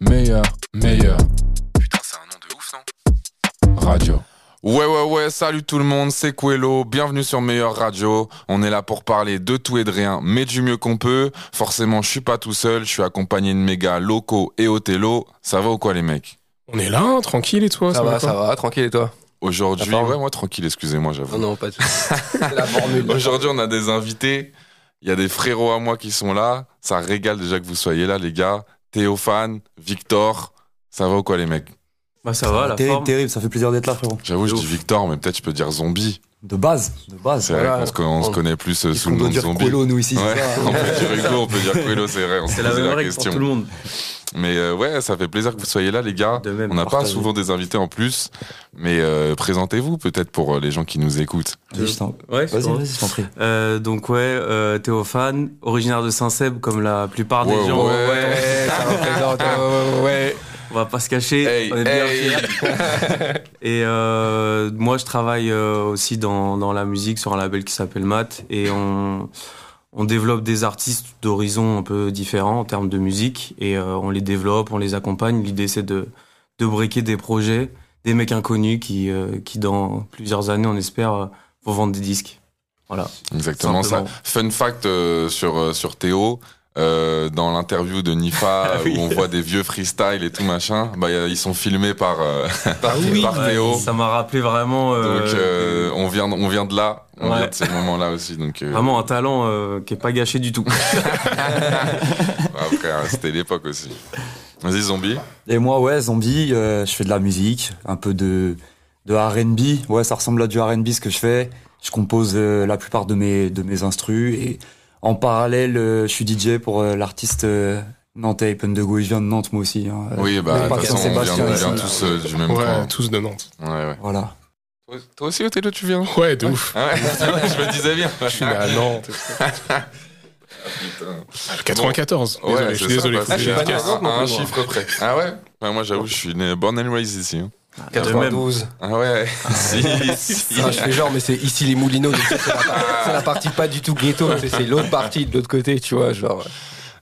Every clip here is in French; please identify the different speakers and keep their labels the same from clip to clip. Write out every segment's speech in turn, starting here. Speaker 1: meilleur, meilleur.
Speaker 2: Putain, c'est un nom de ouf, non
Speaker 1: Radio.
Speaker 2: Ouais, ouais, ouais, salut tout le monde, c'est Coelho, bienvenue sur Meilleure Radio. On est là pour parler de tout et de rien, mais du mieux qu'on peut. Forcément, je suis pas tout seul, je suis accompagné de mes gars locaux et Othello. Ça va ou quoi, les mecs
Speaker 3: On est là, hein, tranquille et toi
Speaker 4: Ça, va,
Speaker 3: quoi
Speaker 4: ça va, tranquille et toi
Speaker 2: Aujourd'hui,
Speaker 4: La forme.
Speaker 2: ouais, moi tranquille, excusez-moi, j'avoue.
Speaker 4: Non, non, pas de La formule.
Speaker 2: Aujourd'hui, on a des invités. Il y a des frérots à moi qui sont là. Ça régale déjà que vous soyez là, les gars. Théophane, Victor. Ça va ou quoi, les mecs
Speaker 5: Bah ça va, la
Speaker 6: terrible,
Speaker 5: forme.
Speaker 6: terrible, ça fait plaisir d'être là, frérot.
Speaker 2: J'avoue, je dis Victor, mais peut-être je peux dire zombie.
Speaker 6: De base, de base.
Speaker 2: C'est vrai
Speaker 4: Voilà.
Speaker 2: qu'on se, conna- on se connaît plus euh,
Speaker 6: Est-ce
Speaker 2: sous
Speaker 6: qu'on
Speaker 2: le
Speaker 6: doit
Speaker 2: nom de
Speaker 6: dire
Speaker 2: zombie.
Speaker 6: Coelho, nous, ici
Speaker 2: Ouais,
Speaker 6: c'est ça
Speaker 2: on peut dire Hugo, on peut dire Coelho, c'est vrai. On se
Speaker 5: C'est la
Speaker 2: posait
Speaker 5: même
Speaker 2: la
Speaker 5: règle pour tout le
Speaker 2: question.
Speaker 5: monde.
Speaker 2: Mais euh, ouais, ça fait plaisir que vous soyez là, les gars.
Speaker 5: De même.
Speaker 2: On n'a pas
Speaker 6: partagez.
Speaker 2: souvent des invités en plus, mais euh, présentez-vous peut-être pour euh, les gens qui nous écoutent.
Speaker 6: Vas-y, je t'en-
Speaker 5: Ouais, c'est
Speaker 6: Vas-y,
Speaker 5: bon.
Speaker 6: vas-y, je t'en prie.
Speaker 5: Euh, donc ouais, euh, Théophane, originaire de Saint-Seb comme la plupart des
Speaker 2: Ouais,
Speaker 5: gens.
Speaker 2: ouais.
Speaker 5: ça représente, ouais, ouais, ouais. On va pas se cacher.
Speaker 2: Hey,
Speaker 5: on est bien
Speaker 2: hey.
Speaker 5: fiers. Et euh, moi, je travaille euh, aussi dans, dans la musique sur un label qui s'appelle Mat et on on développe des artistes d'horizons un peu différents en termes de musique et euh, on les développe, on les accompagne. L'idée c'est de de briquer des projets, des mecs inconnus qui euh, qui dans plusieurs années, on espère, euh, vont vendre des disques. Voilà.
Speaker 2: Exactement ça. Fun
Speaker 5: Simplement.
Speaker 2: fact euh, sur, euh, sur Théo. euh, dans l'interview de Nifa
Speaker 5: Ah
Speaker 2: où on voit des vieux freestyle et tout machin, bah y a- ils sont filmés par euh, par, par
Speaker 5: Ah Ouais,
Speaker 2: Théo.
Speaker 5: Ça m'a rappelé vraiment, euh,
Speaker 2: oh. Donc euh, on vient on vient de là, on
Speaker 5: Ouais.
Speaker 2: vient de ces moments-là aussi. Donc euh,
Speaker 5: vraiment un talent euh, qui est pas gâché du tout.
Speaker 2: après hein, c'était l'époque aussi. Vas-y zombie.
Speaker 6: Et moi, ouais, zombie, euh, je fais de la musique, un peu de, de RB. Ouais, ça ressemble à du RB ce que je fais. Je compose euh, la plupart de mes, de mes instrus. Et en parallèle, euh, je suis DJ pour euh, l'artiste euh, nantais, Open de Go. Je viens de Nantes, moi aussi. hein. Euh,
Speaker 2: Oui bah de
Speaker 6: mais pas
Speaker 2: toute façon
Speaker 6: qu'à
Speaker 2: on vient,
Speaker 6: Sébastien,
Speaker 2: on vient
Speaker 6: ici.
Speaker 2: tous euh, du même
Speaker 3: Ouais,
Speaker 2: coin.
Speaker 3: tous de Nantes.
Speaker 2: Ouais, ouais.
Speaker 6: Voilà.
Speaker 2: Toi, toi aussi Othello tu viens
Speaker 3: Ouais, de ouf.
Speaker 2: Ah ouais, Je me disais bien.
Speaker 3: Je suis né à Nantes.
Speaker 2: Putain.
Speaker 3: 94.
Speaker 2: Ouais,
Speaker 3: Ah, Désolé, je
Speaker 2: c'est
Speaker 3: suis
Speaker 2: ça,
Speaker 3: désolé.
Speaker 2: parce
Speaker 4: Ah,
Speaker 2: que
Speaker 3: faut que je
Speaker 2: à-
Speaker 3: dise
Speaker 4: efficace.
Speaker 2: à un chiffre près. Ah ouais Bah, Moi j'avoue je suis né born and raised ici. hein.
Speaker 5: De même.
Speaker 4: 92.
Speaker 2: Ah ouais Si, si.
Speaker 4: Ah, je fais genre, mais c'est ici les Moulineaux. donc C'est la, par- c'est la partie pas du tout ghetto. tu sais, C'est l'autre partie de l'autre côté, tu vois. Genre,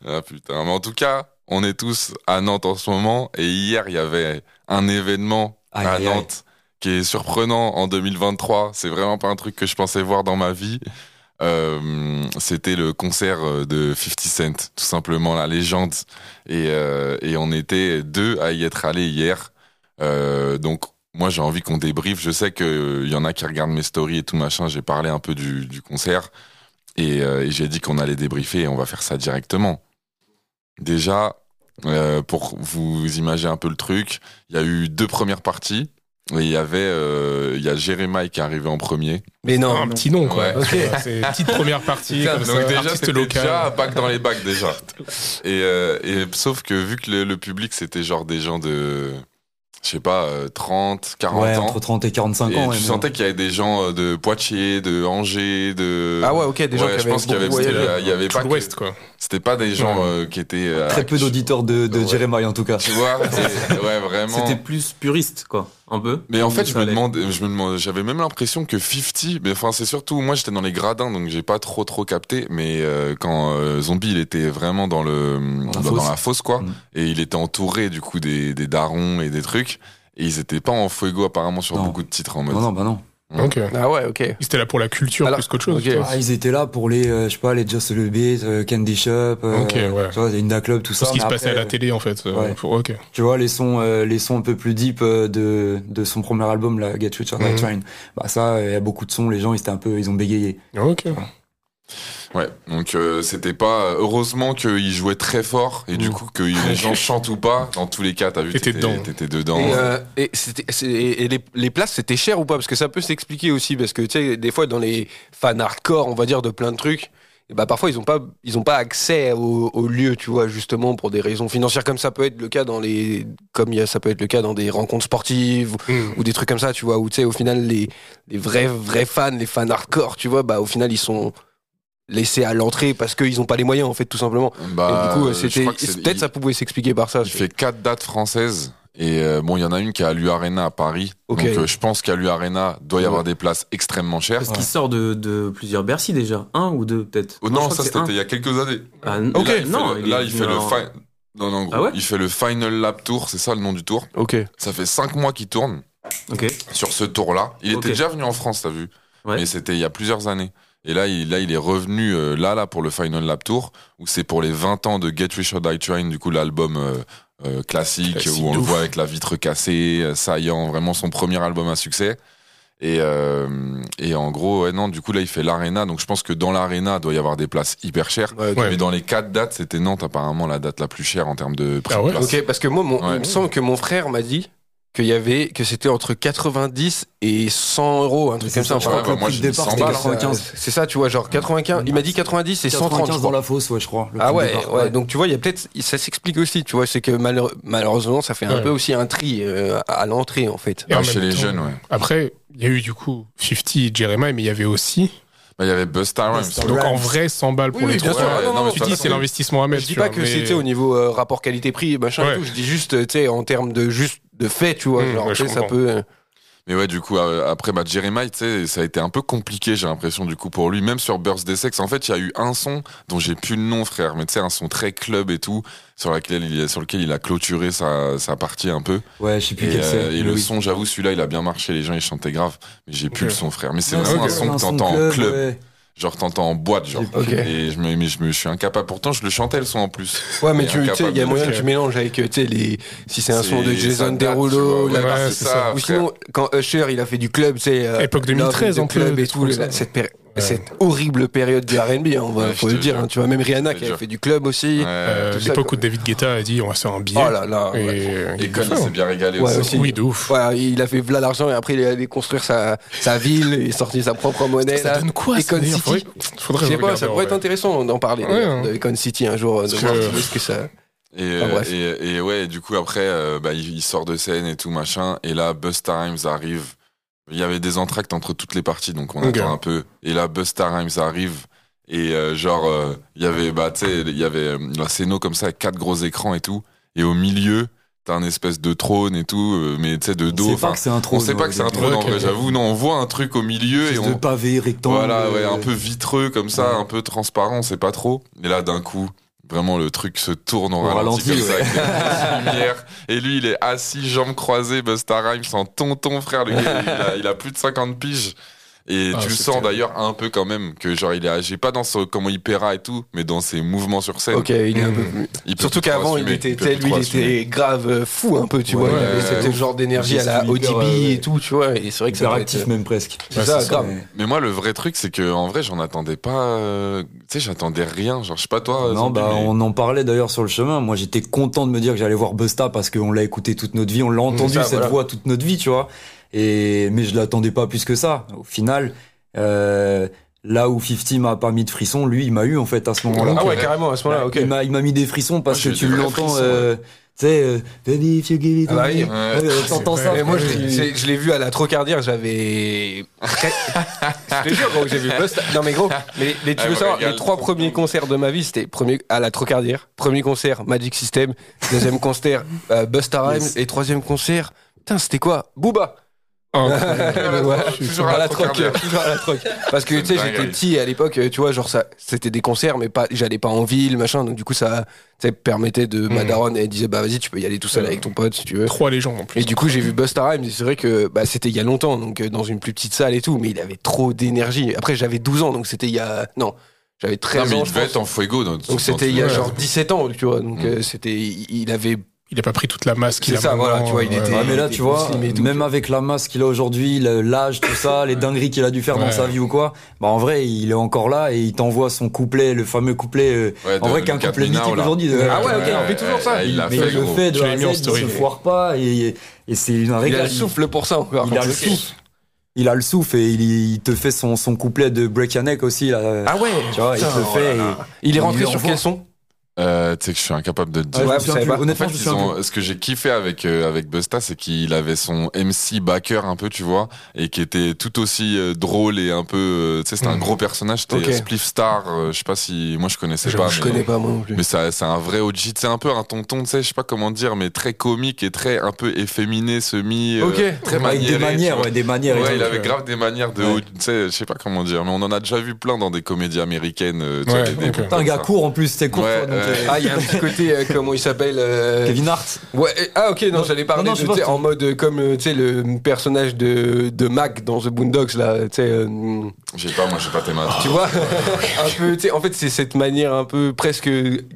Speaker 2: Ah putain, mais en tout cas, on est tous à Nantes en ce moment et hier il y avait un événement
Speaker 6: Aïe,
Speaker 2: à
Speaker 6: aïe, aïe.
Speaker 2: Nantes qui est surprenant en 2023. C'est vraiment pas un truc que je pensais voir dans ma vie. Euh, c'était le concert euh, de 50 Cent, tout simplement la légende. Et, euh, et on était deux à y être allés hier. Euh, donc moi j'ai envie qu'on débriefe. Je sais qu'il y en a qui regardent mes stories et tout machin. J'ai parlé un peu du, du concert et, euh, et j'ai dit qu'on allait débriefer et on va faire ça directement. Déjà, euh, pour vous imaginer un peu le truc, il y a eu deux premières parties. Et il y avait, euh, il y a Jérémy qui est arrivé en premier.
Speaker 4: mais non.
Speaker 3: Un petit nom, quoi.
Speaker 2: Ouais.
Speaker 3: Tu vois, C'est petite première partie,
Speaker 2: Putain,
Speaker 3: comme
Speaker 2: donc
Speaker 3: ça,
Speaker 2: déjà,
Speaker 3: artiste
Speaker 2: c'était
Speaker 3: local.
Speaker 2: déjà un bac dans les bacs déjà. Et, euh, et sauf que vu que le, le public c'était genre des gens de, je sais pas, euh, 30, 40
Speaker 6: Ouais,
Speaker 2: ans.
Speaker 6: entre 30 et 45
Speaker 2: et
Speaker 6: ans. ouais,
Speaker 2: tu
Speaker 6: mais-
Speaker 2: sentais qu'il y avait des gens euh, de Poitiers, de Angers, de.
Speaker 4: Ah ouais, ok, des gens
Speaker 2: Ouais,
Speaker 4: qui
Speaker 2: je pense qu'il y
Speaker 4: avaient
Speaker 2: avait,
Speaker 4: beaucoup voyagé.
Speaker 2: il y avait
Speaker 3: Tout
Speaker 2: pas. que-
Speaker 3: l'ouest, quoi.
Speaker 2: C'était pas des gens
Speaker 3: Ouais.
Speaker 2: euh, qui étaient. euh,
Speaker 6: Très peu d'auditeurs de, de
Speaker 2: Ouais.
Speaker 6: Jeremiah, en tout cas.
Speaker 2: Tu vois, c'est- ouais, vraiment.
Speaker 5: C'était plus puriste, quoi, un peu.
Speaker 2: Mais en fait, je
Speaker 5: Ça
Speaker 2: me
Speaker 5: allait.
Speaker 2: demande, je me demande, j'avais même l'impression que 50, mais enfin, c'est surtout, moi, j'étais dans les gradins, donc j'ai pas trop, trop capté, mais euh, quand euh, Zombie, il était vraiment dans le, dans,
Speaker 6: la
Speaker 2: dans
Speaker 6: fosse.
Speaker 2: la fosse, quoi,
Speaker 6: Mm.
Speaker 2: et il était entouré, du coup, des, des darons et des trucs, et ils étaient pas en fuego, apparemment, sur
Speaker 6: Non.
Speaker 2: beaucoup de titres en mode.
Speaker 6: Non, non, bah non.
Speaker 3: Donc,
Speaker 4: Ah ouais, ok.
Speaker 3: c'était là pour la culture
Speaker 4: Alors,
Speaker 3: plus qu'autre chose.
Speaker 4: ok.
Speaker 3: toi.
Speaker 6: Ah, ils étaient là pour les, euh, je sais pas, les Just a Little Bit, euh, Candy Shop, euh,
Speaker 3: Ok, ouais.
Speaker 6: tu vois, les Inda Club, tout
Speaker 3: Tout
Speaker 6: ça.
Speaker 3: ce qui
Speaker 6: mais
Speaker 3: se passait à
Speaker 6: après,
Speaker 3: la télé, en fait. euh,
Speaker 6: Ouais.
Speaker 3: pour- Ok.
Speaker 6: Tu vois, les sons, euh, les sons un peu plus deep euh, de, de son premier album, là, Get Rich or Die
Speaker 3: Mhm.
Speaker 6: Trying. Bah ça, il y a beaucoup de sons, les gens, ils étaient un peu, ils ont bégayé.
Speaker 3: Ok.
Speaker 2: Ouais, donc euh, c'était pas. Heureusement qu'il jouait très fort, et du
Speaker 3: Mm.
Speaker 2: coup, que les gens chantent ou pas, dans tous les cas, t'as vu,
Speaker 3: T'étais dedans.
Speaker 2: T'étais dedans.
Speaker 4: Et, euh, et, c'était- c'est- et les, les places, c'était cher ou pas Parce que ça peut s'expliquer aussi. Parce que, tu sais, des fois, dans les fans hardcore, on va dire, de plein de trucs, et bah, parfois, ils n'ont pas, ils ont pas accès au, au lieu, tu vois, justement, pour des raisons financières, comme ça peut être le cas dans les. Comme il y a- ça peut être le cas dans des rencontres sportives
Speaker 3: Mm.
Speaker 4: ou des trucs comme ça, tu vois, où, tu sais, au final, les, les vrais, vrais fans, les fans hardcore, tu vois, bah, au final, ils sont laissés à l'entrée parce qu'ils n'ont pas les moyens, en fait, tout simplement.
Speaker 2: Bah,
Speaker 4: et du coup,
Speaker 2: je
Speaker 4: c'était.
Speaker 2: crois que c'est-
Speaker 4: Peut-être ça pouvait s'expliquer par ça.
Speaker 2: Il fait quatre dates françaises. Et euh, bon, il y en a une qui est à l'U-Arena à Paris.
Speaker 4: Ok.
Speaker 2: Donc euh, je pense qu'à l'U-Arena, doit y avoir des places extrêmement chères.
Speaker 5: Parce qu'il sort de, de plusieurs Bercy déjà, un ou deux peut-être.
Speaker 2: Oh
Speaker 5: je
Speaker 2: non,
Speaker 5: crois
Speaker 2: ça
Speaker 5: que c'est
Speaker 2: c'était il y a quelques années.
Speaker 5: un. Ah,
Speaker 2: Là, il fait
Speaker 5: non,
Speaker 2: le-
Speaker 5: est
Speaker 2: là, il fait
Speaker 5: venu
Speaker 2: le
Speaker 5: en-
Speaker 2: fin. Non, non, gros.
Speaker 5: Ah ouais
Speaker 2: il fait le Final Lap Tour, c'est ça le nom du tour.
Speaker 4: Ok.
Speaker 2: Ça fait 5 mois qu'il tourne
Speaker 5: Ok.
Speaker 2: sur ce tour-là. Il
Speaker 5: Ok.
Speaker 2: était déjà venu en France, t'as vu
Speaker 5: Ouais.
Speaker 2: Mais c'était il y a plusieurs années. Et là, il, là, il est revenu euh, là, là, pour le Final Lap Tour, où c'est pour les 20 ans de Get Rich or Die Trying, du coup, l'album euh, euh, classique,
Speaker 3: Classique
Speaker 2: où on
Speaker 3: de
Speaker 2: le
Speaker 3: ouf.
Speaker 2: voit avec la vitre cassée, euh, saillant, vraiment son premier album à succès. Et, euh, et en gros, ouais, non, du coup, là, il fait l'Arena. Donc, je pense que dans l'Arena, il doit y avoir des places hyper chères.
Speaker 3: Ouais.
Speaker 2: Mais dans les quatre dates, c'était Nantes, apparemment, la date la plus chère en termes de prix
Speaker 3: Ah
Speaker 2: de
Speaker 3: ouais
Speaker 2: place.
Speaker 4: Ok, parce que moi, mon-
Speaker 2: Ouais.
Speaker 4: il me semble que mon frère m'a dit qu'il y avait, que c'était entre 90 et 100 euros, un truc
Speaker 6: C'est
Speaker 4: comme ça.
Speaker 6: ça, je
Speaker 4: enfin,
Speaker 6: crois
Speaker 2: ouais,
Speaker 6: que le
Speaker 2: moi,
Speaker 6: prix
Speaker 2: je
Speaker 6: de
Speaker 2: dis
Speaker 6: départ,
Speaker 2: 100
Speaker 6: c'était
Speaker 2: balles, hein.
Speaker 6: 95.
Speaker 4: C'est ça, tu vois, genre 95. Il m'a dit 90 et 130. je
Speaker 6: 95 dans
Speaker 4: crois.
Speaker 6: la fosse, ouais, je crois. le
Speaker 4: Ah
Speaker 6: prix de
Speaker 4: ouais,
Speaker 6: départ.
Speaker 4: ouais, donc tu vois, il y a peut-être, ça s'explique aussi, tu vois, c'est que malheure- malheureusement, ça fait un
Speaker 3: Ouais.
Speaker 4: peu aussi un tri euh, à l'entrée, en fait.
Speaker 3: Et en
Speaker 2: Ouais, chez
Speaker 3: même
Speaker 2: les jeunes, ouais.
Speaker 3: Après, il y a eu du coup 50 et Jeremiah, mais il y avait aussi.
Speaker 2: Bah, Il y avait Busta Rhymes.
Speaker 6: Busta
Speaker 3: Donc
Speaker 6: Rhymes.
Speaker 3: en vrai, 100 balles pour
Speaker 4: Oui,
Speaker 3: les
Speaker 4: oui, bien
Speaker 3: trois.
Speaker 4: sûr. Ah, non, non,
Speaker 2: mais de
Speaker 3: Tu
Speaker 4: tu
Speaker 2: toute
Speaker 3: dis,
Speaker 2: façon,
Speaker 3: c'est l'investissement à
Speaker 4: Mais
Speaker 3: mettre.
Speaker 4: je dis
Speaker 3: tu
Speaker 4: pas
Speaker 3: vois,
Speaker 4: que
Speaker 3: mais-
Speaker 4: c'était au niveau euh, rapport qualité-prix, machin et
Speaker 3: Ouais.
Speaker 4: tout, je dis juste, euh, tu sais, en termes de juste de fait, tu vois,
Speaker 3: Mmh,
Speaker 4: genre,
Speaker 3: ouais,
Speaker 4: tu
Speaker 3: je
Speaker 4: sais, ça
Speaker 3: comprends.
Speaker 4: peut. euh,
Speaker 2: Mais ouais, du coup, euh, après, bah, Jeremiah, tu sais, ça a été un peu compliqué, j'ai l'impression, du coup, pour lui. Même sur Birthday Sex, en fait, il y a eu un son dont j'ai plus le nom, frère, mais tu sais, un son très club et tout, sur, laquelle il, sur lequel il a clôturé sa, sa partie un peu.
Speaker 6: Ouais, je sais plus
Speaker 2: Et,
Speaker 6: quel c'est.
Speaker 2: euh, et le
Speaker 6: Oui.
Speaker 2: son, j'avoue, celui-là, il a bien marché, les gens, ils chantaient grave. Mais j'ai plus
Speaker 3: Ok.
Speaker 2: le son, frère. Mais c'est
Speaker 6: Ouais,
Speaker 2: vraiment un
Speaker 3: ok.
Speaker 2: son que t'entends en club.
Speaker 6: club, ouais.
Speaker 2: Genre, t'entends en boîte, genre.
Speaker 6: Ok.
Speaker 2: Et je me, mais je me je suis incapable. Pourtant, je le chantais, le son en plus.
Speaker 4: Ouais, mais
Speaker 2: Et
Speaker 4: tu tu sais, il y a
Speaker 2: incapable
Speaker 4: moyen
Speaker 3: de
Speaker 4: que
Speaker 3: faire.
Speaker 4: tu mélanges avec, euh, tu sais, les. Si c'est un son de
Speaker 2: C'est- ça
Speaker 4: Jason
Speaker 2: date, tu vois,
Speaker 4: Derulo,
Speaker 2: ouais,
Speaker 4: la
Speaker 3: ouais,
Speaker 2: c'est
Speaker 3: c'est
Speaker 2: ça,
Speaker 3: ça.
Speaker 2: frère.
Speaker 4: Ou sinon, quand Usher, il a fait du club, euh, c'est.
Speaker 3: Époque 2013 en plus,
Speaker 4: club
Speaker 3: des
Speaker 4: et
Speaker 3: trucs
Speaker 4: tout.
Speaker 3: comme ça.
Speaker 4: la- cette, péri- cette horrible période du RB, hein, on va-
Speaker 2: Ouais,
Speaker 4: faut
Speaker 2: je
Speaker 4: le
Speaker 2: te
Speaker 4: dire.
Speaker 2: jure.
Speaker 4: hein. tu vois, même Rihanna
Speaker 2: Je te
Speaker 4: qui a
Speaker 2: jure.
Speaker 4: fait du club aussi.
Speaker 3: Euh,
Speaker 2: Ouais.
Speaker 4: tout ça,
Speaker 3: L'époque
Speaker 4: quoi.
Speaker 3: où David Guetta a dit on va se faire un billet.
Speaker 4: Oh là là.
Speaker 3: Et,
Speaker 4: ouais.
Speaker 3: euh, il
Speaker 2: Et
Speaker 3: a
Speaker 2: Cole,
Speaker 3: fait
Speaker 2: il
Speaker 3: ça.
Speaker 2: s'est bien régalé
Speaker 4: Ouais,
Speaker 2: aussi.
Speaker 4: aussi.
Speaker 3: Oui, de ouf.
Speaker 4: Ouais, il a fait v'là l'argent et après il est allé construire sa, sa ville et sortir sa propre monnaie.
Speaker 3: Ça
Speaker 4: là.
Speaker 3: donne quoi ça,
Speaker 4: Econ
Speaker 3: d'ailleurs
Speaker 4: City.
Speaker 3: Faudrait, faudrait
Speaker 4: Je sais pas,
Speaker 3: regarder,
Speaker 4: ça
Speaker 3: en
Speaker 4: pourrait être
Speaker 3: vrai.
Speaker 4: intéressant d'en parler
Speaker 3: Ouais,
Speaker 4: d'ailleurs,
Speaker 3: hein.
Speaker 4: de Econ City un jour, de
Speaker 3: Parce
Speaker 4: voir
Speaker 3: que-
Speaker 4: ce que ça.
Speaker 2: Et, euh,
Speaker 4: Enfin, bref.
Speaker 2: et, et ouais, du coup, après, euh, bah, il, il sort de scène et tout, machin. Et là, Busta Rhymes arrive. Il y avait des entractes entre toutes les parties, donc on
Speaker 3: Ok.
Speaker 2: attend un peu. Et là, Busta Rhymes arrive. Et euh, genre, euh, il y avait, bah, tu sais, il y avait euh, la scéno comme ça, avec quatre gros écrans et tout. Et au milieu, t'as un espèce de trône et tout, euh, mais tu sais, de dos.
Speaker 6: On sait pas
Speaker 2: Enfin,
Speaker 6: que c'est un trône.
Speaker 2: on sait pas que c'est un trône en
Speaker 3: Ok.
Speaker 2: vrai, j'avoue. Non, on voit un truc au milieu et
Speaker 6: Espèce
Speaker 2: on,
Speaker 6: de pavé rectangle.
Speaker 2: voilà, ouais, un peu vitreux comme ça,
Speaker 6: Ouais.
Speaker 2: un peu transparent, on sait pas trop. Et là, d'un coup, vraiment, le truc se tourne en
Speaker 6: Au
Speaker 2: ralenti,
Speaker 6: ralenti,
Speaker 2: comme ça, avec des grosses lumières. Et lui, il est assis, jambes croisées, Busta Rhymes en tonton, frère. Le gars, il a, il a plus de 50 piges. Et
Speaker 3: Ah,
Speaker 2: tu le
Speaker 3: c'est
Speaker 2: sens
Speaker 3: terrible.
Speaker 2: d'ailleurs un peu quand même que genre il est âgé, pas dans son- comment il paiera et tout, mais dans ses mouvements sur scène.
Speaker 4: Ok, il est un
Speaker 3: Mmh.
Speaker 4: peu plus-
Speaker 2: Il peut
Speaker 4: Surtout
Speaker 2: plus trop
Speaker 4: qu'avant, il
Speaker 2: assumer,
Speaker 4: était,
Speaker 2: peut
Speaker 4: tu sais,
Speaker 2: plus
Speaker 4: lui,
Speaker 2: trop
Speaker 4: il
Speaker 2: assumer.
Speaker 4: était grave euh, fou un peu, tu
Speaker 6: Ouais,
Speaker 4: vois. Il avait
Speaker 2: ouais,
Speaker 4: ce
Speaker 2: ouais.
Speaker 4: genre d'énergie à la
Speaker 6: Juste
Speaker 4: ODB
Speaker 6: hyper, ouais,
Speaker 4: et tout, tu vois. Et c'est vrai que ça
Speaker 6: Hyper
Speaker 4: doit
Speaker 6: actif
Speaker 4: être-
Speaker 6: euh,
Speaker 4: euh,
Speaker 6: même presque.
Speaker 4: C'est ça, grave.
Speaker 6: Mais-
Speaker 2: Mais moi, le vrai truc, c'est que en vrai, j'en attendais pas. euh, Tu sais, j'attendais rien. Genre, je sais pas
Speaker 4: Ah
Speaker 2: toi.
Speaker 6: Non,
Speaker 2: Zambi,
Speaker 6: bah
Speaker 2: mais-
Speaker 6: on en parlait d'ailleurs sur le chemin. Moi, j'étais content de me dire que j'allais voir Busta parce qu'on l'a écouté toute notre vie, on l'a entendu
Speaker 4: Mm, ça,
Speaker 6: cette
Speaker 4: voilà.
Speaker 6: voix toute notre vie, tu vois. Et mais je l'attendais pas plus que ça. Au final, euh, là où 50 m'a pas mis de frisson, lui, il m'a eu en fait à ce moment-là.
Speaker 4: Ah ouais, carrément, à ce moment-là, ok.
Speaker 6: Il m'a il m'a mis des frissons parce
Speaker 2: Moi,
Speaker 6: que
Speaker 2: j'ai eu
Speaker 6: tu
Speaker 2: des vrais
Speaker 6: l'entends.
Speaker 2: frissons,
Speaker 6: euh, Tu sais, euh, baby if you give it
Speaker 4: Ah bah
Speaker 6: to
Speaker 4: oui,
Speaker 6: me.
Speaker 2: ouais.
Speaker 6: Ouais, T'entends
Speaker 3: C'est
Speaker 6: ça.
Speaker 3: vrai.
Speaker 4: Mais moi, je,
Speaker 6: frère.
Speaker 4: c'est- je l'ai vu à la Trocardière, j'avais. je te jure, gros, j'ai vu Busta. Non, mais gros, mais, mais tu
Speaker 2: Ah,
Speaker 4: veux
Speaker 2: me
Speaker 4: savoir,
Speaker 2: régale.
Speaker 4: les trois premiers concerts de ma vie, c'était premier à la Trocardière, premier concert Magic System, deuxième concert euh, Busta Rhymes
Speaker 6: Yes.
Speaker 4: et troisième concert. Putain, c'était quoi Booba
Speaker 3: Incroyable.
Speaker 4: Ouais,
Speaker 2: Ah, Toujours à la
Speaker 4: troc,
Speaker 2: Trocardière.
Speaker 4: toujours à la troc. Parce que tu sais,
Speaker 2: une
Speaker 4: j'étais
Speaker 2: dinguerie.
Speaker 4: petit à l'époque, euh, tu vois, genre ça, c'était des concerts, mais pas, j'allais pas en ville, machin. Donc du coup, ça, ça permettait de ma
Speaker 2: Hmm.
Speaker 3: Mm.
Speaker 4: daronne, elle disait, bah vas-y, tu peux y aller tout seul
Speaker 3: Ouais.
Speaker 4: avec ton pote si tu veux.
Speaker 3: Trois légendes en plus.
Speaker 4: Et du coup, j'ai vu Busta Rhymes, et c'est vrai que bah, c'était il y a longtemps, donc euh, dans une plus petite salle et tout, mais il avait trop d'énergie. Après, j'avais 12 ans, donc c'était il y a. Non, j'avais
Speaker 2: Non,
Speaker 4: 13
Speaker 2: mais
Speaker 4: ans.
Speaker 2: il
Speaker 4: je
Speaker 2: devait
Speaker 4: pense.
Speaker 2: être en fuego. dans- dans
Speaker 4: Donc c'était il y a
Speaker 2: tout-
Speaker 3: Ouais.
Speaker 4: genre 17 ans, tu vois. Donc
Speaker 2: Mm.
Speaker 4: euh, c'était. Il avait.
Speaker 3: Il a pas pris toute la masse qu'il
Speaker 4: C'est
Speaker 3: a.
Speaker 4: ça,
Speaker 3: maintenant,
Speaker 4: voilà, tu vois, il
Speaker 3: euh,
Speaker 4: était-
Speaker 6: Ouais, mais là,
Speaker 4: des
Speaker 6: tu vois,
Speaker 4: muslims et tout, tu
Speaker 6: même avec la masse qu'il a aujourd'hui, le- l'âge, tout ça, les dingueries qu'il a dû faire dans
Speaker 3: Ouais.
Speaker 6: sa vie ou quoi, bah en vrai, il est encore là et il t'envoie son couplet, le fameux couplet. euh,
Speaker 2: Ouais,
Speaker 6: en
Speaker 2: de
Speaker 6: vrai, qu'un
Speaker 2: Lucas
Speaker 6: couplet
Speaker 2: Minao,
Speaker 6: mythique
Speaker 2: là.
Speaker 6: aujourd'hui. de-
Speaker 4: Ah ouais, ok,
Speaker 2: Ouais,
Speaker 4: on fait toujours ça.
Speaker 2: ouais, euh, Il l'a
Speaker 6: mais il
Speaker 2: fait,
Speaker 6: le
Speaker 2: gros.
Speaker 6: fait de
Speaker 3: Je
Speaker 6: A
Speaker 3: l'ai
Speaker 6: à
Speaker 3: mis en
Speaker 6: Z, il
Speaker 3: story.
Speaker 6: se foire pas et, et c'est une
Speaker 4: Il a
Speaker 6: régal.
Speaker 4: le souffle pour ça encore.
Speaker 6: il a le souffle. Il a le souffle et il, il te fait son, son couplet de Break Your Neck aussi. Là,
Speaker 4: Ah ouais
Speaker 6: tu vois,
Speaker 4: putain,
Speaker 6: il te
Speaker 4: oh là
Speaker 6: fait.
Speaker 4: là.
Speaker 6: et-
Speaker 4: Il est rentré
Speaker 6: Il
Speaker 4: sur
Speaker 6: l'envoie.
Speaker 4: quel son
Speaker 2: Euh, tu sais que je suis incapable de te dire.
Speaker 4: Ouais,
Speaker 6: je me
Speaker 4: vous
Speaker 6: souviens
Speaker 4: savez
Speaker 6: plus.
Speaker 4: pas. En
Speaker 2: En fait,
Speaker 6: Honnêtement, je me
Speaker 2: ils
Speaker 6: souviens plus.
Speaker 2: ont- ce que j'ai kiffé avec euh, avec Busta, c'est qu'il avait son MC backer un peu, tu vois, et qui était tout aussi euh, drôle et un peu, euh, tu sais, c'était un
Speaker 3: Mm.
Speaker 2: gros personnage. C'était
Speaker 4: Ok.
Speaker 2: Spliff Star. euh, je sais pas si moi je connaissais
Speaker 3: Je-
Speaker 2: pas.
Speaker 4: Je
Speaker 2: mais-
Speaker 4: connais pas moi non plus.
Speaker 2: Mais ça, c'est un vrai OG, c'est un peu un tonton, tu sais, je sais pas comment dire, mais très comique et très un peu efféminé, semi, euh,
Speaker 4: Ok.
Speaker 2: très
Speaker 6: Avec
Speaker 2: maniéré. tu
Speaker 6: des manières,
Speaker 2: vois.
Speaker 6: ouais, des manières. et
Speaker 2: Ouais,
Speaker 6: tout.
Speaker 2: il
Speaker 3: donc,
Speaker 2: avait
Speaker 3: euh,
Speaker 2: grave des manières de
Speaker 6: ouais.
Speaker 2: haut, tu sais, je sais pas comment dire, mais on en a déjà vu plein dans des comédies américaines. euh, tu
Speaker 3: Ouais,
Speaker 2: vois, des- des
Speaker 3: ok.
Speaker 2: trucs
Speaker 6: Putain, un
Speaker 2: comme
Speaker 6: gars
Speaker 2: ça.
Speaker 6: court en plus, c'est court.
Speaker 2: Ouais,
Speaker 6: donc,
Speaker 2: Ouais.
Speaker 4: Ah, il y a un petit côté, euh, comment il s'appelle euh,
Speaker 6: Kevin Hart.
Speaker 4: Ouais, et- ah ok, non, j'allais parler
Speaker 6: non,
Speaker 4: de,
Speaker 6: je pense
Speaker 4: tu sais,
Speaker 6: que-
Speaker 4: en mode euh, comme euh, tu sais, le personnage de, de Mac dans The Boondocks, là, tu sais, euh,
Speaker 2: J'ai pas, moi, j'ai pas tes maths.
Speaker 4: tu vois, un peu, tu sais, en fait, c'est cette manière un peu presque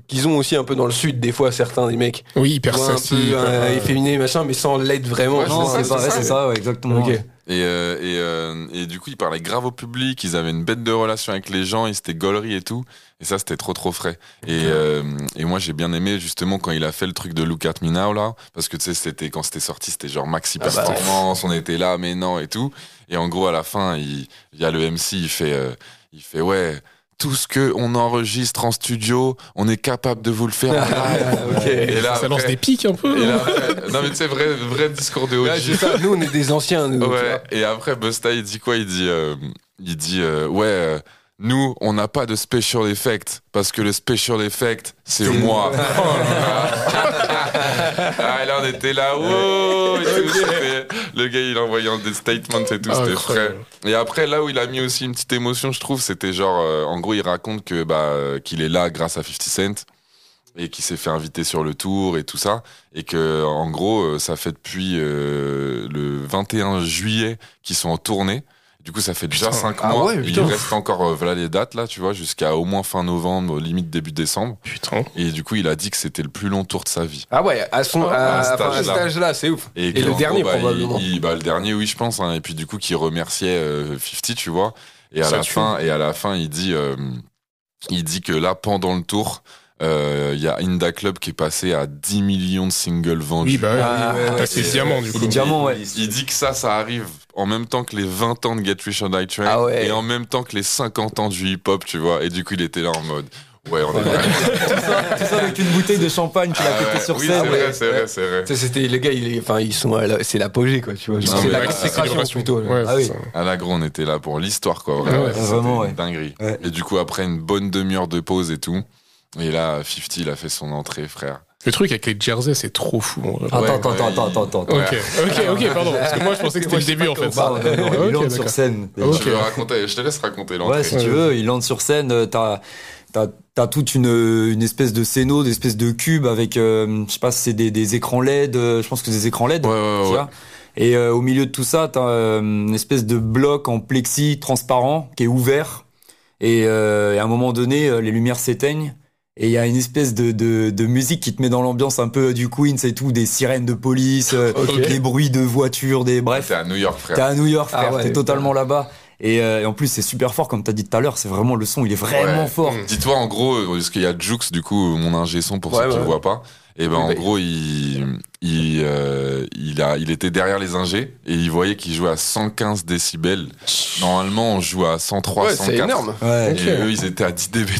Speaker 4: qu'ils ont aussi un peu dans le sud, des fois, certains des mecs.
Speaker 3: Oui, hyper
Speaker 4: Tu vois, un
Speaker 3: sexy.
Speaker 4: peu
Speaker 3: hyper,
Speaker 4: euh,
Speaker 3: euh,
Speaker 4: efféminé, machin, mais sans l'aide vraiment.
Speaker 2: Ouais,
Speaker 6: Non,
Speaker 2: c'est ça,
Speaker 6: c'est
Speaker 2: c'est ça.
Speaker 6: pas- ouais, c'est ça, ouais, exactement.
Speaker 4: Ok.
Speaker 2: Et, euh, et, euh, et du coup, ils parlaient grave au public, ils avaient une bête de relation avec les gens, ils étaient gauleries et tout. Et ça, c'était trop trop frais. Et, euh, et moi, j'ai bien aimé justement quand il a fait le truc de Look at Me Now là, parce que tu sais, c'était quand c'était sorti, c'était genre maxi
Speaker 4: Ah bah.
Speaker 2: performance, on était là, mais non et tout. Et en gros, à la fin, il il y a le MC, il fait, euh, il fait ouais. Tout ce que on enregistre en studio, on est capable de vous le faire. en
Speaker 4: Ah,
Speaker 2: live.
Speaker 4: Ok.
Speaker 2: Et là,
Speaker 3: ça lance
Speaker 2: après-
Speaker 3: des pics un peu.
Speaker 2: et
Speaker 3: hein.
Speaker 2: là, après- non mais tu sais, vrai, vrai discours de OG.
Speaker 4: Ouais, c'est ça, nous on est des anciens, nous. tu vois.
Speaker 2: Ouais, et après, Busta, il dit quoi Il dit, euh, il dit euh, ouais, euh, nous, on n'a pas de special effect, parce que le special effect, c'est moi. Oh, ah, et là, on était là, wow, et tout, c'était- Le gars, il envoyait un des statements et
Speaker 4: Ah,
Speaker 2: tout, c'était frais.
Speaker 3: Incroyable.
Speaker 2: Et après, là où il a mis aussi une petite émotion, je trouve, c'était genre, euh, en gros, il raconte que bah, euh, qu'il est là grâce à 50 Cent et qu'il s'est fait inviter sur le tour et tout ça, et que en gros, euh, ça fait depuis euh, le 21 juillet qu'ils sont en tournée. Du coup, ça fait déjà
Speaker 3: Putain.
Speaker 2: 5
Speaker 4: Ah
Speaker 2: mois.
Speaker 4: ouais,
Speaker 2: et il
Speaker 4: putain.
Speaker 2: reste encore, euh, voilà les dates là, tu vois, jusqu'à au moins fin novembre, limite début décembre.
Speaker 3: Putain.
Speaker 2: Et du coup, il a dit que c'était le plus long tour de sa vie.
Speaker 4: Ah ouais, à son
Speaker 2: à
Speaker 4: à,
Speaker 2: ce
Speaker 4: enfin, à cet
Speaker 2: âge-là.
Speaker 4: âge-là, c'est ouf.
Speaker 2: que,
Speaker 4: le
Speaker 2: en
Speaker 4: dernier,
Speaker 2: bah, il-
Speaker 4: probablement.
Speaker 2: il- bah, le dernier, oui, je pense. hein. et puis du coup, qui remerciait euh, 50, tu vois. Et à
Speaker 3: Ça
Speaker 2: la
Speaker 3: tue.
Speaker 2: fin, et à la fin, il dit, euh, il dit que là, pendant le tour, euh, il y a Inda Club qui est passé à 10 millions de singles vendus.
Speaker 3: Oui, bah ouais.
Speaker 6: Ah, ouais, ouais,
Speaker 3: T'as ses
Speaker 2: ouais.
Speaker 3: diamants du
Speaker 6: Il est
Speaker 3: coup.
Speaker 6: diamant. Diamants, ouais.
Speaker 2: Il dit que ça, ça arrive en même temps que les 20 ans de Get Rich or Die Train
Speaker 4: Ah ouais.
Speaker 2: et en même temps que les 50 ans du hip-hop, tu vois. Et du coup, il était là en mode, ouais, on est
Speaker 6: Tout ça avec une bouteille de champagne qu'il a
Speaker 2: Ah
Speaker 6: pété
Speaker 2: ouais,
Speaker 6: sur
Speaker 2: oui,
Speaker 6: scène.
Speaker 2: c'est
Speaker 4: ouais.
Speaker 2: vrai, c'est vrai, c'est vrai.
Speaker 4: Tu sais, C'était les gars, il est- enfin ils sont, à la- c'est l'apogée quoi, tu vois. genre,
Speaker 3: Ah,
Speaker 2: Non,
Speaker 4: C'est
Speaker 2: mais
Speaker 4: la
Speaker 2: ouais,
Speaker 4: consécration
Speaker 3: célébration.
Speaker 4: plutôt. là.
Speaker 3: Ouais,
Speaker 4: ah
Speaker 3: c'est
Speaker 4: oui.
Speaker 3: ça.
Speaker 2: À la gros, on était là pour l'histoire, quoi.
Speaker 3: Ouais, ouais,
Speaker 2: c'était
Speaker 6: vraiment,
Speaker 2: une
Speaker 6: ouais.
Speaker 2: Dinguerie.
Speaker 6: Ouais.
Speaker 2: Et du coup, après une bonne demi-heure de pause et tout, et là, 50, il a fait son entrée, frère.
Speaker 3: Le truc avec les jerseys, c'est trop fou. en vrai.
Speaker 4: Ah
Speaker 6: Attends,
Speaker 2: Ouais,
Speaker 6: attends,
Speaker 2: ouais,
Speaker 6: attends,
Speaker 2: il-
Speaker 6: attends, attends, attends.
Speaker 3: Ok, ok, ok, pardon. Parce que moi, je pensais que c'était le début en fait.
Speaker 6: Bah,
Speaker 2: Ah,
Speaker 6: ouais, ouais, non,
Speaker 3: Ok,
Speaker 6: il lance sur
Speaker 3: d'accord.
Speaker 6: scène.
Speaker 3: Ok.
Speaker 2: Tu veux raconter Je te laisse raconter l'entrée.
Speaker 6: Ouais, si tu veux, il lance sur scène, euh, t'as t'as t'as toute une euh, une espèce de scéno, des espèces de cubes avec euh, je sais pas si c'est des des écrans LED, euh, je pense que c'est des écrans LED.
Speaker 2: Ouais, ouais,
Speaker 6: tu
Speaker 2: Ah ouais.
Speaker 6: vois. Et euh, au milieu de tout ça, t'as euh, une espèce de bloc en plexi transparent qui est ouvert. Et, euh, et à un moment donné, euh, les lumières s'éteignent. Et il y a une espèce de, de, de musique qui te met dans l'ambiance un peu euh, du Queens et tout, des sirènes de police, euh,
Speaker 3: Ok.
Speaker 6: des bruits de voitures, des bref.
Speaker 2: T'es à New York, frère.
Speaker 6: T'es à New York, frère.
Speaker 4: Ah ouais,
Speaker 6: T'es totalement là-bas. Et, euh, et en plus, c'est super fort, comme t'as dit tout à l'heure. C'est vraiment le son, il est vraiment
Speaker 2: Ouais.
Speaker 6: fort.
Speaker 3: Mm.
Speaker 2: Dis-toi en gros, euh, parce qu'il y a Jux, du coup, euh, mon ingé son pour
Speaker 4: Ouais,
Speaker 2: ceux qui
Speaker 4: ouais.
Speaker 2: le voient pas. Et ben
Speaker 4: Oui,
Speaker 2: en
Speaker 4: bah,
Speaker 2: gros, il il euh, il a il était derrière les ingés et il voyait qu'il jouait à 115 décibels. Normalement, on joue à 103,
Speaker 4: Ouais,
Speaker 2: 104.
Speaker 4: c'est énorme.
Speaker 6: Ouais,
Speaker 2: Et eux, ils étaient à 10 dB.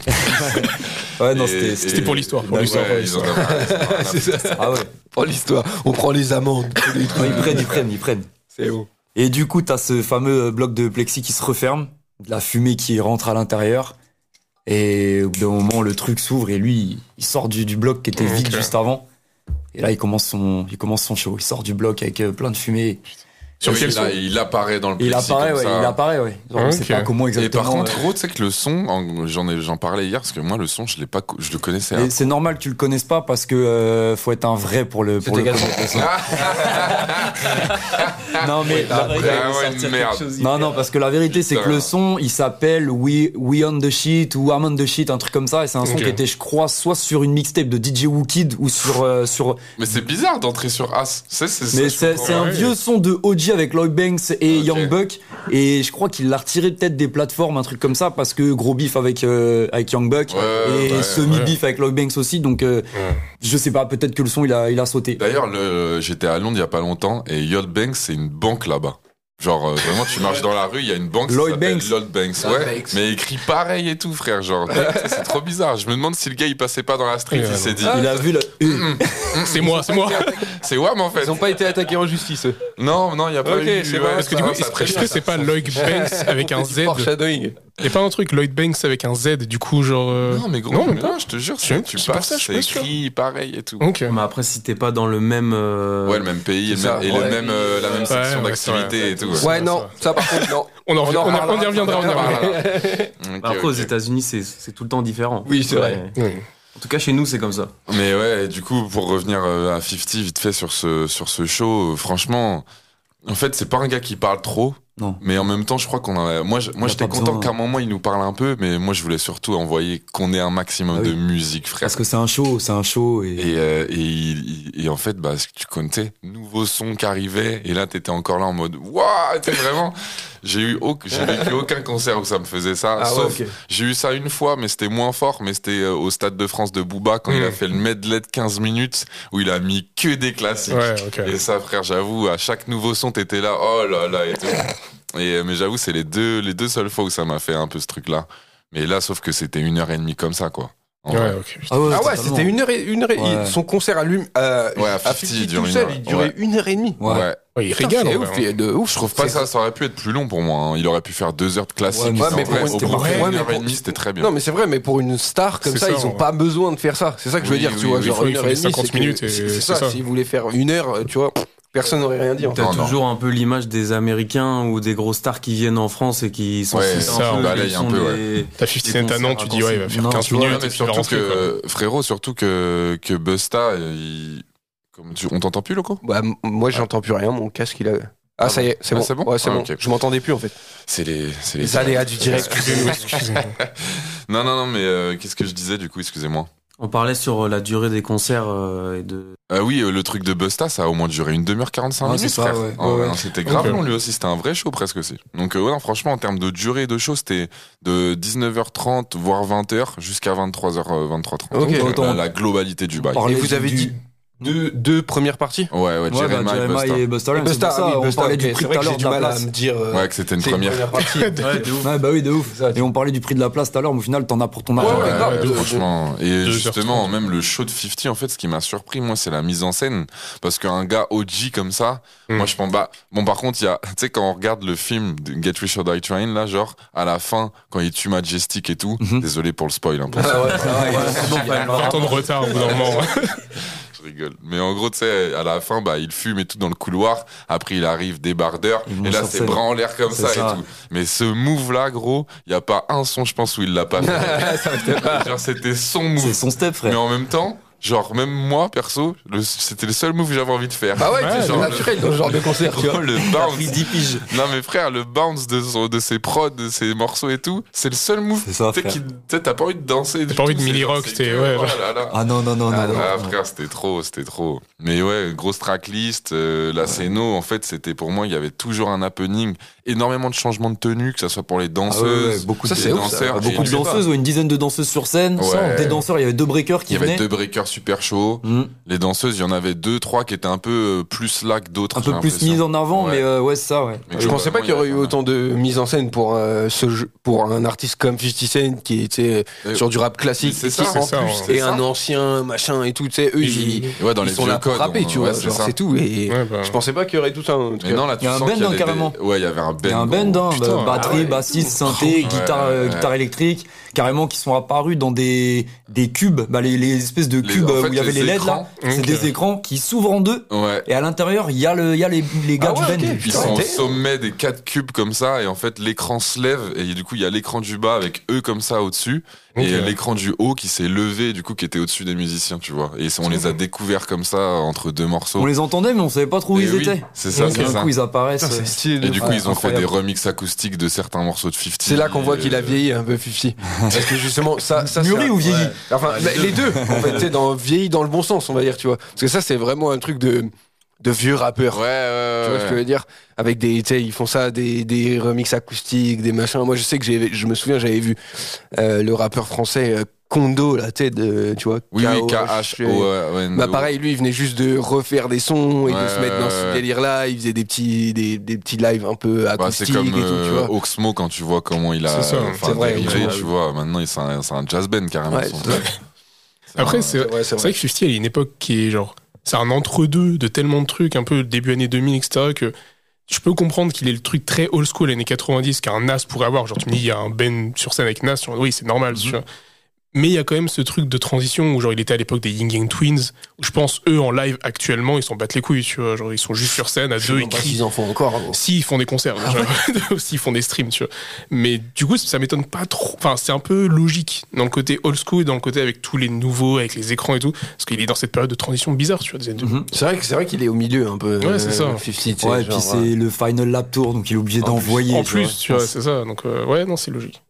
Speaker 6: ouais, non,
Speaker 2: Et-
Speaker 6: c'était.
Speaker 2: et-
Speaker 6: c'était-
Speaker 3: C'était pour l'histoire, pour
Speaker 4: Bah
Speaker 2: Ouais,
Speaker 3: l'histoire, pour
Speaker 2: ils en avaient rien à faire.
Speaker 4: C'est ça.
Speaker 6: Ah ouais.
Speaker 4: Pour l'histoire, on prend les amendes. tous les
Speaker 6: Ouais,
Speaker 4: trucs.
Speaker 6: ils prennent, ils prennent, ils prennent.
Speaker 4: C'est bon.
Speaker 6: Et du coup, t'as ce fameux euh, bloc de plexi qui se referme, de la fumée qui rentre à l'intérieur. Et au bout d'un moment, le truc s'ouvre et lui, il sort du, du bloc qui était vide
Speaker 3: Ok.
Speaker 6: juste avant. Et là, il commence son, il commence son show. Il sort du bloc avec euh, plein de fumée.
Speaker 3: Sur
Speaker 2: Oui,
Speaker 3: quel
Speaker 2: il, a-
Speaker 3: son
Speaker 2: il apparaît dans le
Speaker 6: Et il
Speaker 2: plexi
Speaker 6: apparaît,
Speaker 2: comme
Speaker 6: ouais,
Speaker 2: ça.
Speaker 6: il apparaît, ouais. Genre, On sait
Speaker 3: Ok.
Speaker 6: pas comment
Speaker 2: Et
Speaker 6: exactement.
Speaker 2: par contre,
Speaker 6: euh,
Speaker 2: gros, tu sais que le son, en- j'en ai, j'en parlais hier parce que moi, le son, je l'ai pas, co- je le connaissais.
Speaker 6: mais
Speaker 2: hein.
Speaker 6: c'est normal que tu le connaisses pas parce que euh, faut être un vrai pour le pour le
Speaker 4: C'était
Speaker 6: connaître, le son. non mais la-
Speaker 2: Ah ouais, merde.
Speaker 6: non non parce que la vérité c'est que
Speaker 2: Putain.
Speaker 6: le son il s'appelle We We on the shit ou I'm on the shit un truc comme ça et c'est un son
Speaker 3: Ok.
Speaker 6: qui était je crois soit sur une mixtape de DJ Wookid ou sur euh, sur
Speaker 2: Mais c'est bizarre d'entrer sur As. C'est, c'est, ça,
Speaker 6: mais
Speaker 2: je
Speaker 6: c'est
Speaker 2: comprends
Speaker 6: c'est un
Speaker 3: ouais.
Speaker 6: vieux son de OG avec Lloyd Banks et
Speaker 2: Ok.
Speaker 6: Young Buck et je crois qu'il l'a retiré peut-être des plateformes un truc comme ça parce que gros beef avec euh, avec Young Buck
Speaker 2: Ouais,
Speaker 6: et
Speaker 2: ouais,
Speaker 6: semi beef avec Lloyd Banks aussi donc euh, je sais pas peut-être que le son il a il a sauté
Speaker 2: D'ailleurs, le, j'étais à Londres il y a pas longtemps et Lloyd Banks, c'est une banque là-bas. Genre, euh, vraiment, tu marches dans la rue, il y a une banque. ça
Speaker 6: Lloyd
Speaker 2: s'appelle
Speaker 6: Banks.
Speaker 2: Lloyd Banks,
Speaker 4: Lloyd
Speaker 2: ouais.
Speaker 4: Banks.
Speaker 2: Mais écrit pareil et tout, frère. Genre, c'est trop bizarre. Je me demande si le gars, il passait pas dans la street,
Speaker 3: Ouais,
Speaker 2: il s'est
Speaker 3: ouais.
Speaker 2: dit.
Speaker 6: il a vu le
Speaker 3: C'est moi, c'est moi.
Speaker 6: Ah.
Speaker 2: C'est Wham, en fait.
Speaker 4: Ils ont pas été attaqués en justice. eux.
Speaker 2: Non, non, il y a pas
Speaker 4: Ok,
Speaker 2: eu.
Speaker 4: c'est vrai,
Speaker 3: Parce que du coup,
Speaker 2: ça, ça,
Speaker 3: est-ce
Speaker 2: très
Speaker 3: est-ce
Speaker 2: bien.
Speaker 3: que c'est pas Lloyd Banks avec un Z
Speaker 4: Petit Foreshadowing.
Speaker 3: Y'a pas un truc Lloyd Banks avec un Z, du coup, genre. euh,
Speaker 2: Non, mais gros,
Speaker 3: Non,
Speaker 2: non,
Speaker 3: même pas.
Speaker 2: je te jure,
Speaker 3: Je-
Speaker 2: c'est- tu
Speaker 3: c'est pour
Speaker 2: passes,
Speaker 3: ça, je suis
Speaker 2: c'est
Speaker 3: pas sûr.
Speaker 2: écrit pareil et tout.
Speaker 3: Ok.
Speaker 5: Mais après, si t'es pas dans le même. euh,
Speaker 2: Ouais, le même pays et, le
Speaker 4: C'est
Speaker 2: même-
Speaker 4: ça,
Speaker 2: et
Speaker 4: ouais.
Speaker 2: le même, euh, la même
Speaker 3: Ouais,
Speaker 2: section
Speaker 3: ouais, c'est
Speaker 2: d'activité et tout.
Speaker 3: Ouais,
Speaker 2: ouais.
Speaker 4: Ouais,
Speaker 3: ça,
Speaker 4: non, ça par contre, non.
Speaker 3: On, en,
Speaker 4: On
Speaker 3: revient-
Speaker 4: en
Speaker 3: on,
Speaker 4: reparlera,
Speaker 3: on y reviendra, on y
Speaker 4: on en
Speaker 3: reviendra.
Speaker 2: Voilà. Ok,
Speaker 5: Bah, Après, aux
Speaker 2: ok.
Speaker 5: États-Unis, c'est c'est tout le temps différent.
Speaker 4: Oui, c'est vrai.
Speaker 5: Ouais.
Speaker 3: Oui.
Speaker 5: En tout cas, chez nous, c'est comme ça.
Speaker 2: Mais ouais, et du coup, pour revenir euh, à 50 vite fait sur ce, sur ce show, euh, franchement, en fait, c'est pas un gars qui parle trop.
Speaker 6: Non.
Speaker 2: Mais en même temps, je crois qu'on en a. Moi, je- moi
Speaker 6: Il a
Speaker 2: j'étais
Speaker 6: pas
Speaker 2: content
Speaker 6: besoin.
Speaker 2: qu'à un moment, il nous parle un peu, mais moi, je voulais surtout envoyer qu'on ait un maximum
Speaker 6: Ah oui.
Speaker 2: de musique, frère.
Speaker 6: Parce que c'est un show, c'est un show. Et,
Speaker 2: Et, euh, et, il- il- et en fait, bah, ce que tu connais, nouveau son qui arrivait, et là, t'étais encore là en mode, waouh, t'es vraiment. J'ai eu au- j'ai vécu aucun concert où ça me faisait ça,
Speaker 4: Ah ouais,
Speaker 2: sauf
Speaker 4: ok.
Speaker 2: j'ai eu ça une fois, mais c'était moins fort. Mais c'était euh, au Stade de France de Booba quand
Speaker 4: Mm.
Speaker 2: il a fait le medley de 15 minutes où il a mis que des classiques.
Speaker 3: Ouais, ok.
Speaker 2: Et ça, frère, j'avoue, à chaque nouveau son, t'étais là, oh là là, et tout. Et, euh, mais j'avoue, c'est les deux, les deux seules fois où ça m'a fait un peu ce truc-là. Mais là, sauf que c'était une heure et demie comme ça, quoi. En
Speaker 3: Ouais,
Speaker 2: vrai.
Speaker 3: ok.
Speaker 6: Ah ouais,
Speaker 4: Ah ouais,
Speaker 6: totalement.
Speaker 4: c'était une heure et, une heure et-
Speaker 6: Ouais.
Speaker 4: son concert à lui, euh,
Speaker 2: Ouais, à
Speaker 4: à
Speaker 2: 50,
Speaker 4: 50
Speaker 2: il dure
Speaker 4: tout
Speaker 2: une
Speaker 4: seul,
Speaker 2: heure.
Speaker 4: il durait
Speaker 2: Ouais.
Speaker 4: une heure et demie.
Speaker 6: Ouais.
Speaker 2: Ouais.
Speaker 3: Ouais, il
Speaker 4: Putain,
Speaker 3: régale,
Speaker 4: c'est
Speaker 3: en
Speaker 4: ouf,
Speaker 3: vrai,
Speaker 4: et de ouf, je trouve
Speaker 2: Pas
Speaker 4: pas
Speaker 2: ça, ça aurait pu être plus long pour moi. hein. Il aurait pu faire deux heures de classique.
Speaker 6: Ouais, mais
Speaker 2: en
Speaker 6: c'est-
Speaker 2: vrai,
Speaker 6: ouais,
Speaker 2: au
Speaker 6: c'était
Speaker 2: bout
Speaker 3: parfait.
Speaker 2: d'une
Speaker 4: Ouais,
Speaker 2: heure
Speaker 4: mais
Speaker 2: et demie, c'était très bien.
Speaker 4: Non, mais c'est vrai, mais pour une star comme
Speaker 3: C'est
Speaker 4: ça,
Speaker 3: ça,
Speaker 4: ils ont
Speaker 3: ouais.
Speaker 4: pas besoin de faire ça. C'est ça que je veux
Speaker 2: Oui,
Speaker 4: dire,
Speaker 2: oui,
Speaker 4: tu vois.
Speaker 2: oui,
Speaker 4: genre
Speaker 3: il faut-
Speaker 4: une
Speaker 3: il faut
Speaker 4: heure et
Speaker 3: les
Speaker 4: demie,
Speaker 3: 50
Speaker 4: c'est que-
Speaker 3: minutes et
Speaker 4: c'est- C'est
Speaker 3: c'est
Speaker 4: ça,
Speaker 3: ça.
Speaker 4: s'ils voulaient faire une heure, euh, tu vois, personne n'aurait rien dit. en fait.
Speaker 5: T'as
Speaker 2: Non, non.
Speaker 5: toujours un peu l'image des Américains ou des grosses stars qui viennent en France et qui sont
Speaker 2: Ouais,
Speaker 3: ça, on
Speaker 2: balaye un peu, ouais.
Speaker 3: hein. T'as 50
Speaker 5: Des
Speaker 3: Cent à Nantes,
Speaker 5: concerts
Speaker 3: tu dis, ouais, il va faire
Speaker 5: Non,
Speaker 3: 15
Speaker 5: tu vois,
Speaker 2: Ouais,
Speaker 3: minutes.
Speaker 2: mais
Speaker 3: et puis il
Speaker 2: surtout
Speaker 3: va rentrer, quoi.
Speaker 2: que, frérot, surtout que, que Busta, il- Comme tu- on t'entend plus, Loco
Speaker 4: Bah, m- moi, j'entends plus rien, mon casque, il a. Ah, ça y est, c'est
Speaker 2: Ah,
Speaker 4: bon.
Speaker 2: c'est bon
Speaker 4: Ouais, c'est
Speaker 2: Ah,
Speaker 4: bon.
Speaker 2: ok.
Speaker 4: Je m'entendais plus, en fait.
Speaker 2: C'est les, c'est les.
Speaker 4: Les aléas du direct.
Speaker 3: Excusez-nous, excusez-nous.
Speaker 2: Non, non, non, mais euh, qu'est-ce que je disais du coup Excusez-moi.
Speaker 5: On parlait sur euh, la durée des concerts euh, et de.
Speaker 2: Ah oui, euh, le truc de Busta, ça a au moins duré une demi-heure 45
Speaker 6: Ouais,
Speaker 2: minutes.
Speaker 6: c'est ça,
Speaker 2: frère.
Speaker 6: ouais.
Speaker 2: Ah
Speaker 6: Ouais,
Speaker 2: ouais,
Speaker 6: ouais.
Speaker 2: non, C'était grave
Speaker 3: Ok.
Speaker 2: long lui aussi, c'était un vrai show presque aussi. Donc, euh, ouais, non, franchement, en termes de durée de show, c'était de 19h30, voire 20h, jusqu'à euh, 23h, 23h30.
Speaker 4: Ok.
Speaker 2: la,
Speaker 6: Autant-
Speaker 2: la globalité du bail.
Speaker 6: On parlait
Speaker 4: Et vous avez dit deux, deux premières parties
Speaker 2: Ouais, ouais,
Speaker 6: Ouais, bah,
Speaker 2: Jeremiah et
Speaker 6: Jeremiah
Speaker 2: Busta.
Speaker 6: et Busta Rhymes, c'est
Speaker 4: Busta,
Speaker 6: pour ça,
Speaker 4: ah oui,
Speaker 6: on
Speaker 4: Busta,
Speaker 6: parlait du
Speaker 4: ok, c'est
Speaker 6: prix tout
Speaker 4: vrai
Speaker 6: à
Speaker 4: que j'ai
Speaker 6: l'heure
Speaker 4: du
Speaker 6: de la
Speaker 4: mal à
Speaker 6: place.
Speaker 4: me dire. euh,
Speaker 2: Ouais, que c'était une
Speaker 4: c'est
Speaker 2: première.
Speaker 4: partie.
Speaker 6: Ouais, bah oui, de ouf.
Speaker 4: Ça,
Speaker 6: Et on parlait du prix de la place tout à l'heure, mais au final, t'en as pour ton
Speaker 4: Ouais,
Speaker 6: argent.
Speaker 4: ouais,
Speaker 2: Ouais,
Speaker 4: grave,
Speaker 2: ouais,
Speaker 4: de-
Speaker 2: franchement. Et
Speaker 3: 2h30.
Speaker 2: justement, même le show de 50, en fait, ce qui m'a surpris, moi, c'est la mise en scène. Parce qu'un gars OG comme ça,
Speaker 3: Mm.
Speaker 2: moi, je pense, bah, bon, par contre, il y a, tu sais, quand on regarde le film de Get Rich or Die Trying, là, genre, à la fin, quand il tue Majestic et tout,
Speaker 6: Mhm.
Speaker 2: désolé pour le spoil, hein, pour ça,
Speaker 4: Ah ouais, ça va, il y a-
Speaker 3: 20 ans de retard, au bout d'un moment.
Speaker 2: je rigole. Mais en gros, tu sais, à la fin, bah, il fume et tout dans le couloir. Après, il arrive débardeur.
Speaker 6: Ils vont
Speaker 2: Et là,
Speaker 6: sur
Speaker 2: c'est
Speaker 6: scène.
Speaker 2: bras en l'air comme
Speaker 6: C'est
Speaker 2: ça,
Speaker 6: ça.
Speaker 2: et tout. Mais ce move-là, gros, il y a pas un son, je pense, où il l'a pas fait. genre, c'était son move.
Speaker 6: C'est son step,
Speaker 2: Mais
Speaker 6: frère.
Speaker 2: en même temps, genre, même moi, perso, le- c'était le seul move que j'avais envie de faire.
Speaker 6: Bah
Speaker 4: Ah ouais,
Speaker 3: Ouais,
Speaker 4: c'est
Speaker 2: genre,
Speaker 4: naturel dans ce genre de concert, tu vois.
Speaker 2: Oh, le
Speaker 5: Pris
Speaker 2: bounce.
Speaker 5: 10 piges.
Speaker 2: Non, mais frère, le bounce de, son- de ses prods, de ses morceaux et tout, c'est le seul move.
Speaker 6: C'est ça,
Speaker 2: Tu sais,
Speaker 6: frère.
Speaker 2: qui- tu sais, t'as pas envie de danser. du
Speaker 3: pas envie
Speaker 2: tout,
Speaker 3: de
Speaker 2: c'est-
Speaker 3: mini-rock,
Speaker 2: c'est
Speaker 3: t'es-
Speaker 2: que-
Speaker 3: ouais,
Speaker 2: oh
Speaker 3: genre.
Speaker 2: là là.
Speaker 6: Ah non, non, non,
Speaker 4: Ah
Speaker 6: non.
Speaker 4: non,
Speaker 2: Ah
Speaker 6: non.
Speaker 2: frère, c'était trop, c'était trop. Mais ouais, grosse tracklist, euh, la scéno, en fait, c'était pour moi, il y avait toujours un happening, énormément de changements de tenue, que ça soit pour les
Speaker 6: Ah ouais, ouais,
Speaker 2: danseuses,
Speaker 6: beaucoup
Speaker 4: Ça,
Speaker 6: de
Speaker 4: c'est
Speaker 2: les
Speaker 4: ouf, ça.
Speaker 2: danseurs.
Speaker 6: Ah,
Speaker 2: et
Speaker 6: beaucoup de
Speaker 2: lui,
Speaker 6: danseuses, ouais, une dizaine de danseuses sur scène.
Speaker 2: Ouais.
Speaker 6: Des danseurs, il y avait deux breakers
Speaker 2: Il
Speaker 6: qui
Speaker 2: y avait
Speaker 6: venaient.
Speaker 2: deux breakers super chauds.
Speaker 6: Mhm.
Speaker 2: Les danseuses, il y en avait deux, trois qui étaient un peu euh, plus là que d'autres. hein,
Speaker 6: Un
Speaker 2: j'ai
Speaker 6: peu plus
Speaker 2: l'impression.
Speaker 6: mises en avant,
Speaker 2: Ouais.
Speaker 6: mais euh, ouais, c'est ça, ouais.
Speaker 2: Mais
Speaker 4: Je pensais pas qu'il y aurait eu autant de mise en scène pour, euh, ce jeu- pour un artiste comme 50 Cent qui était
Speaker 2: Euh,
Speaker 4: sur du rap classique
Speaker 2: c'est
Speaker 4: et
Speaker 2: ça,
Speaker 4: qui,
Speaker 2: c'est
Speaker 4: en
Speaker 3: ça,
Speaker 4: plus,
Speaker 3: ouais.
Speaker 4: est
Speaker 2: C'est ça.
Speaker 4: un ancien machin et tout. Tu sais, eux, ils,
Speaker 2: Ouais, dans
Speaker 4: ils
Speaker 2: les
Speaker 4: sont
Speaker 2: vieux
Speaker 4: là pour
Speaker 2: codes,
Speaker 4: rapper,
Speaker 2: on-
Speaker 4: tu vois.
Speaker 2: ouais, c'est
Speaker 4: genre,
Speaker 2: ça.
Speaker 4: C'est tout. Et
Speaker 3: Ouais, bah.
Speaker 4: je pensais pas qu'il y aurait tout ça. En tout
Speaker 2: Mais
Speaker 4: cas.
Speaker 2: non, là, tu
Speaker 6: Il y a un
Speaker 2: sens qu'il
Speaker 6: bend, hein,
Speaker 2: des-
Speaker 6: carrément.
Speaker 2: Ouais, il y avait un bend.
Speaker 6: Il y a un band, hein,
Speaker 3: Putain,
Speaker 6: bah,
Speaker 3: ouais.
Speaker 6: batterie, bassiste, synthé,
Speaker 2: Ouais,
Speaker 6: guitare, euh,
Speaker 2: ouais.
Speaker 6: guitare électrique, carrément qui sont apparus dans des, des cubes, bah, les, les espèces de
Speaker 2: Les-
Speaker 6: cubes
Speaker 2: en
Speaker 6: euh,
Speaker 2: fait,
Speaker 6: où il y avait
Speaker 2: les
Speaker 6: les LED là.
Speaker 2: écrans.
Speaker 6: C'est
Speaker 3: Ok.
Speaker 6: des écrans qui s'ouvrent en deux
Speaker 2: Ouais.
Speaker 6: et à l'intérieur il y a le, il y a les, les gars
Speaker 4: Ah ouais,
Speaker 6: du band.
Speaker 4: ok,
Speaker 2: Ils
Speaker 4: putain,
Speaker 2: sont au
Speaker 4: t'es-
Speaker 2: sommet des quatre cubes comme ça et en fait l'écran se lève et du coup il y a l'écran du bas avec eux comme ça au-dessus
Speaker 3: Ok.
Speaker 2: et euh, l'écran du haut qui s'est levé du coup qui était au-dessus des musiciens tu vois et on les a découverts comme ça euh, entre deux morceaux.
Speaker 6: On les entendait mais on savait pas trop où
Speaker 2: Et
Speaker 6: ils
Speaker 2: oui,
Speaker 6: étaient.
Speaker 2: C'est ça,
Speaker 6: Donc,
Speaker 2: c'est
Speaker 6: d'un
Speaker 2: ça.
Speaker 6: coup ils apparaissent. euh,
Speaker 2: Et du coup ils ont
Speaker 6: Incroyable.
Speaker 2: fait des remixes acoustiques de certains morceaux de 50.
Speaker 4: C'est là qu'on voit qu'il a
Speaker 2: Euh,
Speaker 4: vieilli un peu, Fifi. Parce que justement, ça. ça c'est
Speaker 6: Mûri
Speaker 4: un-
Speaker 6: ou vieilli
Speaker 4: Ouais. Enfin, bah, les deux. En fait, tu sais, dans, vieilli dans le bon sens, on va dire, tu vois. Parce que ça, c'est vraiment un truc de, de vieux rappeur.
Speaker 2: Ouais, ouais,
Speaker 4: Tu
Speaker 2: ouais.
Speaker 4: vois ce que je veux dire Avec des, tu sais, ils font ça, des, des remixes acoustiques, des machins. Moi, je sais que j'ai, je me souviens, j'avais vu euh, le rappeur français euh, Kondo, la tête, de, tu vois.
Speaker 2: Oui, oui,
Speaker 4: KOH.
Speaker 2: K-H-O-N.
Speaker 4: Bah pareil, lui, il venait juste de refaire des sons et
Speaker 2: E. Ouais,
Speaker 4: de se mettre dans
Speaker 2: ouais,
Speaker 4: ce
Speaker 2: ouais.
Speaker 4: délire-là. Il faisait des petits, des, des petits lives un peu
Speaker 2: Bah, c'est
Speaker 4: acoustiques
Speaker 2: comme
Speaker 4: et tout, tu
Speaker 2: euh,
Speaker 4: vois.
Speaker 2: Oxmo quand tu vois comment il a
Speaker 3: C'est ça,
Speaker 2: enfin,
Speaker 4: c'est vrai,
Speaker 2: dérivé,
Speaker 4: Oxmo,
Speaker 2: tu
Speaker 4: oui.
Speaker 2: vois. Maintenant, il- c'est un, c'est un jazz band carrément.
Speaker 4: Ouais,
Speaker 2: son
Speaker 4: c'est
Speaker 2: truc.
Speaker 3: Après, c'est
Speaker 2: euh,
Speaker 4: C'est vrai,
Speaker 3: c'est vrai que 50, il y a une époque qui est genre. C'est un entre-deux de tellement de trucs, un peu début années 2000, etc., que je peux comprendre qu'il est le truc très old school années 90 qu'un Nas pourrait avoir. Genre, tu me dis, il y a un Ben sur scène avec Nas, genre, oui, c'est normal. tu vois. Mais il y a quand même ce truc de transition où genre il était à l'époque des Ying Yang Twins. Où je pense eux en live actuellement ils s'en battent les couilles, tu vois. Genre ils sont juste sur scène à deux, ils crient.
Speaker 4: qu'ils en font encore.
Speaker 3: Si ils font des concerts, déjà. s'ils font des streams, tu vois. Mais du coup, ça m'étonne pas trop. Enfin, c'est un peu logique dans le côté old school et dans le côté avec tous les nouveaux, avec les écrans et tout. Parce qu'il est dans cette période de transition bizarre, tu vois. des années deux-
Speaker 6: Mhm.
Speaker 4: C'est vrai que c'est vrai qu'il est au milieu un peu.
Speaker 3: Ouais,
Speaker 4: euh,
Speaker 3: c'est ça.
Speaker 4: 50, tu sais,
Speaker 6: Ouais, et
Speaker 4: genre,
Speaker 6: puis c'est le final lap tour, donc il est obligé
Speaker 4: En plus-
Speaker 6: d'envoyer.
Speaker 3: En
Speaker 6: tu
Speaker 3: plus,
Speaker 6: vois.
Speaker 3: tu vois, c'est ça. Donc, euh, ouais, non, c'est logique.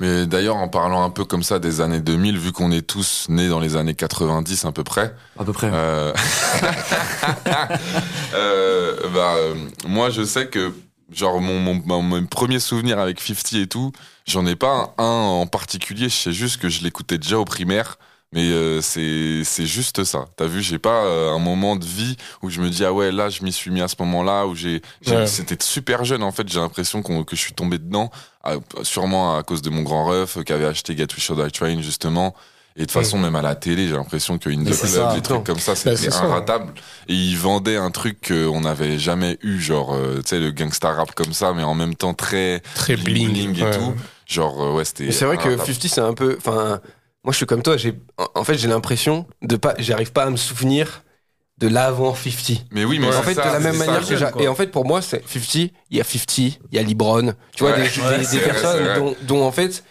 Speaker 2: Mais d'ailleurs, en parlant un peu comme ça des années 2000, vu qu'on est tous nés dans les années 90 à peu près,
Speaker 6: À peu près.
Speaker 2: euh, euh, bah, euh, moi je sais que genre mon, mon, mon- mon premier souvenir avec 50 et tout, j'en ai pas un en particulier, je sais juste que je l'écoutais déjà au primaire. Mais euh, c'est c'est juste ça. T'as vu, j'ai pas euh, un moment de vie où je me dis ah ouais là je m'y suis mis à ce moment-là où j'ai j'ai-
Speaker 3: Ouais.
Speaker 2: c'était super jeune en fait. J'ai l'impression qu'on que je suis tombé dedans, à- sûrement à cause de mon grand ref euh, qui avait acheté Get Wish or Die Train justement. Et de toute façon même à la télé j'ai l'impression que In the
Speaker 6: Mais c'est
Speaker 2: Club
Speaker 6: ça,
Speaker 2: des trucs comme ça
Speaker 3: Bah, c'est
Speaker 2: c'était
Speaker 3: ça.
Speaker 2: inratable. Et ils vendaient un truc qu'on n'avait jamais eu, genre, euh, tu sais, le gangsta rap comme ça, mais en même temps très
Speaker 3: Très bling.
Speaker 2: bling et
Speaker 3: ouais.
Speaker 2: tout. Genre, euh, ouais, c'était.
Speaker 4: Mais c'est vrai que
Speaker 2: inratable.
Speaker 4: 50 c'est un peu enfin moi je suis comme toi, j'ai en- en fait j'ai l'impression de pas j'arrive pas à me souvenir de l'avant 50.
Speaker 2: Mais oui, mais
Speaker 4: en
Speaker 2: c'est
Speaker 4: fait,
Speaker 2: ça,
Speaker 4: de la
Speaker 2: c'est
Speaker 4: même
Speaker 2: ça.
Speaker 4: manière que
Speaker 5: jeune,
Speaker 4: j'a-
Speaker 5: quoi.
Speaker 4: Et en fait, pour moi, c'est 50, il y a 50, il y a Libron, tu vois,
Speaker 2: Ouais,
Speaker 4: des,
Speaker 2: ouais,
Speaker 4: des-
Speaker 2: c'est
Speaker 4: des
Speaker 2: vrai,
Speaker 4: personnes
Speaker 2: c'est vrai.
Speaker 4: dont, dont, en fait,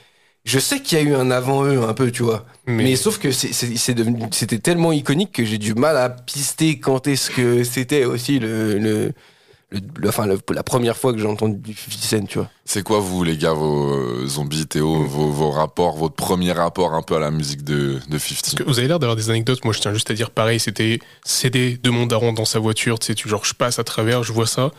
Speaker 4: je sais qu'il y a eu un avant eux un peu, tu vois. Mais,
Speaker 3: Mais,
Speaker 4: sauf que c'est- c'est- c'est devenu- c'était tellement iconique que j'ai du mal à pister quand est-ce que c'était aussi le, le, le- le- enfin, le- la première fois que j'ai entendu du 50 Cent, tu vois.
Speaker 2: C'est quoi, vous, les gars, vos euh, zombies, Théo, vos, vos rapports, votre premier rapport un peu à la musique de, de 50
Speaker 3: parce que vous avez l'air d'avoir des anecdotes. Moi, je tiens juste à dire pareil. C'était CD de mon daron dans sa voiture. Tu sais, tu, genre, je passe à travers, je vois ça.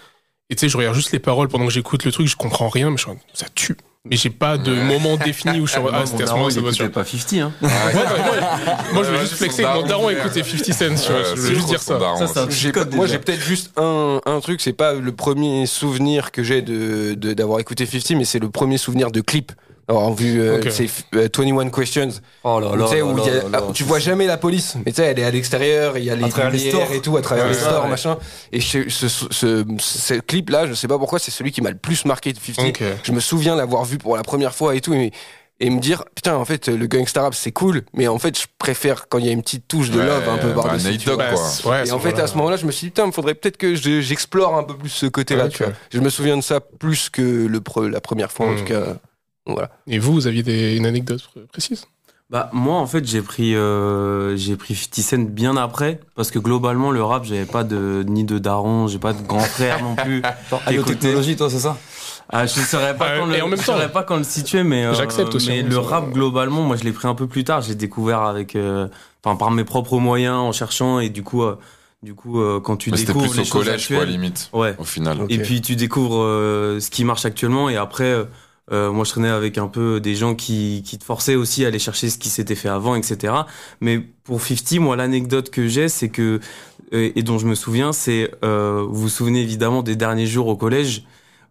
Speaker 3: Et tu sais, je regarde juste les paroles pendant que j'écoute le truc. Je comprends rien, mais je suis en- ça tue. Mais j'ai pas de moment défini où je suis en- Ah,
Speaker 5: Mon
Speaker 3: c'était à ce
Speaker 5: daron,
Speaker 3: moment-là,
Speaker 5: il
Speaker 3: sa voiture.
Speaker 5: écoutait pas 50, hein.
Speaker 2: Ouais.
Speaker 3: Ouais, bah, moi, moi, je vais
Speaker 2: Ouais,
Speaker 3: juste
Speaker 2: ouais,
Speaker 3: flexer
Speaker 2: son
Speaker 3: que mon daron
Speaker 2: daron,
Speaker 3: écoutait 50 Cent, tu vois.
Speaker 2: Ouais,
Speaker 3: je
Speaker 2: Euh, c'est
Speaker 3: veux juste
Speaker 2: trop
Speaker 3: dire
Speaker 2: son
Speaker 3: ça.
Speaker 2: daron,
Speaker 5: Ça, c'est un
Speaker 2: aussi.
Speaker 5: petit
Speaker 4: J'ai pas-
Speaker 5: code
Speaker 4: moi,
Speaker 5: déjà.
Speaker 4: j'ai peut-être juste un, un truc, c'est pas le premier souvenir que j'ai de de- d'avoir écouté 50, mais c'est le premier souvenir de clip. Alors, vu, euh,
Speaker 3: Ok.
Speaker 4: c'est euh, 21 Questions.
Speaker 6: Oh là là.
Speaker 4: tu sais, où
Speaker 6: là
Speaker 4: il y a-
Speaker 6: là là.
Speaker 4: ah, tu vois jamais la police, mais tu sais, elle est à l'extérieur, il y a les
Speaker 6: travers les
Speaker 4: lumières
Speaker 6: stores.
Speaker 4: et tout, à travers
Speaker 6: Ouais,
Speaker 4: les
Speaker 6: ouais,
Speaker 4: stores,
Speaker 6: ouais.
Speaker 4: machin. Et je- ce, ce, ce- ce clip-là, je sais pas pourquoi, c'est celui qui m'a le plus marqué de 50.
Speaker 3: Ok.
Speaker 2: Bah,
Speaker 4: Je me souviens l'avoir vu pour la première fois et tout, et, et me dire, putain, en fait, le gangsta rap, c'est cool, mais en fait, je préfère quand il y a une petite touche de
Speaker 2: Ouais,
Speaker 4: love un peu
Speaker 2: bah,
Speaker 4: par-dessus.
Speaker 2: Nate
Speaker 4: tu
Speaker 2: Dogg,
Speaker 4: vois.
Speaker 2: quoi.
Speaker 3: c'est- ouais,
Speaker 4: Et
Speaker 3: c'est
Speaker 4: en fait,
Speaker 3: voilà.
Speaker 4: à ce moment-là, je me suis dit, putain, il faudrait peut-être que je- j'explore un peu plus ce côté-là,
Speaker 3: Ouais,
Speaker 4: tu
Speaker 3: ok.
Speaker 4: vois. Je me souviens de ça plus que le pre- la première fois, en
Speaker 3: Hmm.
Speaker 4: tout cas. Voilà.
Speaker 3: Et vous, vous aviez des- une anecdote pr- précise
Speaker 5: Bah, moi, en fait, j'ai pris, euh, j'ai pris 50 Cent bien après, parce que globalement, le rap, j'avais pas de, ni de daron, j'ai pas de grand frère non plus.
Speaker 6: Genre, Allo
Speaker 5: écoutez.
Speaker 6: Technologie, toi, c'est ça
Speaker 5: Ah, je saurais pas
Speaker 3: Ah,
Speaker 5: quand
Speaker 3: et
Speaker 5: le,
Speaker 3: en même
Speaker 5: je
Speaker 3: temps.
Speaker 5: saurais pas quand le situer, mais, euh,
Speaker 3: J'accepte aussi, en
Speaker 5: mais
Speaker 3: même
Speaker 5: le
Speaker 3: temps.
Speaker 5: rap, globalement, moi, je l'ai pris un peu plus tard, j'ai découvert avec, euh, enfin, par mes propres moyens, en cherchant, et du coup, euh, du coup, euh, quand tu
Speaker 2: Mais c'était
Speaker 5: découvres
Speaker 2: plus
Speaker 5: les
Speaker 2: au
Speaker 5: choses
Speaker 2: collège, quoi,
Speaker 5: actuelles-
Speaker 2: limite,
Speaker 5: Ouais.
Speaker 2: au final.
Speaker 4: Ok.
Speaker 5: Et puis tu découvres euh, ce qui marche actuellement et après euh, euh, moi je traînais avec un peu des gens qui, qui te forçaient aussi à aller chercher ce qui s'était fait avant etc. Mais pour 50 moi l'anecdote que j'ai c'est que euh, et, et dont je me souviens c'est euh, vous vous souvenez évidemment des derniers jours au collège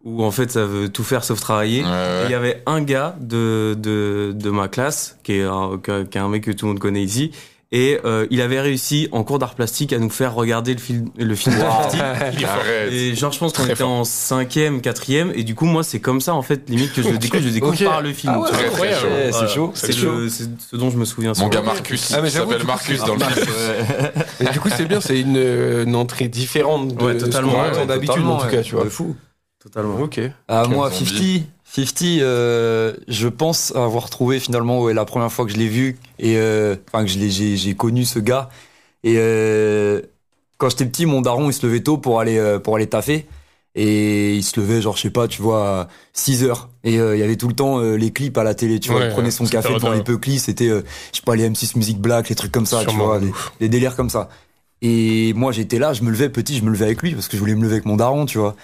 Speaker 5: où en fait ça veut tout faire sauf travailler.
Speaker 2: Ouais,
Speaker 5: Et
Speaker 2: ouais.
Speaker 5: Il y avait un gars de, de, de ma classe, qui est, un, qui est un mec que tout le monde connaît ici, et euh, il avait réussi en cours d'art plastique à nous faire regarder le film, le film de 50.
Speaker 2: Arrête.
Speaker 5: Et genre, je pense qu'on
Speaker 3: Très
Speaker 5: était en cinquième, quatrième, et du coup, moi, c'est comme ça, en fait, limite que je le découvre, je le découvre
Speaker 4: Ok.
Speaker 5: par le film.
Speaker 4: Ah ouais,
Speaker 5: tu vois.
Speaker 2: Très, très
Speaker 3: incroyable.
Speaker 2: chaud.
Speaker 6: Eh,
Speaker 5: Voilà.
Speaker 6: C'est chaud.
Speaker 5: C'est
Speaker 3: c'est
Speaker 5: le- c'est ce dont je me souviens.
Speaker 2: Mon
Speaker 5: sur-
Speaker 2: gars Marcus,
Speaker 4: Ah, mais
Speaker 2: il
Speaker 4: j'avoue,
Speaker 2: s'appelle
Speaker 4: du coup,
Speaker 2: Marcus
Speaker 4: c'est-
Speaker 2: dans le film.
Speaker 4: Et du coup, c'est bien, c'est une, euh, une entrée différente de
Speaker 5: Ouais,
Speaker 4: ce
Speaker 5: totalement,
Speaker 4: qu'on
Speaker 5: ouais,
Speaker 4: entend d'habitude,
Speaker 6: Totalement,
Speaker 4: en tout
Speaker 6: ouais.
Speaker 4: cas, tu vois.
Speaker 6: De fou.
Speaker 5: Totalement.
Speaker 4: Ok.
Speaker 6: Ah,
Speaker 2: Quel
Speaker 6: moi,
Speaker 2: zombie.
Speaker 6: 50, 50 euh, je pense avoir trouvé finalement ouais, la première fois que je l'ai vu et euh, enfin que je l'ai- j'ai j'ai connu ce gars. Et euh, quand j'étais petit, mon daron, il se levait tôt pour aller, euh, pour aller taffer. Et il se levait, genre, je sais pas, tu vois, à 6 heures. Et euh, il y avait tout le temps euh, les clips à la télé, tu vois.
Speaker 3: Ouais,
Speaker 6: il prenait son
Speaker 3: c'était
Speaker 6: café devant
Speaker 3: adorable.
Speaker 6: les Puckly, c'était, euh, je sais pas, les M6 Music Black, les trucs comme ça, tu
Speaker 3: Sûrement,
Speaker 6: vois,
Speaker 3: de
Speaker 6: des, des délires comme ça. Et moi, j'étais là, je me levais petit, je me levais avec lui parce que je voulais me lever avec mon daron, tu vois.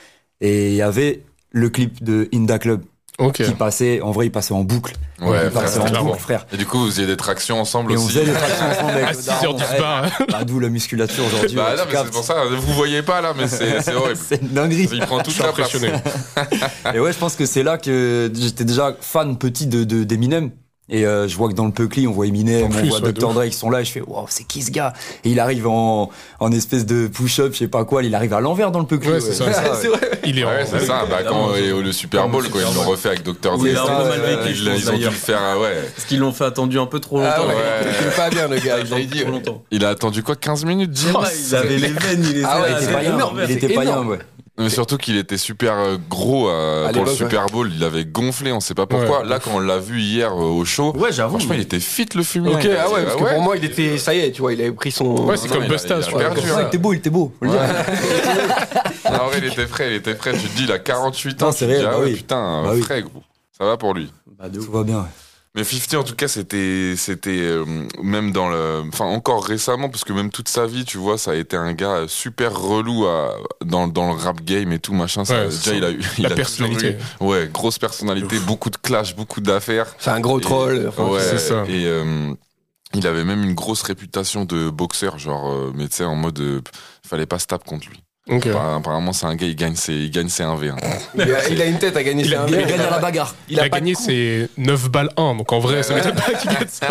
Speaker 6: Et il y avait le clip de Inda Club
Speaker 3: Ok.
Speaker 6: qui passait, en vrai, il passait en boucle.
Speaker 2: Ouais,
Speaker 6: il
Speaker 2: frère,
Speaker 6: passait en
Speaker 2: c'était
Speaker 3: clairement.
Speaker 6: boucle, frère.
Speaker 2: Et du coup, vous faisiez des tractions ensemble
Speaker 6: Et on
Speaker 2: aussi.
Speaker 6: faisait des tractions ensemble avec
Speaker 3: À
Speaker 6: le daron,
Speaker 3: 6h du hein.
Speaker 6: ouais.
Speaker 3: bar.
Speaker 6: Bah, D'où la musculature aujourd'hui.
Speaker 2: Bah
Speaker 6: ouais,
Speaker 2: non,
Speaker 6: tu
Speaker 2: mais
Speaker 6: captes.
Speaker 2: c'est pour ça, vous voyez pas là, mais c'est c'est horrible.
Speaker 6: C'est une dinguerie.
Speaker 2: Il prend toute la place.
Speaker 3: Impressionné.
Speaker 6: Et ouais, je pense que c'est là que j'étais déjà fan petit de de- d'Eminem. Et euh, je vois que dans le Peucli, on voit
Speaker 3: En
Speaker 6: Eminem,
Speaker 3: plus,
Speaker 6: on voit
Speaker 3: ouais, de
Speaker 6: Dr.
Speaker 3: ouf.
Speaker 6: Dre qui sont là, et je fais, waouh, c'est qui ce gars Et il arrive en, en espèce de push-up, je sais pas quoi, il arrive à l'envers dans le Peucli.
Speaker 3: Ouais, c'est ça, c'est
Speaker 4: C'est vrai.
Speaker 3: Il est en-
Speaker 2: Ouais, c'est ça, bah, quand et le Super Bowl, quoi, ils l'ont refait avec Dr.
Speaker 5: Oui,
Speaker 2: Dre.
Speaker 5: c'est un peu mal vécu,
Speaker 2: Ils
Speaker 5: je
Speaker 2: l'ont-
Speaker 5: pense,
Speaker 2: ils ont dû
Speaker 5: d'ailleurs.
Speaker 2: le faire, euh, ouais.
Speaker 5: Parce qu'ils l'ont fait attendu un peu trop
Speaker 4: Ah
Speaker 5: longtemps.
Speaker 4: ouais,
Speaker 2: ouais.
Speaker 4: il est pas bien le gars, il a dit.
Speaker 5: Trop
Speaker 4: ouais.
Speaker 5: longtemps.
Speaker 2: Il a attendu quoi, 15 minutes, James
Speaker 5: Oh, ils avaient les veines, il les
Speaker 4: Ah ouais,
Speaker 6: Il
Speaker 4: c'est
Speaker 6: était pas énorme, il
Speaker 4: c'est
Speaker 6: était pas
Speaker 4: énorme.
Speaker 6: énorme, ouais.
Speaker 2: Mais surtout qu'il était super euh, gros euh,
Speaker 4: À
Speaker 2: pour le
Speaker 4: l'époque,
Speaker 2: Super Bowl, il avait gonflé, on sait pas pourquoi.
Speaker 3: Ouais.
Speaker 2: Là, quand on l'a vu hier euh, au show,
Speaker 5: Ouais, j'avoue.
Speaker 2: franchement, il était fit le fumier.
Speaker 4: Ok, ah ouais, parce que
Speaker 2: Ouais.
Speaker 4: pour moi, il était. Ça y est, tu vois, il avait pris son.
Speaker 3: Ouais, c'est
Speaker 2: Non,
Speaker 3: comme
Speaker 2: il a-
Speaker 3: Busta,
Speaker 2: il a
Speaker 3: je crois.
Speaker 2: perdu,
Speaker 6: C'est vrai que t'es beau, il était beau. faut le
Speaker 2: Ouais.
Speaker 6: dire.
Speaker 2: Ah, en vrai, il était frais, il était frais. Tu te dis, il a 48 ans.
Speaker 6: Non,
Speaker 2: tu
Speaker 6: c'est
Speaker 2: te dis,
Speaker 6: réel,
Speaker 2: ah
Speaker 6: bah
Speaker 2: ouais,
Speaker 6: oui.
Speaker 2: putain,
Speaker 6: Bah oui.
Speaker 2: frais, gros. Ça va pour lui.
Speaker 5: Bah, de ouf.
Speaker 6: Tout va bien. ouais.
Speaker 2: Mais 50, en tout cas, c'était, c'était euh, même dans le, enfin encore récemment, parce que même toute sa vie, tu vois, ça a été un gars super relou à, dans, dans le rap game et tout machin. ça-
Speaker 3: Ouais,
Speaker 2: déjà, il a eu il a toujours
Speaker 3: La personnalité.
Speaker 2: eu- ouais, grosse personnalité, beaucoup de clash, beaucoup d'affaires.
Speaker 4: C'est un gros
Speaker 2: Et-
Speaker 4: troll. enfin,
Speaker 2: ouais,
Speaker 3: c'est ça.
Speaker 2: Et euh, il avait même une grosse réputation de boxeur, genre, euh, mais tu sais, en mode, euh, fallait pas se taper contre lui.
Speaker 3: Ok.
Speaker 2: Apparemment- Apparemment, c'est un gars, il gagne ses, il gagne ses 1v1.
Speaker 4: Il a, il a une tête à gagner.
Speaker 3: Il
Speaker 4: c'est
Speaker 3: a- Bah,
Speaker 4: un
Speaker 6: Il
Speaker 4: mec.
Speaker 6: gagne à la bagarre.
Speaker 3: Il a gagné ses 9 balles 1, donc en vrai, ça m'étonne pas qu'il gagne ça.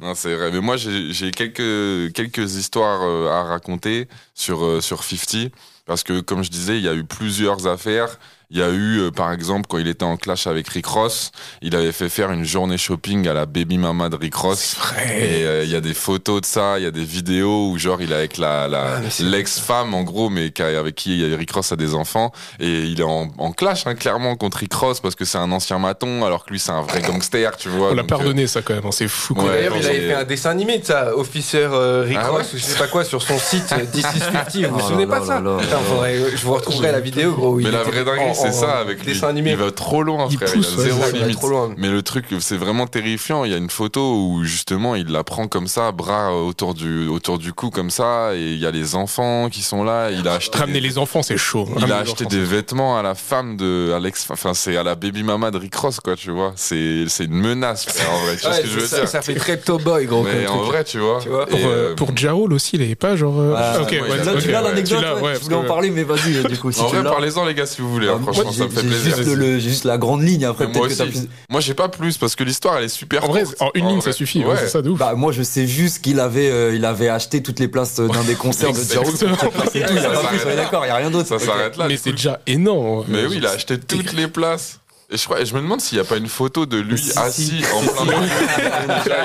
Speaker 2: Non, c'est vrai. Mais moi, j'ai j'ai quelques, quelques histoires euh, à raconter sur, euh, sur 50. Parce que, comme je disais, il y a eu plusieurs affaires. Il y a eu, euh, par exemple, quand il était en clash avec Rick Ross, il avait fait faire une journée shopping à la baby mama de Rick Ross. Et euh, il y a des photos de ça, il y a des vidéos où, genre, il est avec la,
Speaker 3: Ah,
Speaker 2: la, l'ex-femme, en gros, mais qui a- avec qui Rick Ross a des enfants. Et il est en, en clash, hein, clairement, contre Rick Ross parce que c'est un ancien maton, alors que lui, c'est un vrai gangster, tu vois.
Speaker 3: On l'a
Speaker 2: Donc, euh,
Speaker 3: pardonné, ça, quand même. hein, C'est fou,
Speaker 2: Ouais,
Speaker 3: quoi.
Speaker 4: D'ailleurs, il
Speaker 2: attends,
Speaker 4: avait
Speaker 2: j'ai-
Speaker 4: fait un dessin animé de ça, Officer euh, Rick
Speaker 2: Ah
Speaker 4: Ross, ou je sais pas quoi, sur son site euh, This is 50. Vous vous
Speaker 6: Oh
Speaker 4: souvenez
Speaker 6: là
Speaker 4: pas de
Speaker 6: là
Speaker 4: ça
Speaker 6: là là
Speaker 4: Putain,
Speaker 6: là.
Speaker 4: faudrait- euh, je vous retrouverai la vidéo, gros. où il
Speaker 2: Mais la
Speaker 4: était
Speaker 2: vraie
Speaker 4: en-
Speaker 2: dinguerie, c'est
Speaker 4: en
Speaker 2: ça avec lui.
Speaker 4: dessin animé.
Speaker 2: Il va trop loin,
Speaker 3: Il
Speaker 2: frère.
Speaker 3: pousse,
Speaker 2: il a
Speaker 3: ouais,
Speaker 2: zéro
Speaker 4: Ça, il va
Speaker 2: limite.
Speaker 4: trop loin.
Speaker 2: Mais le truc, c'est vraiment terrifiant. Il y a une photo où justement il la prend comme ça, bras euh, autour du, autour du cou comme ça, et il y a les enfants qui sont là. Il a acheté,
Speaker 3: Ramener les enfants, c'est chaud.
Speaker 2: il
Speaker 3: Ramener
Speaker 2: a
Speaker 3: les
Speaker 2: acheté
Speaker 3: enfants,
Speaker 2: des vêtements à la femme de Alex. Enfin, c'est à la baby mama de Rick Ross, quoi, tu vois. C'est, c'est une menace, frère, en vrai. Tu vois
Speaker 4: Ouais,
Speaker 2: ce que je veux
Speaker 4: ça,
Speaker 2: dire?
Speaker 4: ça fait très top boy, gros.
Speaker 2: Mais
Speaker 4: comme
Speaker 2: en
Speaker 4: truc.
Speaker 2: vrai, tu vois.
Speaker 4: Tu vois,
Speaker 2: et,
Speaker 3: Pour, euh,
Speaker 2: euh,
Speaker 3: pour Jao aussi, il avait pas genre. euh,
Speaker 6: Ah,
Speaker 3: ok,
Speaker 6: ouais,
Speaker 2: il a-
Speaker 3: ok,
Speaker 6: tu l'as
Speaker 2: ouais.
Speaker 6: l'anecdote
Speaker 3: Tu l'as,
Speaker 6: ouais,
Speaker 3: ouais,
Speaker 6: Je
Speaker 3: parce
Speaker 6: voulais en
Speaker 3: que-
Speaker 6: parler, mais vas-y, euh, du coup, si
Speaker 2: En
Speaker 6: tu
Speaker 2: vrai,
Speaker 6: l'as.
Speaker 2: parlez-en, les gars, si vous voulez. hein.
Speaker 6: Moi,
Speaker 2: Franchement,
Speaker 6: j'ai-
Speaker 2: ça me fait
Speaker 6: j'ai
Speaker 2: plaisir.
Speaker 6: Juste, le- j'ai juste la grande ligne, après,
Speaker 2: Moi
Speaker 6: peut-être que t'as
Speaker 2: aussi.
Speaker 6: plus...
Speaker 2: Moi, j'ai pas plus parce que l'histoire, elle est super
Speaker 3: En vrai,
Speaker 2: courte.
Speaker 3: en une ligne, ça
Speaker 2: vrai.
Speaker 3: suffit. ouais,
Speaker 2: Ouais.
Speaker 3: C'est ça, de ouf.
Speaker 6: Bah, moi, je sais juste qu'il avait, euh, il avait acheté toutes les places euh, d'un des concerts de
Speaker 2: Exactement.
Speaker 6: Jaroul. C'est tout, il
Speaker 2: Ça
Speaker 6: a pas plus,
Speaker 2: s'arrête
Speaker 6: on est
Speaker 2: là.
Speaker 6: d'accord, il y a rien d'autre.
Speaker 2: Ça
Speaker 6: Ok.
Speaker 2: s'arrête là.
Speaker 3: Mais
Speaker 2: du
Speaker 3: c'est
Speaker 2: coup.
Speaker 3: déjà énorme.
Speaker 2: Mais oui, il a acheté toutes les places. Et je, crois, et je me demande s'il n'y a pas une photo de lui
Speaker 6: Si, si.
Speaker 2: assis en plein milieu.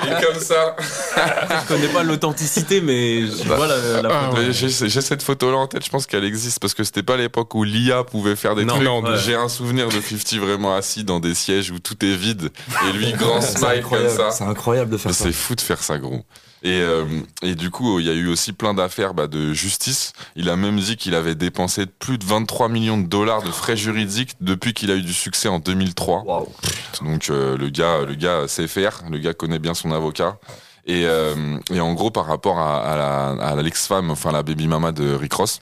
Speaker 2: Il est comme ça.
Speaker 5: Je connais pas l'authenticité, mais je vois la, la
Speaker 3: Ah,
Speaker 5: photo.
Speaker 3: ouais.
Speaker 2: Mais J'ai j'ai cette photo-là en tête, je pense qu'elle existe parce que c'était pas l'époque où l'IA pouvait faire des
Speaker 5: Non,
Speaker 2: trucs.
Speaker 5: non, ouais.
Speaker 2: J'ai un souvenir de 50 vraiment assis dans des sièges où tout est vide et lui grand
Speaker 6: C'est
Speaker 2: smile comme
Speaker 6: incroyable,
Speaker 2: ça.
Speaker 6: C'est incroyable de faire ça.
Speaker 2: C'est fou de faire ça, gros. Et, euh, et du coup, il y a eu aussi plein d'affaires bah, de justice. Il a même dit qu'il avait dépensé plus de 23 millions de dollars de frais juridiques depuis qu'il a eu du succès en 2003.
Speaker 6: Waouh.
Speaker 2: Donc euh, le gars, le gars sait faire, le gars connaît bien son avocat. Et, euh, et en gros, par rapport à, à la- à l'ex-femme, enfin la baby mama de Rick Ross,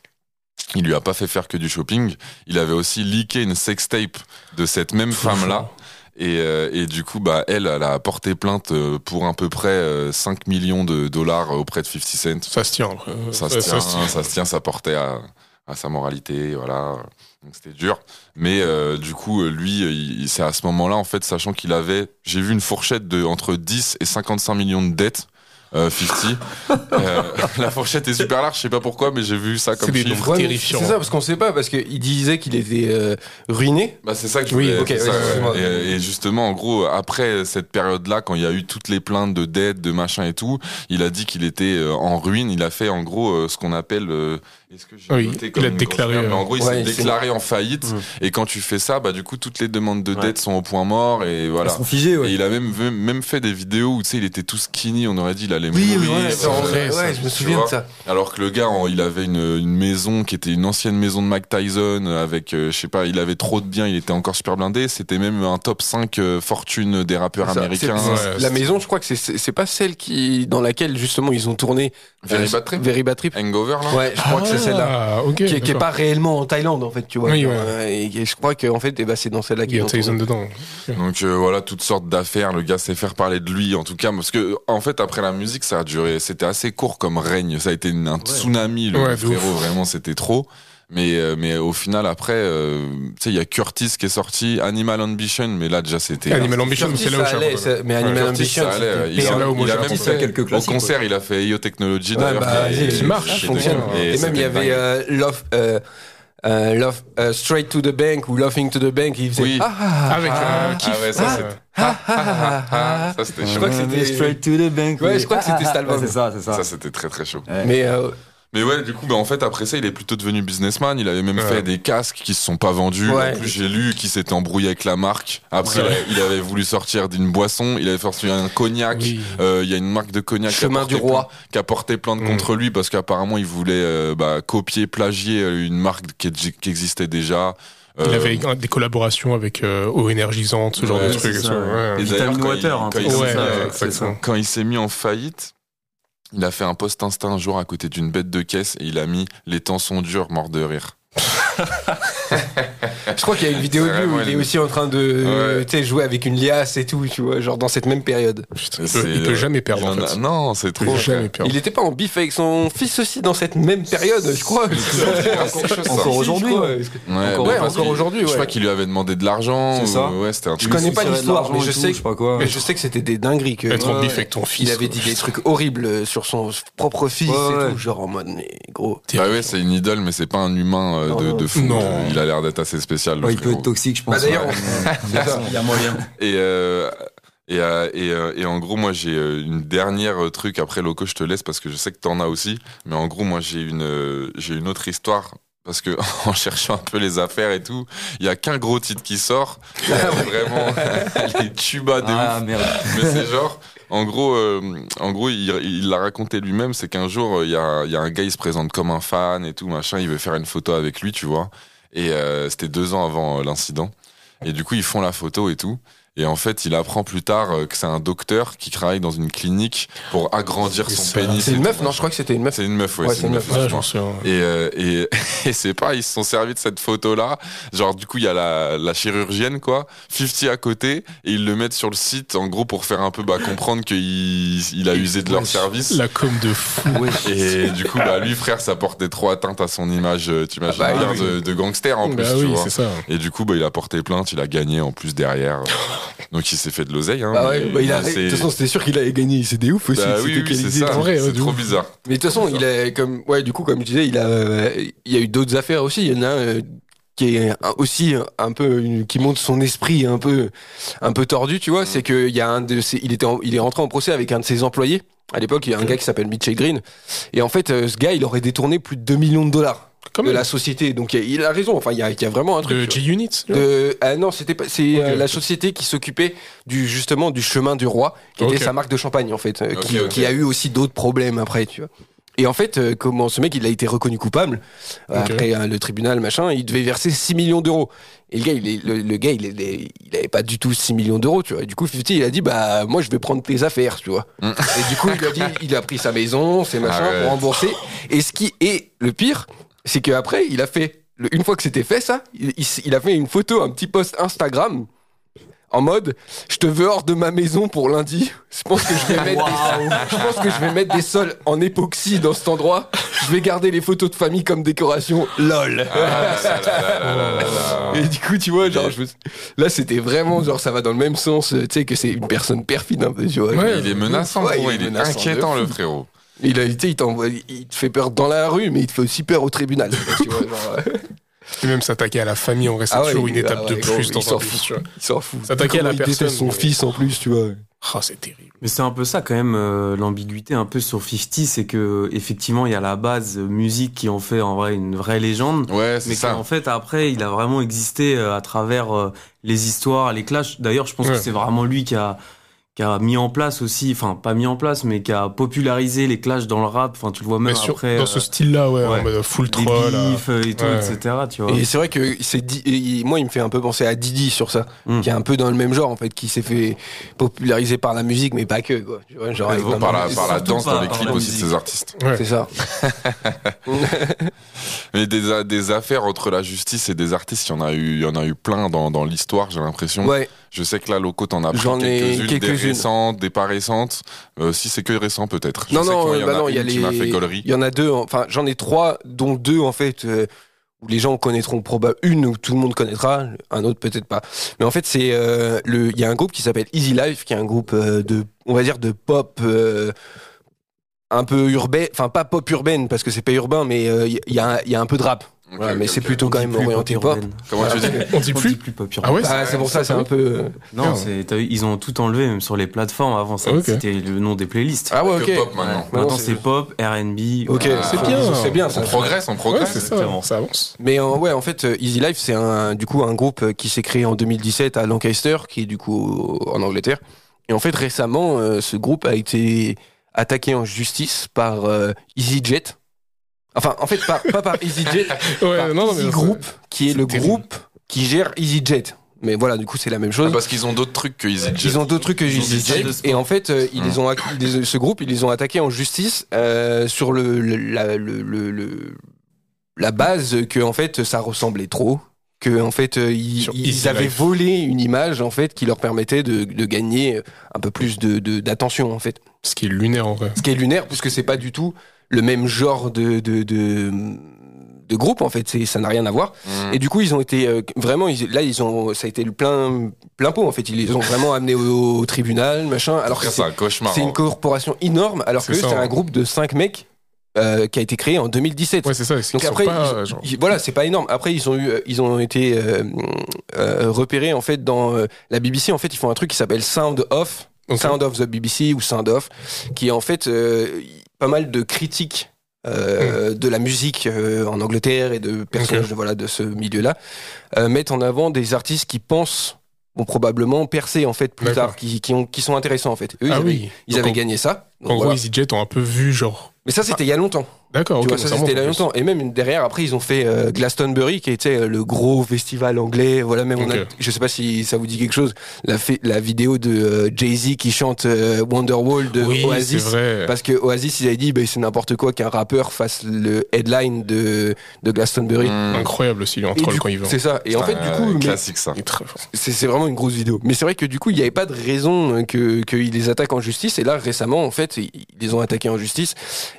Speaker 2: il lui a pas fait faire que du shopping. Il avait aussi leaké une sextape de cette même femme là. Et, euh, et du coup, bah, elle, elle a porté plainte euh, pour à peu près euh, 5 millions de dollars auprès de 50 Cent.
Speaker 3: Ça se tient. après. Euh,
Speaker 2: Ça, se tient, ça se tient, ça portait à, à sa moralité, voilà. Donc c'était dur. Mais euh, du coup, euh, lui, il- il- c'est à ce moment-là, en fait, sachant qu'il avait, j'ai vu une fourchette de entre 10 et 55 millions de dettes. euh, 50. Euh, la fourchette est super large, je sais pas pourquoi, mais j'ai vu ça
Speaker 3: C'est
Speaker 2: comme
Speaker 3: des
Speaker 2: chiffre.
Speaker 3: vrais-
Speaker 4: Ouais, mais
Speaker 3: Terrifiant.
Speaker 4: C'est ça, parce qu'on sait pas, parce qu'il disait qu'il était euh, ruiné.
Speaker 2: Bah, c'est ça que je
Speaker 4: Oui,
Speaker 2: voulais-
Speaker 4: ok,
Speaker 2: c'est
Speaker 4: vas-y,
Speaker 2: ça,
Speaker 4: excuse-moi.
Speaker 2: ouais. et, et justement, en gros, après cette période-là, quand il y a eu toutes les plaintes de dette, de machin et tout, il a dit qu'il était euh, en ruine. Il a fait, en gros, euh, ce qu'on appelle. euh, Est-ce que j'ai
Speaker 3: Oui,
Speaker 2: noté
Speaker 3: il
Speaker 2: comme
Speaker 3: a
Speaker 2: une
Speaker 3: déclaré,
Speaker 2: grosse merde,
Speaker 3: euh,
Speaker 2: mais en gros, il
Speaker 4: ouais,
Speaker 2: s'est
Speaker 4: c'est-
Speaker 2: déclaré en faillite. Et quand tu fais ça, bah, du coup, toutes les demandes de
Speaker 5: Ouais.
Speaker 2: dette sont au point mort. Et
Speaker 6: Elles
Speaker 2: voilà.
Speaker 6: sont figées,
Speaker 2: Et
Speaker 6: ouais.
Speaker 2: il a même, même fait des vidéos où, tu sais, il était tout skinny. On aurait dit, il allait mourir.
Speaker 4: ouais, c'est en
Speaker 2: Euh,
Speaker 4: vrai,
Speaker 3: ça,
Speaker 4: ouais, je
Speaker 2: tu
Speaker 4: me souviens
Speaker 2: vois.
Speaker 4: de ça.
Speaker 2: alors que le gars, en- il avait une, une maison qui était une ancienne maison de Mike Tyson euh, avec, euh, je sais pas, il avait trop de biens, il était encore super blindé. C'était même un top 5 euh, fortune des rappeurs
Speaker 4: C'est ça,
Speaker 2: américains.
Speaker 4: c'est- c'est-
Speaker 3: Ouais,
Speaker 4: la
Speaker 3: c'est-
Speaker 4: maison, je crois que c'est- c'est c'est pas celle qui dans laquelle justement ils ont tourné
Speaker 2: Very
Speaker 4: euh,
Speaker 2: Bad Trip
Speaker 4: Very Bad Trip.
Speaker 2: Hangover, là
Speaker 4: Ouais, je crois que c'est celle-là.
Speaker 3: Ah, ok.
Speaker 4: Qui, est- qui est
Speaker 3: d'accord.
Speaker 4: pas réellement en Thaïlande en fait tu vois
Speaker 3: Oui, ouais.
Speaker 4: Euh, et, et je crois que en fait eh ben, c'est dans celle-là
Speaker 3: Il y
Speaker 4: qu'ils
Speaker 3: a
Speaker 4: ont
Speaker 3: Tyson
Speaker 4: tourné.
Speaker 3: dedans.
Speaker 2: Donc euh, voilà, toutes sortes d'affaires. Le gars sait faire parler de lui, en tout cas, parce que en fait après la musique, ça a duré. C'était assez court comme règne. Ça a été une- un tsunami, le
Speaker 3: Ouais, de
Speaker 2: frérot.
Speaker 3: ouf.
Speaker 2: Vraiment, c'était trop. Mais, euh, mais au final, après, euh, tu sais, il y a Curtis qui est sorti, Animal Ambition, mais là, déjà, c'était.
Speaker 3: Animal Ambition,
Speaker 4: Curtis,
Speaker 3: c'est là où
Speaker 4: ça
Speaker 3: je suis un
Speaker 4: allait,
Speaker 3: peu-
Speaker 4: ça- mais Animal
Speaker 2: Curtis,
Speaker 4: Ambition,
Speaker 2: ça allait,
Speaker 4: c'était
Speaker 2: il
Speaker 3: c'est
Speaker 2: a,
Speaker 3: là où moi,
Speaker 2: il a
Speaker 3: j'ai
Speaker 2: même
Speaker 3: entendu
Speaker 2: fait
Speaker 6: quelques
Speaker 2: Au
Speaker 6: classiques,
Speaker 2: concert, il a fait IO Technology
Speaker 4: Ouais,
Speaker 2: d'ailleurs.
Speaker 4: bah,
Speaker 2: qui est-
Speaker 3: qui marche,
Speaker 2: qui est
Speaker 3: ça fonctionne.
Speaker 2: dingue.
Speaker 4: Et, même, il y
Speaker 2: hein. c'était dingue.
Speaker 4: avait euh, Love, euh, euh, Love, euh, Straight to the Bank ou Laughing to the Bank. Il faisait
Speaker 2: Oui.
Speaker 4: ah, ah,
Speaker 3: Avec
Speaker 4: ah,
Speaker 3: euh, Keith.
Speaker 2: Ah ouais, ça,
Speaker 3: euh,
Speaker 2: c'était-
Speaker 4: ah, ah, ah, ah.
Speaker 2: Ah, ça, c'était
Speaker 4: Je
Speaker 2: chaud.
Speaker 4: crois que c'était-
Speaker 6: Straight to the bank.
Speaker 4: Ouais,
Speaker 6: oui.
Speaker 4: je crois que c'était cet
Speaker 3: Ah,
Speaker 6: Ouais,
Speaker 4: album.
Speaker 6: C'est ça, c'est ça.
Speaker 2: Ça, c'était très, très chaud.
Speaker 6: Ouais.
Speaker 4: Mais euh,
Speaker 2: Mais ouais, du coup, bah, en fait, après ça, il est plutôt devenu businessman. Il avait même
Speaker 3: Ouais.
Speaker 2: fait des casques qui se sont pas vendus.
Speaker 4: Ouais.
Speaker 2: En plus, j'ai lu qu'il s'était embrouillé avec la marque. Après,
Speaker 3: Ouais.
Speaker 2: il avait voulu sortir d'une boisson. Il avait sorti un cognac. Euh, Il
Speaker 3: Oui.
Speaker 2: y a une marque de cognac qui a
Speaker 4: Chemin
Speaker 2: porté
Speaker 4: du Roi.
Speaker 2: plainte- qui a porté plainte
Speaker 3: Mm.
Speaker 2: contre lui parce qu'apparemment, il voulait euh, bah, copier, plagier euh, une marque qui, qui existait déjà.
Speaker 3: Il
Speaker 2: Euh,
Speaker 3: avait euh, des collaborations avec euh, Eau Énergisante, ce genre
Speaker 2: Ouais,
Speaker 3: de
Speaker 2: c'est
Speaker 3: truc. et
Speaker 5: ça,
Speaker 3: tout,
Speaker 5: ouais.
Speaker 3: ouais.
Speaker 2: Et
Speaker 5: Vitamin
Speaker 2: d'ailleurs, quand
Speaker 5: Water,
Speaker 2: il-
Speaker 5: un
Speaker 2: quand
Speaker 5: truc
Speaker 2: il
Speaker 5: comme
Speaker 2: s'est-
Speaker 5: ça,
Speaker 2: euh,
Speaker 5: ouais, c'est ça.
Speaker 2: quand il s'est mis en faillite, il a fait un post Insta un jour à côté d'une bête de caisse et il a mis Les temps sont durs, mort de rire.
Speaker 4: je crois qu'il y a une vidéo de lui où
Speaker 2: Vraiment,
Speaker 4: il est
Speaker 2: il-
Speaker 4: aussi en train de euh,
Speaker 2: Ouais.
Speaker 4: tu sais, jouer avec une liasse et tout, tu vois, genre dans cette même période.
Speaker 3: Putain,
Speaker 2: Et
Speaker 3: il, peut,
Speaker 2: c'est- euh,
Speaker 3: il peut jamais
Speaker 2: Il
Speaker 3: perdre en
Speaker 2: en a-
Speaker 3: fait.
Speaker 2: Non, c'est
Speaker 3: Il
Speaker 2: trop.
Speaker 3: peut jamais perdre.
Speaker 4: Il n'était pas en bif avec son fils aussi dans cette même période, je crois.
Speaker 6: Encore
Speaker 4: Si,
Speaker 6: aujourd'hui,
Speaker 4: je crois.
Speaker 2: Ouais,
Speaker 4: Encore-
Speaker 2: bah,
Speaker 4: ouais,
Speaker 2: parce
Speaker 4: encore
Speaker 2: qu'il-
Speaker 4: aujourd'hui,
Speaker 2: Je
Speaker 4: ouais.
Speaker 2: crois qu'il lui avait demandé de l'argent.
Speaker 6: C'est ça.
Speaker 2: ou- Ouais, c'était un
Speaker 4: Je
Speaker 2: truc.
Speaker 4: connais pas
Speaker 6: Il tirait de
Speaker 4: l'histoire,
Speaker 6: l'argent
Speaker 4: mais je
Speaker 6: et tout,
Speaker 4: sais-
Speaker 6: Je sais pas quoi.
Speaker 4: Mais je sais que c'était des dingueries que
Speaker 3: Être en
Speaker 4: Ouais,
Speaker 3: bif
Speaker 4: ouais.
Speaker 3: avec ton fils.
Speaker 4: il avait dit des trucs horribles euh, sur son propre fils
Speaker 6: Ouais,
Speaker 4: et
Speaker 6: ouais.
Speaker 4: tout, genre en mode mais gros.
Speaker 2: Bah ouais, c'est une idole, mais c'est pas un humain euh, de, de fou.
Speaker 3: Non.
Speaker 2: Il a l'air d'être assez spécial. le
Speaker 6: Ouais, il peut
Speaker 2: frérot.
Speaker 6: être toxique, je pense.
Speaker 4: Bah d'ailleurs,
Speaker 6: ouais.
Speaker 4: on-
Speaker 6: Il y a moyen.
Speaker 2: Et, euh, et, euh, et, euh, et en gros, moi, j'ai euh, une dernière euh, truc. Après, Loco, je te laisse parce que je sais que t'en as aussi. Mais en gros, moi, j'ai une, euh, j'ai une autre histoire. Parce que en cherchant un peu les affaires et tout, il y a qu'un gros titre qui sort. Et, euh, vraiment, les tubas de ouf.
Speaker 6: Ah merde.
Speaker 2: Mais c'est genre, en gros, euh, en gros, il il l'a raconté lui-même, c'est qu'un jour, euh, il y a, il y a un gars, il se présente comme un fan et tout, machin, il veut faire une photo avec lui, tu vois. Et euh, c'était deux ans avant euh, l'incident. Et du coup, ils font la photo et tout. Et en fait, il apprend plus tard euh, que c'est un docteur qui travaille dans une clinique pour agrandir
Speaker 3: C'est
Speaker 2: son
Speaker 3: ça.
Speaker 2: pénis.
Speaker 4: c'est une
Speaker 2: et
Speaker 4: meuf,
Speaker 2: tout,
Speaker 4: non, je
Speaker 2: machin.
Speaker 4: crois que c'était une meuf.
Speaker 2: C'est une meuf, ouais,
Speaker 4: Ouais,
Speaker 2: c'est une meuf.
Speaker 3: Ouais,
Speaker 2: excuse-moi.
Speaker 3: j'en sais. hein.
Speaker 2: Et, euh, et, et c'est pas, ils se sont servis de cette photo-là. Genre, du coup, il y a la, la chirurgienne, quoi, 50 à côté, et ils le mettent sur le site, en gros, pour faire un peu bah, comprendre qu'il il a usé de leur service.
Speaker 3: La com de fou.
Speaker 2: Et du coup, bah, lui, frère, ça portait trop atteinte à son image, euh, t'imagines,
Speaker 4: Ah bah
Speaker 2: bien
Speaker 4: oui.
Speaker 2: de, de gangster en plus,
Speaker 3: Bah
Speaker 2: tu
Speaker 3: oui,
Speaker 2: vois.
Speaker 3: c'est ça.
Speaker 2: Et du coup, bah, il a porté plainte, il a gagné en plus derrière. Donc, il s'est fait de l'oseille. Hein,
Speaker 4: Bah ouais,
Speaker 2: mais-
Speaker 4: bah, il a-
Speaker 2: mais
Speaker 4: de
Speaker 2: c'est-
Speaker 4: toute façon, c'était sûr qu'il avait gagné. C'est des ouf aussi.
Speaker 2: Bah
Speaker 4: c'était
Speaker 2: oui, oui, c'est
Speaker 4: qualisé.
Speaker 2: ça.
Speaker 3: en vrai, ouais,
Speaker 2: C'est
Speaker 3: de
Speaker 2: trop
Speaker 3: ouf.
Speaker 2: bizarre.
Speaker 4: Mais de toute façon, il a comme ouais, du coup, comme je disais, il a, euh, il y a eu d'autres affaires aussi. Il y en a euh, qui est un- aussi un peu une- qui montre son esprit un peu, un peu tordu, tu vois.
Speaker 3: Mm.
Speaker 4: C'est que il y a un de ses, il était, en- il est rentré en procès avec un de ses employés. À l'époque, il y a un gars qui s'appelle Mitchell Green. Et en fait, euh, ce gars, il aurait détourné plus de 2 millions de dollars
Speaker 3: Quand
Speaker 4: de
Speaker 3: même.
Speaker 4: la société. Donc, il y a- il a raison. Enfin, il y a, il y a vraiment un truc.
Speaker 3: De
Speaker 4: tu vois.
Speaker 3: G-Unit.
Speaker 4: De- ah non, c'était pas, c'est
Speaker 3: Ok,
Speaker 4: euh, la
Speaker 3: ok.
Speaker 4: société qui s'occupait du justement du chemin du roi, qui
Speaker 3: Ok.
Speaker 4: était sa marque de champagne en fait, euh,
Speaker 2: Ok,
Speaker 4: qui,
Speaker 2: ok.
Speaker 4: qui a eu aussi d'autres problèmes après, tu vois. Et en fait, euh, comment ce mec, il a été reconnu coupable euh,
Speaker 3: Ok.
Speaker 4: après euh, le tribunal, machin. Il devait verser 6 millions d'euros. Et le gars, il est, le, le gars, il, est- il est- il avait pas du tout 6 millions d'euros, tu vois. Et du coup, 50, il a dit, bah, moi, je vais prendre tes affaires, tu vois.
Speaker 2: Mm.
Speaker 4: Et du coup, il a dit, il a pris sa maison, ses machins
Speaker 2: Arrête.
Speaker 4: pour rembourser. Et ce qui est le pire, c'est qu'après, il a fait, le- une fois que c'était fait, ça, il, il s- il a fait une photo, un petit post Instagram. En mode, je te veux hors de ma maison pour lundi. Je pense que je vais mettre, des, je pense que je vais mettre des sols en époxy dans cet endroit. Je vais garder les photos de famille comme décoration. Lol.
Speaker 2: Ah, là, là, là, là, là, là, là.
Speaker 4: Et du coup, tu vois, genre, je me- là, c'était vraiment, genre, ça va dans le même sens, euh, tu sais, que c'est une personne perfide, un peu, tu vois.
Speaker 3: Ouais.
Speaker 2: Il est menaçant,
Speaker 4: Ouais,
Speaker 2: gros,
Speaker 4: il est
Speaker 2: il est
Speaker 4: menaçant de
Speaker 2: inquiétant,
Speaker 4: fou.
Speaker 2: le frérot.
Speaker 4: Il, a, tu sais, il, t'envoie- il te fait peur dans la rue, mais il te fait aussi peur au tribunal. tu vois, genre, euh,
Speaker 3: Et même s'attaquer à la famille en reste
Speaker 4: Ah ouais,
Speaker 3: toujours une
Speaker 4: il-
Speaker 3: étape
Speaker 4: ah
Speaker 3: de
Speaker 4: ouais,
Speaker 3: plus
Speaker 4: gros, il
Speaker 3: dans
Speaker 4: s'en
Speaker 3: un
Speaker 4: fout.
Speaker 3: fout.
Speaker 4: il s'en fout.
Speaker 3: S'attaquer à la
Speaker 4: Comment il déteste
Speaker 3: personne,
Speaker 4: son
Speaker 3: ouais.
Speaker 4: fils, en plus, tu vois.
Speaker 3: Ah, c'est terrible.
Speaker 5: Mais c'est un peu ça quand même euh, l'ambiguïté un peu sur 50, c'est que effectivement il y a la base euh, musique qui en fait en vrai une vraie légende,
Speaker 2: Ouais, c'est
Speaker 5: mais
Speaker 2: ça.
Speaker 5: qu'en fait après il a vraiment existé euh, à travers euh, les histoires, les clashs. D'ailleurs je pense
Speaker 3: Ouais.
Speaker 5: que c'est vraiment lui qui a qui a mis en place aussi, enfin pas mis en place, mais qui a popularisé les clashs dans le rap. Enfin tu le vois même
Speaker 3: Mais sur-
Speaker 5: après
Speaker 3: dans
Speaker 5: euh,
Speaker 3: ce style-là, ouais,
Speaker 5: ouais.
Speaker 3: en mode full
Speaker 5: les
Speaker 3: troll. euh,
Speaker 5: bifs, euh, et tout,
Speaker 3: Ouais.
Speaker 5: etc. Tu vois.
Speaker 4: Et c'est vrai que c'est Di- et il- moi, il me fait un peu penser à Didi sur ça,
Speaker 5: Mm.
Speaker 4: qui est un peu dans le même genre, en fait, qui s'est fait populariser par la musique, mais pas que, quoi. Tu vois, genre, avec plein de
Speaker 2: par la,
Speaker 4: musique.
Speaker 2: par la
Speaker 5: surtout
Speaker 2: danse
Speaker 5: pas
Speaker 2: dans les
Speaker 5: par
Speaker 2: clips
Speaker 5: la
Speaker 2: aussi de
Speaker 5: musique.
Speaker 2: ces artistes.
Speaker 3: euh, Ouais.
Speaker 4: C'est ça.
Speaker 2: Mais des, a- des affaires entre la justice et des artistes, il y en a eu, il y en a eu plein dans, dans l'histoire, j'ai l'impression.
Speaker 4: Ouais.
Speaker 2: Je sais que là, Loco, t'en as pris
Speaker 4: J'en ai
Speaker 2: quelques-unes, des
Speaker 4: quelques-unes.
Speaker 2: récentes, des pas récentes. Euh, si c'est que récent, peut-être. Je
Speaker 4: Non,
Speaker 2: sais
Speaker 4: non,
Speaker 2: qu'il
Speaker 4: bah
Speaker 2: a
Speaker 4: non, il y a
Speaker 2: une qui
Speaker 4: les-
Speaker 2: m'a fait
Speaker 4: Il
Speaker 2: gollerie.
Speaker 4: y en a deux, enfin j'en ai trois, dont deux en fait euh, où les gens connaîtront probablement une où tout le monde connaîtra, un autre peut-être pas. Mais en fait, c'est euh, le il y a un groupe qui s'appelle Easy Life qui est un groupe euh, de on va dire de pop euh, un peu urbain, enfin pas pop urbaine parce que c'est pas urbain mais euh, il y, a un- il y a un peu de rap.
Speaker 2: Ok,
Speaker 4: Voilà, mais
Speaker 2: ok,
Speaker 4: c'est
Speaker 2: ok.
Speaker 4: plutôt quand
Speaker 5: On dit
Speaker 4: même
Speaker 5: plus
Speaker 4: orienté
Speaker 5: pop
Speaker 4: pop.
Speaker 5: urbaine.
Speaker 2: euh, Comment tu dis
Speaker 3: On dit
Speaker 5: On
Speaker 3: plus
Speaker 5: dit plus pop
Speaker 3: Ah
Speaker 5: urbaine.
Speaker 3: ouais
Speaker 4: Ah, c'est pour ça, c'est un peu euh,
Speaker 3: Ah.
Speaker 5: Non, c'est- t'as vu, ils ont tout enlevé, même sur les plateformes. Avant, ça,
Speaker 3: Ok.
Speaker 5: c'était le nom des playlists.
Speaker 4: Ah ouais,
Speaker 2: Que
Speaker 4: OK.
Speaker 2: pop maintenant.
Speaker 4: Maintenant,
Speaker 5: Maintenant,
Speaker 4: c'est-
Speaker 5: c'est pop, RB.
Speaker 4: OK,
Speaker 2: Ah,
Speaker 4: c'est
Speaker 2: c'est
Speaker 4: bien,
Speaker 3: bien.
Speaker 4: c'est bien
Speaker 2: On
Speaker 4: ça.
Speaker 2: progresse, on
Speaker 3: Ouais,
Speaker 2: progresse.
Speaker 3: c'est ça,
Speaker 5: exactement.
Speaker 3: ça avance.
Speaker 4: Mais en- ouais, en fait, euh, Easy Life, c'est un, du coup un groupe euh, qui s'est créé en 2017 à Lancaster, qui est du coup au- en Angleterre. Et en fait, récemment, euh, ce groupe a été attaqué en justice par euh, EasyJet. Enfin, en fait, par- pas par EasyJet,
Speaker 3: Ouais,
Speaker 4: par
Speaker 3: non, non, mais
Speaker 4: Easy
Speaker 3: ça-
Speaker 4: Group, qui est,
Speaker 3: c'est
Speaker 4: le
Speaker 3: terrible.
Speaker 4: groupe qui gère EasyJet. Mais voilà, du coup, c'est la même chose.
Speaker 2: Ah, Parce qu'ils ont d'autres trucs que EasyJet.
Speaker 4: Ils ont deux trucs que
Speaker 5: Ils ont des salles
Speaker 4: EasyJet
Speaker 5: de sport. Hein.
Speaker 4: et en fait euh, ils les ont acc- ils les- ce groupe ils les ont attaqués en justice euh, sur le, le- la, le- le- le- la base que en fait ça ressemblait trop que en fait euh, ils,
Speaker 3: Sur
Speaker 4: ils
Speaker 3: Easy
Speaker 4: avaient
Speaker 3: Life.
Speaker 4: volé une image en fait qui leur permettait de, de gagner euh, un peu plus de de- d'attention en fait
Speaker 3: Ce qui est lunaire en vrai.
Speaker 4: ce qui est lunaire puisque c'est pas du tout le même genre de de, de, de groupe en fait c'est ça n'a rien à voir
Speaker 2: Mm.
Speaker 4: et du coup, ils ont été euh, vraiment. ils- là, ils ont. Ça a été le plein plein pot en fait. Ils les ont vraiment amenés au, au tribunal, machin. Alors que
Speaker 2: Après, c'est
Speaker 4: c'est
Speaker 2: un cauchemar. hein.
Speaker 4: c'est une corporation énorme. Alors
Speaker 3: C'est
Speaker 4: que eux,
Speaker 3: ça,
Speaker 4: c'est
Speaker 3: hein.
Speaker 4: un groupe de cinq mecs euh, qui a été créé en 2017.
Speaker 3: Ouais, c'est ça. c'est qu'ils
Speaker 4: Donc
Speaker 3: sont
Speaker 4: après,
Speaker 3: pas,
Speaker 4: ils ont-
Speaker 3: euh, genre-
Speaker 4: ils- voilà, c'est pas énorme. Après, ils ont eu, euh, ils ont été euh, euh, repérés en fait dans euh, la BBC. En fait, ils font un truc qui s'appelle Sound Off.
Speaker 3: donc,
Speaker 4: Sound of the BBC ou Sound of, qui est en fait euh, pas mal de critiques
Speaker 3: Hmm.
Speaker 4: euh, de la musique euh, en Angleterre et de personnages de, voilà, de ce milieu-là, euh, mettent en avant des artistes qui pensent, bon, probablement percer en fait plus
Speaker 3: D'accord.
Speaker 4: tard, qui, qui, ont, qui sont intéressants en fait. Eux, ils
Speaker 3: Ah
Speaker 4: avaient,
Speaker 3: oui.
Speaker 4: ils
Speaker 3: Donc,
Speaker 4: avaient
Speaker 3: en-
Speaker 4: gagné ça. Donc,
Speaker 3: En gros,
Speaker 4: voilà.
Speaker 3: EasyJet ont un peu vu, genre.
Speaker 4: Mais ça, c'était il y a longtemps.
Speaker 3: D'accord,
Speaker 4: Tu
Speaker 3: ok.
Speaker 4: vois, ça, c'était il y a
Speaker 3: remonte, en
Speaker 4: longtemps. Et même derrière, après, ils ont fait euh, Glastonbury, qui était euh, le gros festival anglais. Voilà, même on a-
Speaker 3: Ok.
Speaker 4: je sais pas si ça vous dit quelque chose, la, fé- la vidéo de euh, Jay-Z qui chante euh, Wonderwall de
Speaker 3: plus. Oui,
Speaker 4: Oasis.
Speaker 3: C'est vrai.
Speaker 4: Parce que Oasis, ils avaient dit, bah, c'est n'importe quoi qu'un rappeur fasse le headline de, de
Speaker 3: Mmh.
Speaker 4: Glastonbury.
Speaker 2: Mm.
Speaker 3: Incroyable aussi, lui, en
Speaker 4: Et
Speaker 3: troll
Speaker 4: du-
Speaker 3: quand il veut.
Speaker 4: C'est ça. Et en fait,
Speaker 2: Ah,
Speaker 4: du
Speaker 3: euh,
Speaker 4: coup, mais-
Speaker 2: classique ça.
Speaker 3: Il est très fort.
Speaker 4: c'est c'est vraiment une grosse vidéo. Mais c'est vrai que du coup, il n'y avait pas de raison qu'ils les attaquent en justice. Et là, récemment, en fait, ils ils les ont attaqués en justice.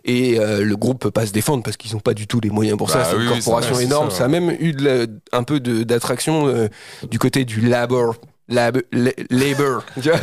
Speaker 4: Et euh, le groupe peut pas se défendre parce qu'ils n'ont pas du tout les moyens pour ça.
Speaker 2: Bah
Speaker 4: c'est
Speaker 2: oui,
Speaker 4: une
Speaker 2: oui, c'est
Speaker 4: corporation
Speaker 3: vrai, c'est
Speaker 4: énorme. Ça,
Speaker 3: ça.
Speaker 4: a même eu de la- un peu de- d'attraction euh, du côté du labor. lab- la- labor, Tu vois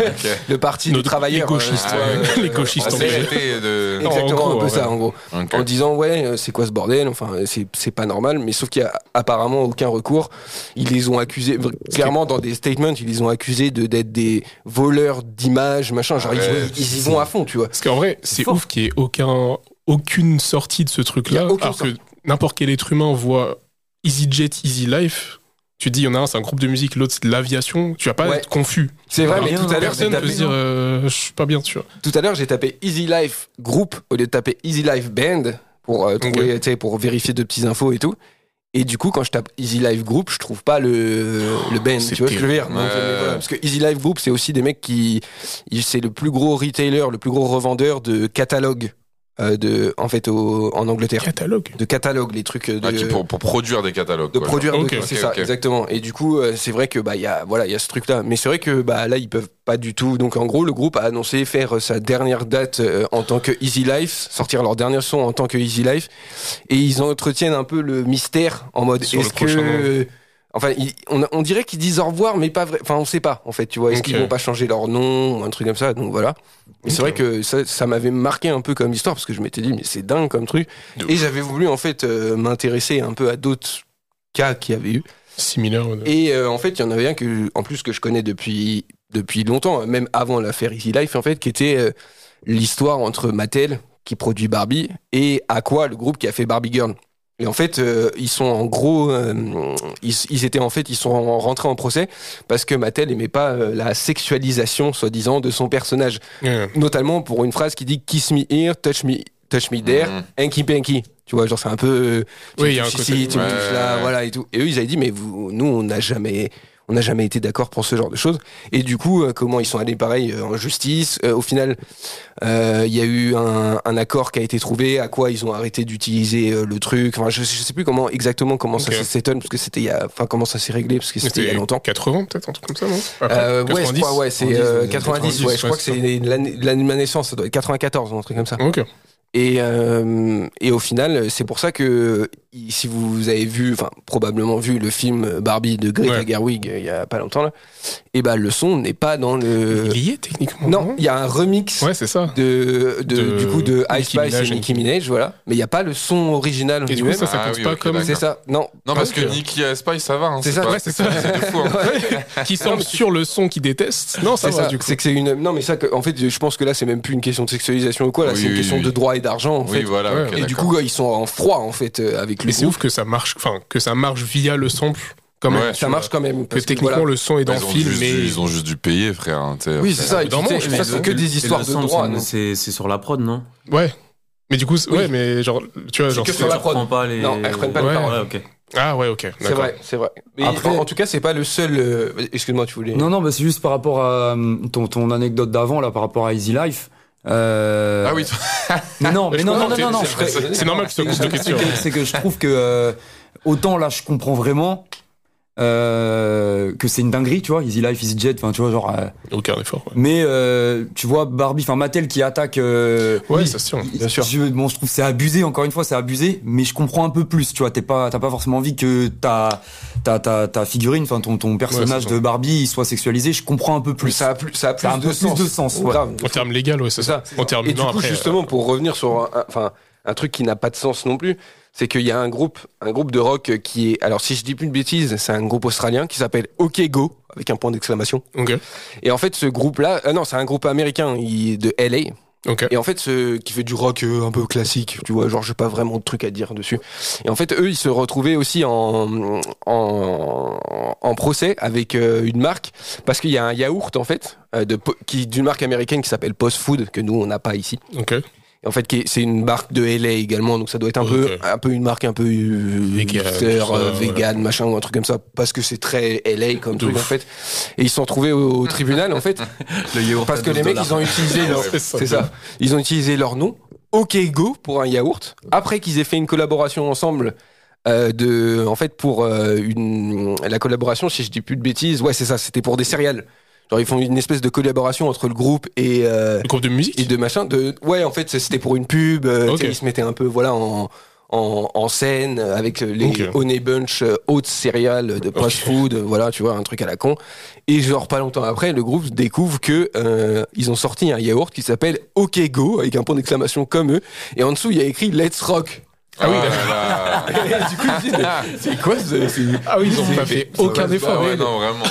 Speaker 4: le parti
Speaker 3: Nos-
Speaker 4: des travailleurs.
Speaker 3: Les gauchistes,
Speaker 4: euh,
Speaker 2: ouais.
Speaker 4: euh,
Speaker 3: les gauchistes
Speaker 2: On s'est
Speaker 3: anglais.
Speaker 2: arrêté de.
Speaker 3: Non,
Speaker 4: Exactement,
Speaker 3: en gros,
Speaker 4: un peu
Speaker 3: ouais.
Speaker 4: ça en gros
Speaker 2: Ok.
Speaker 4: en disant ouais euh, c'est quoi ce bordel enfin euh, c'est c'est pas normal mais sauf qu'il y a apparemment aucun recours ils les ont accusés vr- clairement dans des statements ils les ont accusés de d'être des voleurs d'images machin genre ils,
Speaker 2: Ouais,
Speaker 4: ils- ils y vont à fond tu vois
Speaker 3: Parce qu'en vrai, c'est ouf qu'il n'y ait aucun, aucune sortie de ce
Speaker 4: Il
Speaker 3: truc-là.
Speaker 4: y a aucune
Speaker 3: Alors que n'importe quel être humain voit EasyJet, Easy Life. Tu dis, il y en a un, c'est un groupe de musique, l'autre, c'est de l'aviation. Tu vas pas
Speaker 4: Ouais.
Speaker 3: être confus.
Speaker 4: c'est vrai
Speaker 3: Alors,
Speaker 4: mais
Speaker 5: rien,
Speaker 4: tout à l'heure j'ai
Speaker 3: hein. Personne peut
Speaker 4: tapé,
Speaker 3: se dire, euh, je suis pas bien, tu vois.
Speaker 4: tout à l'heure j'ai tapé Easy Life Group au lieu de taper Easy Life Band pour euh, trouver tu sais, pour vérifier de petites infos et tout et du coup, quand je tape Easy Life Group, je trouve pas le, le band.
Speaker 3: c'est
Speaker 4: Tu vois ce que je veux dire
Speaker 2: terrible.
Speaker 4: Donc,
Speaker 2: Ouais.
Speaker 4: euh, voilà, Parce que Easy Life Group, c'est aussi des mecs qui, ils- c'est le plus gros retailer, le plus gros revendeur de catalogues euh, de, en fait, au- en Angleterre,
Speaker 3: Catalogue.
Speaker 4: de catalogues, les trucs euh, de,
Speaker 2: Ah, qui pour, pour produire des catalogues.
Speaker 4: de
Speaker 2: quoi,
Speaker 4: produire. de-
Speaker 3: Ok,
Speaker 4: c'est
Speaker 2: ok,
Speaker 4: ça,
Speaker 2: ok.
Speaker 4: exactement. Et du coup, euh, c'est vrai que bah il y a, voilà, il y a ce truc-là. Mais c'est vrai que bah là, ils peuvent pas du tout. Donc en gros, le groupe a annoncé faire euh, sa dernière date euh, en tant que Easy Life, sortir leur dernier son en tant que Easy Life, et ils entretiennent un peu le mystère en mode
Speaker 3: Sur le
Speaker 4: est-ce que
Speaker 3: prochain
Speaker 4: Enfin, ils- on, on dirait qu'ils disent au revoir, mais pas vrai. Enfin, on sait pas, en fait, tu vois. Est-ce
Speaker 3: Ok.
Speaker 4: qu'ils vont pas changer leur nom, ou un truc comme ça. Donc voilà. Mais c'est
Speaker 3: Ok.
Speaker 4: vrai que ça, ça m'avait marqué un peu comme histoire, parce que je m'étais dit, mais c'est dingue comme truc.
Speaker 3: De
Speaker 4: Et j'avais voulu, en fait, euh, m'intéresser un peu à d'autres cas qu'il y avait eu.
Speaker 3: Similaire. euh,
Speaker 4: Et euh, en fait, il y en avait un que, en plus que je connais depuis, depuis longtemps, même avant l'affaire Easy Life, en fait, qui était euh, l'histoire entre Mattel, qui produit Barbie, et Aqua, le groupe qui a fait Barbie Girl. Et en fait, euh, ils sont en gros, euh, ils, ils étaient en fait, ils sont en- rentrés en procès parce que Mattel aimait pas euh, la sexualisation, soi-disant, de son personnage,
Speaker 3: ouais.
Speaker 4: notamment pour une phrase qui dit "Kiss me here, touch me, touch me there,
Speaker 2: Mm.
Speaker 4: Hanky Panky. Tu vois, genre c'est un peu. euh, tu
Speaker 3: Oui,
Speaker 4: me
Speaker 3: il y a
Speaker 4: touches
Speaker 3: un
Speaker 4: ici,
Speaker 3: côté-
Speaker 4: tu me
Speaker 2: ouais.
Speaker 4: touches là, voilà et tout. Et eux, ils avaient dit, mais vous, nous, on n'a jamais. On n'a jamais été d'accord pour ce genre de choses. Et du coup, euh, comment ils sont allés pareil euh, en justice Euh, Au final, euh, il y a eu un, un accord qui a été trouvé. À quoi ils ont arrêté d'utiliser euh, le truc Enfin, je, je sais plus comment exactement comment
Speaker 3: Ok.
Speaker 4: ça s'est settle, parce que c'était il y a, enfin comment ça s'est réglé parce que c'était il y a
Speaker 3: C'était
Speaker 4: longtemps.
Speaker 3: 80 peut-être, un truc comme ça, non Après,
Speaker 4: Euh, ouais, je
Speaker 3: 90.
Speaker 4: crois, ouais, c'est
Speaker 5: 90,
Speaker 4: euh, 90, ouais,
Speaker 5: 90,
Speaker 4: je
Speaker 3: ouais,
Speaker 4: crois que
Speaker 3: c'est
Speaker 4: c'est l'année l'année de ma naissance, ça doit être 94, un truc comme ça.
Speaker 3: Ok.
Speaker 4: Et, euh, et au final, c'est pour ça que si vous avez vu, enfin probablement vu le film Barbie de Greta
Speaker 3: Ouais.
Speaker 4: Gerwig euh, il y a pas longtemps là, et ben le son n'est pas dans le.
Speaker 3: Il y est techniquement.
Speaker 4: euh, Non, il y a un remix
Speaker 3: Ouais, c'est ça.
Speaker 4: de, de-
Speaker 3: De
Speaker 4: du coup de
Speaker 3: Nicki
Speaker 4: Ice Spice
Speaker 3: Minaj
Speaker 4: et Nicki Minaj, voilà. Mais il n'y a pas le son original
Speaker 3: Et du coup,
Speaker 4: lui-même.
Speaker 3: ça, ça
Speaker 2: Ah
Speaker 3: compte
Speaker 2: oui,
Speaker 3: pas
Speaker 2: ok,
Speaker 3: comme.
Speaker 2: d'accord.
Speaker 4: C'est ça. Non.
Speaker 2: Non, parce que
Speaker 3: Ok.
Speaker 2: Nicky et Spice, ça va. Hein,
Speaker 4: C'est ça,
Speaker 2: pas-
Speaker 4: ouais,
Speaker 3: c'est ça.
Speaker 2: de fou. hein.
Speaker 3: Qui semble sur le son qu'il déteste. Non, ça
Speaker 4: C'est
Speaker 3: va,
Speaker 4: ça,
Speaker 3: du coup.
Speaker 4: c'est que c'est une. Non, mais ça, que- en fait, je pense que là, c'est même plus une question de sexualisation ou quoi. Là,
Speaker 2: Oui,
Speaker 4: c'est une
Speaker 2: oui,
Speaker 4: question
Speaker 2: oui.
Speaker 4: de droit et d'argent, en
Speaker 2: Oui,
Speaker 4: fait.
Speaker 2: voilà.
Speaker 3: Ouais.
Speaker 2: ok,
Speaker 4: et du
Speaker 2: d'accord.
Speaker 4: coup, ils sont en froid, en fait, euh, avec le
Speaker 3: Mais c'est
Speaker 4: groupe.
Speaker 3: ouf que ça marche, enfin, que ça marche via le sample, quand
Speaker 2: Ouais.
Speaker 3: même. tu
Speaker 4: Ça
Speaker 3: vois.
Speaker 4: marche quand même.
Speaker 3: Que
Speaker 4: parce que,
Speaker 3: techniquement,
Speaker 4: voilà.
Speaker 3: le son est dans le
Speaker 2: ils, ont
Speaker 3: film,
Speaker 2: juste
Speaker 3: mais.
Speaker 2: dû, ils ont juste dû payer, frère. hein, tu sais,
Speaker 4: Oui,
Speaker 2: après.
Speaker 4: c'est ça. et
Speaker 3: dans
Speaker 4: tu sais,
Speaker 3: mon,
Speaker 4: je
Speaker 3: mais
Speaker 4: pense
Speaker 3: le-
Speaker 4: que que
Speaker 5: Et
Speaker 4: des
Speaker 5: le
Speaker 4: histoires de
Speaker 5: sample,
Speaker 4: droit.
Speaker 5: c'est-
Speaker 4: non.
Speaker 5: C'est c'est sur la prod, non
Speaker 3: Ouais. Mais du coup, c'est-
Speaker 4: Oui.
Speaker 3: ouais, mais genre, tu vois,
Speaker 4: C'est
Speaker 3: genre.
Speaker 4: que
Speaker 3: c'est-
Speaker 4: sur la
Speaker 5: Tu reprends
Speaker 4: prod.
Speaker 5: pas les-
Speaker 4: Non, elles reprennent pas
Speaker 3: les
Speaker 5: Ouais,
Speaker 3: paroles.
Speaker 5: ouais, ok.
Speaker 3: Ah ouais, ok.
Speaker 4: C'est
Speaker 3: d'accord.
Speaker 4: vrai, c'est vrai. Mais
Speaker 6: Après-
Speaker 4: en, en tout cas, c'est pas le seul. euh, Excuse-moi, tu voulais.
Speaker 6: Non, non, bah, c'est juste par rapport à hum, ton, ton anecdote d'avant, là, par rapport à Easy Life. Euh,
Speaker 2: Ah oui,
Speaker 6: Mais non,
Speaker 3: Mais
Speaker 6: mais
Speaker 3: Ah, je
Speaker 6: non, non,
Speaker 3: comprends,
Speaker 6: non, non, non.
Speaker 3: c'est- c'est- C'est normal que tu te poses la question.
Speaker 6: C'est que- C'est que je trouve que euh, autant là, je comprends vraiment euh, que c'est une dinguerie, tu vois, Easy Life, Easy Jet, enfin, tu vois, genre. euh,
Speaker 3: Aucun effort, ouais.
Speaker 6: mais euh, tu vois, Barbie, enfin Mattel qui attaque. euh,
Speaker 3: Ouais, ça se tient.
Speaker 6: je- bon, je trouve que c'est abusé. Encore une fois, c'est abusé, mais je comprends un peu plus. Tu vois, t'es pas, t'as pas forcément envie que ta ta ta ta figurine, enfin ton ton personnage
Speaker 3: c'est ça.
Speaker 6: de Barbie, il soit sexualisé. Je comprends un peu plus.
Speaker 4: Ça a plus, ça a plus,
Speaker 6: Ça a un
Speaker 4: de,
Speaker 6: peu plus
Speaker 4: sens.
Speaker 6: de sens, ouais.
Speaker 4: Grave.
Speaker 3: En termes légal, ouais, c'est
Speaker 4: C'est
Speaker 3: ça.
Speaker 4: ça.
Speaker 3: En termes
Speaker 4: Et du
Speaker 3: non,
Speaker 4: coup,
Speaker 3: après, euh.
Speaker 4: justement, pour revenir sur un, un- enfin, un truc qui n'a pas de sens non plus, c'est qu'il y a un groupe, un groupe de rock qui est, alors si je dis plus de bêtises, c'est un groupe australien qui s'appelle OK Go, avec un point d'exclamation.
Speaker 3: euh, Ok.
Speaker 4: Et en fait, ce groupe-là, ah non, c'est un groupe américain il est de LA.
Speaker 3: Ok.
Speaker 4: Et en fait, ce qui fait du rock euh, un peu classique, tu vois, genre j'ai pas vraiment de truc à dire dessus. Et en fait, eux, ils se retrouvaient aussi en en, en procès avec euh, une marque parce qu'il y a un yaourt en fait euh, de po- qui d'une marque américaine qui s'appelle Post Food que nous on n'a pas ici.
Speaker 3: Ok.
Speaker 4: En fait, qui est- c'est une marque de LA également, donc ça doit être un
Speaker 3: Ok.
Speaker 4: peu, un peu une marque un peu euh,
Speaker 3: Vegan,
Speaker 4: hipster,
Speaker 3: tout ça, voilà.
Speaker 4: euh, vegan, machin ou un truc comme ça, parce que c'est très LA comme
Speaker 3: De
Speaker 4: truc
Speaker 3: ouf.
Speaker 4: en fait. Et ils se sont retrouvés au, au tribunal en fait,
Speaker 5: Le yaourt
Speaker 4: parce
Speaker 5: à
Speaker 4: que les
Speaker 5: 12
Speaker 4: mecs
Speaker 5: dollars.
Speaker 4: ils ont utilisé leur,
Speaker 3: C'est ça.
Speaker 4: c'est ça, ils ont utilisé leur nom, OK Go pour un yaourt, après qu'ils aient fait une collaboration ensemble. euh, de en fait pour euh, une la collaboration si je dis plus de bêtises ouais c'est ça c'était pour des céréales genre ils font une espèce de collaboration entre le groupe et euh,
Speaker 3: Le groupe de musique
Speaker 4: et de machin de ouais en fait c'était pour une pub euh,
Speaker 3: Ok.
Speaker 4: tu sais, ils se mettaient un peu voilà en en, en scène euh, avec les
Speaker 3: Ok.
Speaker 4: Honey Bunch euh, hautes céréales de fast
Speaker 3: Ok.
Speaker 4: food euh, voilà tu vois un truc à la con et genre pas longtemps après le groupe découvre que euh, ils ont sorti un yaourt qui s'appelle OK Go avec un point d'exclamation comme eux et en dessous il y a écrit Let's Rock
Speaker 2: Ah oui, là, là.
Speaker 4: et du coup ils disent, mais c'est quoi ce- c'est-
Speaker 3: Ah oui, ils ont pas fait aucun
Speaker 2: Ah
Speaker 3: effort.
Speaker 2: ouais,
Speaker 3: ouais.
Speaker 2: non, vraiment.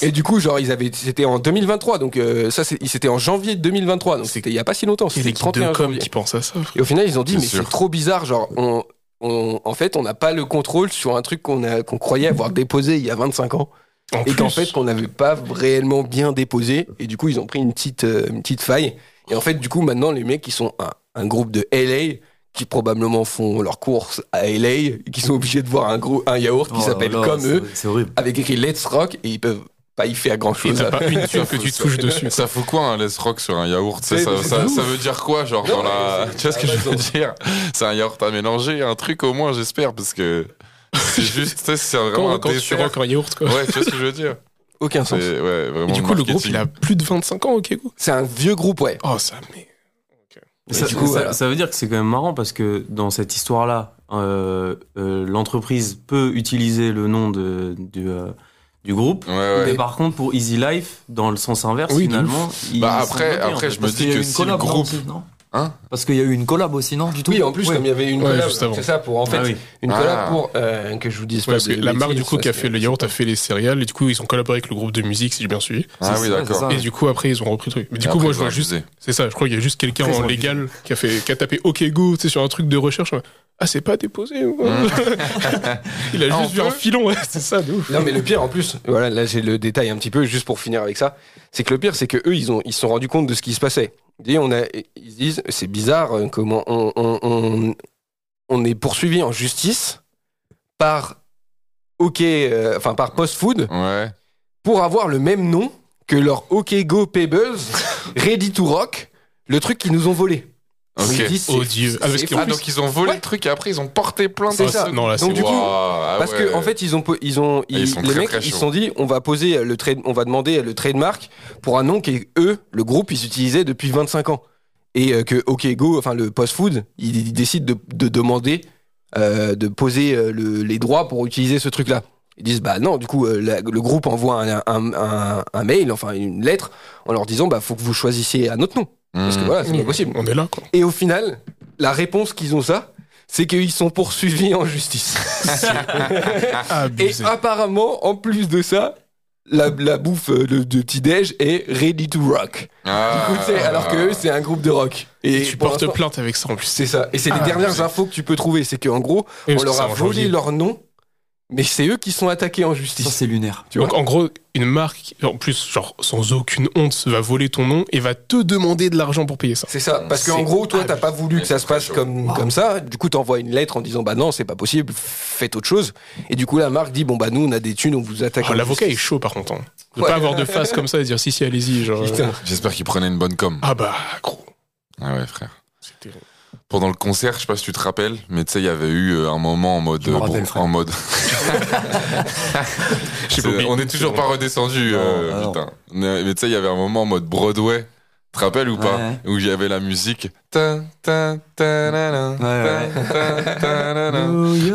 Speaker 4: et du coup genre ils avaient c'était en 2023 donc euh, ça c'est- c'était en janvier 2023 donc c'était il y a pas si longtemps
Speaker 3: C'est
Speaker 4: c'était le
Speaker 3: l'équipe de
Speaker 4: 31
Speaker 3: com
Speaker 4: janvier.
Speaker 3: qui pense à ça. frère.
Speaker 4: Et au final, ils ont dit,
Speaker 2: Bien
Speaker 4: mais
Speaker 2: sûr.
Speaker 4: c'est trop bizarre, genre, on, on- en fait, on n'a pas le contrôle sur un truc qu'on a- qu'on croyait avoir déposé il y a 25 ans.
Speaker 3: En
Speaker 4: et
Speaker 3: plus.
Speaker 4: qu'en fait, qu'on n'avait pas réellement bien déposé. Et du coup, ils ont pris une petite, euh, une petite faille. Et en fait, du coup, maintenant, les mecs, ils sont un, un groupe de LA qui probablement font leurs courses à LA, et qui sont obligés de voir un, gros, un yaourt qui
Speaker 5: Oh là
Speaker 4: s'appelle
Speaker 5: là,
Speaker 4: comme
Speaker 5: c'est-
Speaker 4: eux,
Speaker 5: C'est horrible.
Speaker 4: avec écrit Let's Rock, et ils peuvent pas y faire grand
Speaker 3: Et
Speaker 4: chose.
Speaker 3: t'as pas une tuile que tu touches dessus.
Speaker 2: Ça fout quoi un Les Rock sur un yaourt tu sais,
Speaker 4: C'est-
Speaker 2: ça,
Speaker 4: c'est
Speaker 2: ça,
Speaker 4: de
Speaker 2: ça
Speaker 4: ouf.
Speaker 2: veut dire quoi genre dans
Speaker 4: Non,
Speaker 2: la...
Speaker 4: mais c'est-
Speaker 2: Tu vois ce que
Speaker 4: ah,
Speaker 2: je
Speaker 4: bah,
Speaker 2: veux dire C'est un yaourt à mélanger, un truc au moins j'espère parce que c'est juste, tu sais, c'est vraiment
Speaker 3: Quand
Speaker 2: un
Speaker 3: quand tu
Speaker 2: dessert.
Speaker 3: rock un yaourt, quoi.
Speaker 2: Ouais, tu vois ce que je veux dire
Speaker 4: Aucun
Speaker 2: C'est
Speaker 4: sens.
Speaker 3: Euh.
Speaker 2: ouais, vraiment
Speaker 3: Et du coup, le groupe,
Speaker 2: marketing.
Speaker 3: il a plus de 25 ans, ok, go.
Speaker 4: C'est un vieux groupe, ouais.
Speaker 3: Oh, ça, mais.
Speaker 4: Et
Speaker 5: Ça,
Speaker 4: du coup,
Speaker 5: ça-
Speaker 4: voilà.
Speaker 5: ça veut dire que c'est quand même marrant parce que dans cette histoire-là, euh, euh, l'entreprise peut utiliser le nom de, du, euh, du groupe.
Speaker 2: Ouais, ouais.
Speaker 5: Mais par contre, pour Easy Life, dans le sens inverse,
Speaker 3: Oui, de
Speaker 5: finalement, ils
Speaker 2: Bah,
Speaker 5: sont
Speaker 2: après-
Speaker 5: bloqués, en
Speaker 2: après,
Speaker 5: fait.
Speaker 2: je me dis que si le groupe-
Speaker 6: non
Speaker 2: Hein
Speaker 6: Parce qu'il y a eu une collab aussi, non Du tout
Speaker 4: Oui, en plus,
Speaker 6: Ouais.
Speaker 4: comme il y avait une
Speaker 3: Ouais,
Speaker 4: collab,
Speaker 3: juste avant.
Speaker 4: c'est ça, pour en fait,
Speaker 5: Ah oui.
Speaker 4: une
Speaker 2: Ah.
Speaker 4: collab pour euh, que je vous
Speaker 3: Ouais,
Speaker 4: dise pas
Speaker 3: parce que
Speaker 4: de
Speaker 3: la marque,
Speaker 4: bêtises,
Speaker 3: du coup,
Speaker 4: ça,
Speaker 3: qui a
Speaker 4: c'est-
Speaker 3: fait le yaourt, a fait les céréales. Et du coup, ils ont collaboré avec le groupe de musique, si j'ai bien suivi.
Speaker 2: Ah
Speaker 6: C'est
Speaker 2: oui,
Speaker 6: ça, c'est
Speaker 2: d'accord.
Speaker 6: ça. Ouais.
Speaker 3: Et du coup, après, ils ont repris le truc. Mais du
Speaker 2: Et
Speaker 3: coup,
Speaker 2: après,
Speaker 3: moi,
Speaker 2: ils
Speaker 3: je
Speaker 2: ont
Speaker 3: vois juste.
Speaker 2: abusé.
Speaker 3: C'est ça, je crois qu'il y a juste quelqu'un
Speaker 6: Après, ils
Speaker 3: en
Speaker 6: ont
Speaker 3: légal qui a, fait, qui a tapé OK Go tu sais, sur un truc de recherche. Ah, c'est pas déposé. ou quoi
Speaker 4: Mmh.
Speaker 3: Il a
Speaker 2: Ah,
Speaker 3: juste
Speaker 2: on
Speaker 3: vu
Speaker 2: peut
Speaker 3: un filon, ouais, c'est ça, de ouf.
Speaker 4: Non mais le pire en plus, voilà, là j'ai le détail un petit peu juste pour finir avec ça, c'est que le pire c'est que eux ils ont ils se sont rendus compte de ce qui se passait. Et on a ils se disent c'est bizarre euh, comment on on, on on est poursuivi en justice par OK euh, enfin par Post Food
Speaker 2: Ouais.
Speaker 4: pour avoir le même nom que leur OK Go Payables Ready to Rock, le truc qu'ils nous ont volé.
Speaker 2: Ok.
Speaker 4: Ils disent, c'est-
Speaker 3: Odieux. Ah, parce
Speaker 4: c'est
Speaker 3: qu'en
Speaker 2: Ah,
Speaker 3: plus-
Speaker 2: donc ils ont volé
Speaker 4: Ouais.
Speaker 2: le truc et après ils ont porté plein de
Speaker 4: C'est
Speaker 3: Ah,
Speaker 4: ça.
Speaker 3: c'est- Non, là, c'est
Speaker 4: Donc, du
Speaker 2: Waouh,
Speaker 4: coup,
Speaker 2: ah
Speaker 4: Parce
Speaker 2: ouais. Ah,
Speaker 4: que en fait ils ont po- ils ont
Speaker 2: ils sont
Speaker 4: les
Speaker 2: très,
Speaker 4: mecs
Speaker 2: très
Speaker 4: ils
Speaker 2: chauds.
Speaker 4: se sont dit on va poser le trade on va demander le trademark pour un nom qui est eux le groupe ils utilisaient depuis 25 ans et euh, que OK Go, enfin le post-food, il, il décide de, de demander, euh, de poser euh, le- les droits pour utiliser ce truc-là. Ils disent bah non, du coup euh, la- le groupe envoie un, un- un- un mail, enfin une lettre, en leur disant bah faut que vous choisissiez un autre nom
Speaker 2: Hmm. Mmh.
Speaker 4: parce que voilà
Speaker 3: Mmh.
Speaker 4: c'est pas possible.
Speaker 3: On est là, quoi.
Speaker 4: Et au final, la réponse qu'ils ont ça, c'est qu'ils sont poursuivis en justice. Ah. Et
Speaker 3: Abusé.
Speaker 4: apparemment, en plus de ça, la, la bouffe euh, de, de petit-déj est ready to rock.
Speaker 2: Ah.
Speaker 4: Du coup, tu sais, alors que eux, c'est un groupe de rock.
Speaker 3: Et
Speaker 4: Et
Speaker 3: Ah. tu
Speaker 4: pour
Speaker 3: portes
Speaker 4: l'instant,
Speaker 3: plainte avec ça en plus.
Speaker 4: C'est ça. Et c'est les
Speaker 3: Ah,
Speaker 4: dernières
Speaker 3: c'est-
Speaker 4: infos que tu peux trouver. C'est qu'en gros,
Speaker 3: Oui, parce
Speaker 4: on
Speaker 3: que
Speaker 4: leur
Speaker 3: ça,
Speaker 4: a
Speaker 3: en
Speaker 4: volé
Speaker 3: janvier.
Speaker 4: leur nom, mais c'est eux qui sont attaqués en
Speaker 6: Ça,
Speaker 4: justice.
Speaker 6: c'est lunaire.
Speaker 4: tu
Speaker 3: Donc en gros, une marque, en plus, genre sans aucune honte, va voler ton nom et va te demander de l'argent pour payer ça.
Speaker 4: C'est ça, parce
Speaker 3: C'est
Speaker 4: qu'en gros, toi,
Speaker 3: abusé.
Speaker 4: t'as pas voulu
Speaker 2: Mais
Speaker 4: que ça
Speaker 2: c'est
Speaker 4: se
Speaker 2: très
Speaker 4: passe
Speaker 2: chaud.
Speaker 4: comme, comme ça. Du coup, t'envoies une lettre en disant, bah non, c'est pas possible, faites autre chose. Et du coup, la marque dit, bon, bah nous, on a des thunes, on vous attaque.
Speaker 3: Ah,
Speaker 4: en
Speaker 3: L'avocat est
Speaker 4: justice.
Speaker 3: chaud par contre. hein. De
Speaker 4: Ouais.
Speaker 3: pas avoir de face comme ça et dire si, si, allez-y. Genre... euh,
Speaker 4: Putain.
Speaker 2: J'espère qu'il prenait une bonne com.
Speaker 3: Ah bah, gros.
Speaker 2: Ah ouais, frère.
Speaker 3: C'était-
Speaker 2: Pendant le concert, je sais pas si tu te rappelles, mais tu sais, il y avait eu euh, un moment en mode.
Speaker 6: Je me
Speaker 2: euh,
Speaker 6: rappelle,
Speaker 2: bon,
Speaker 6: frère.
Speaker 2: en mode.
Speaker 3: J'ai pas
Speaker 2: C'est-
Speaker 3: oublié.
Speaker 2: on est toujours pas redescendu, euh,
Speaker 6: Non, non.
Speaker 2: putain. Mais, mais tu sais, il y avait un moment en mode Broadway. Tu te rappelles ou pas
Speaker 6: Ouais, ouais.
Speaker 2: Où il y avait la musique. Ta, ta, ta, na, na,
Speaker 6: Ouais,
Speaker 2: ta, ta, ta, na, na.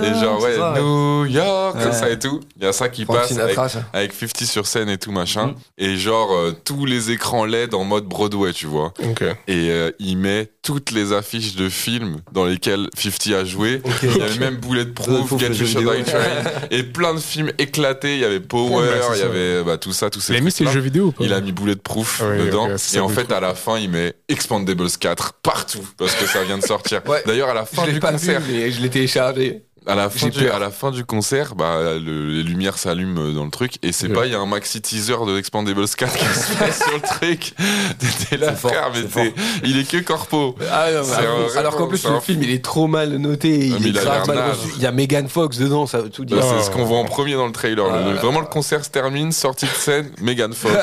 Speaker 2: Et genre, ouais, New York, comme
Speaker 6: Ouais.
Speaker 2: ça et tout. Il y a ça qui
Speaker 4: Frank
Speaker 2: passe avec,
Speaker 4: Sinatra, ça.
Speaker 2: avec 50 sur scène et tout machin. Et genre, euh, tous les écrans LED en mode Broadway, tu vois.
Speaker 3: Donc, euh,
Speaker 2: Et euh, il met toutes les affiches de films dans lesquels 50 a joué. Il y avait même Bulletproof,
Speaker 6: Bulletproof,
Speaker 2: Get
Speaker 6: le
Speaker 2: Your
Speaker 6: jeu
Speaker 2: Shot Eye
Speaker 6: vidéo.
Speaker 2: Train, et plein de films éclatés. Il y avait Power,
Speaker 3: Ouais, bah, c'est
Speaker 2: il y
Speaker 3: ça.
Speaker 2: avait bah, tout ça, tous ces
Speaker 3: il a mis ses
Speaker 2: trucs-là.
Speaker 3: jeux vidéo ou pas
Speaker 2: Il a mis Bulletproof
Speaker 3: Ah oui,
Speaker 2: dedans.
Speaker 3: ok, c'est
Speaker 2: et
Speaker 3: ça,
Speaker 2: en fait,
Speaker 3: Bulletproof.
Speaker 2: à la fin, il met Expandables 4 partout parce que ça vient de sortir.
Speaker 4: Ouais.
Speaker 2: D'ailleurs, à la fin
Speaker 4: Je l'ai
Speaker 2: du
Speaker 4: pas
Speaker 2: concert,
Speaker 4: vu, mais je l'ai téléchargé.
Speaker 2: à la fin
Speaker 4: J'ai
Speaker 2: du,
Speaker 4: peur.
Speaker 2: à la fin du concert, bah, le- les lumières s'allument euh, dans le truc et c'est
Speaker 3: Ouais.
Speaker 2: pas il y a un maxi teaser de Expandables 4 qui se fait sur le truc. T'étais là,
Speaker 6: C'est fort,
Speaker 2: frère, mais
Speaker 6: c'est fort.
Speaker 2: t'es- il est que corpo.
Speaker 4: Ah, non,
Speaker 2: C'est
Speaker 4: bah,
Speaker 2: un-
Speaker 4: bon, alors qu'en plus,
Speaker 2: c'est
Speaker 4: le
Speaker 2: un-
Speaker 4: film, il est trop mal noté.
Speaker 2: Ah, mais
Speaker 4: Il est
Speaker 2: il a
Speaker 4: grave
Speaker 2: l'air
Speaker 4: mal
Speaker 2: naze.
Speaker 4: reçu. Il y a Megan Fox dedans, ça veut tout dire.
Speaker 2: Bah,
Speaker 3: Ah.
Speaker 2: c'est ce qu'on voit en premier dans le trailer. Le-
Speaker 4: Ah,
Speaker 2: le-
Speaker 4: là,
Speaker 2: vraiment, le concert se termine, sortie de scène, Megan Fox.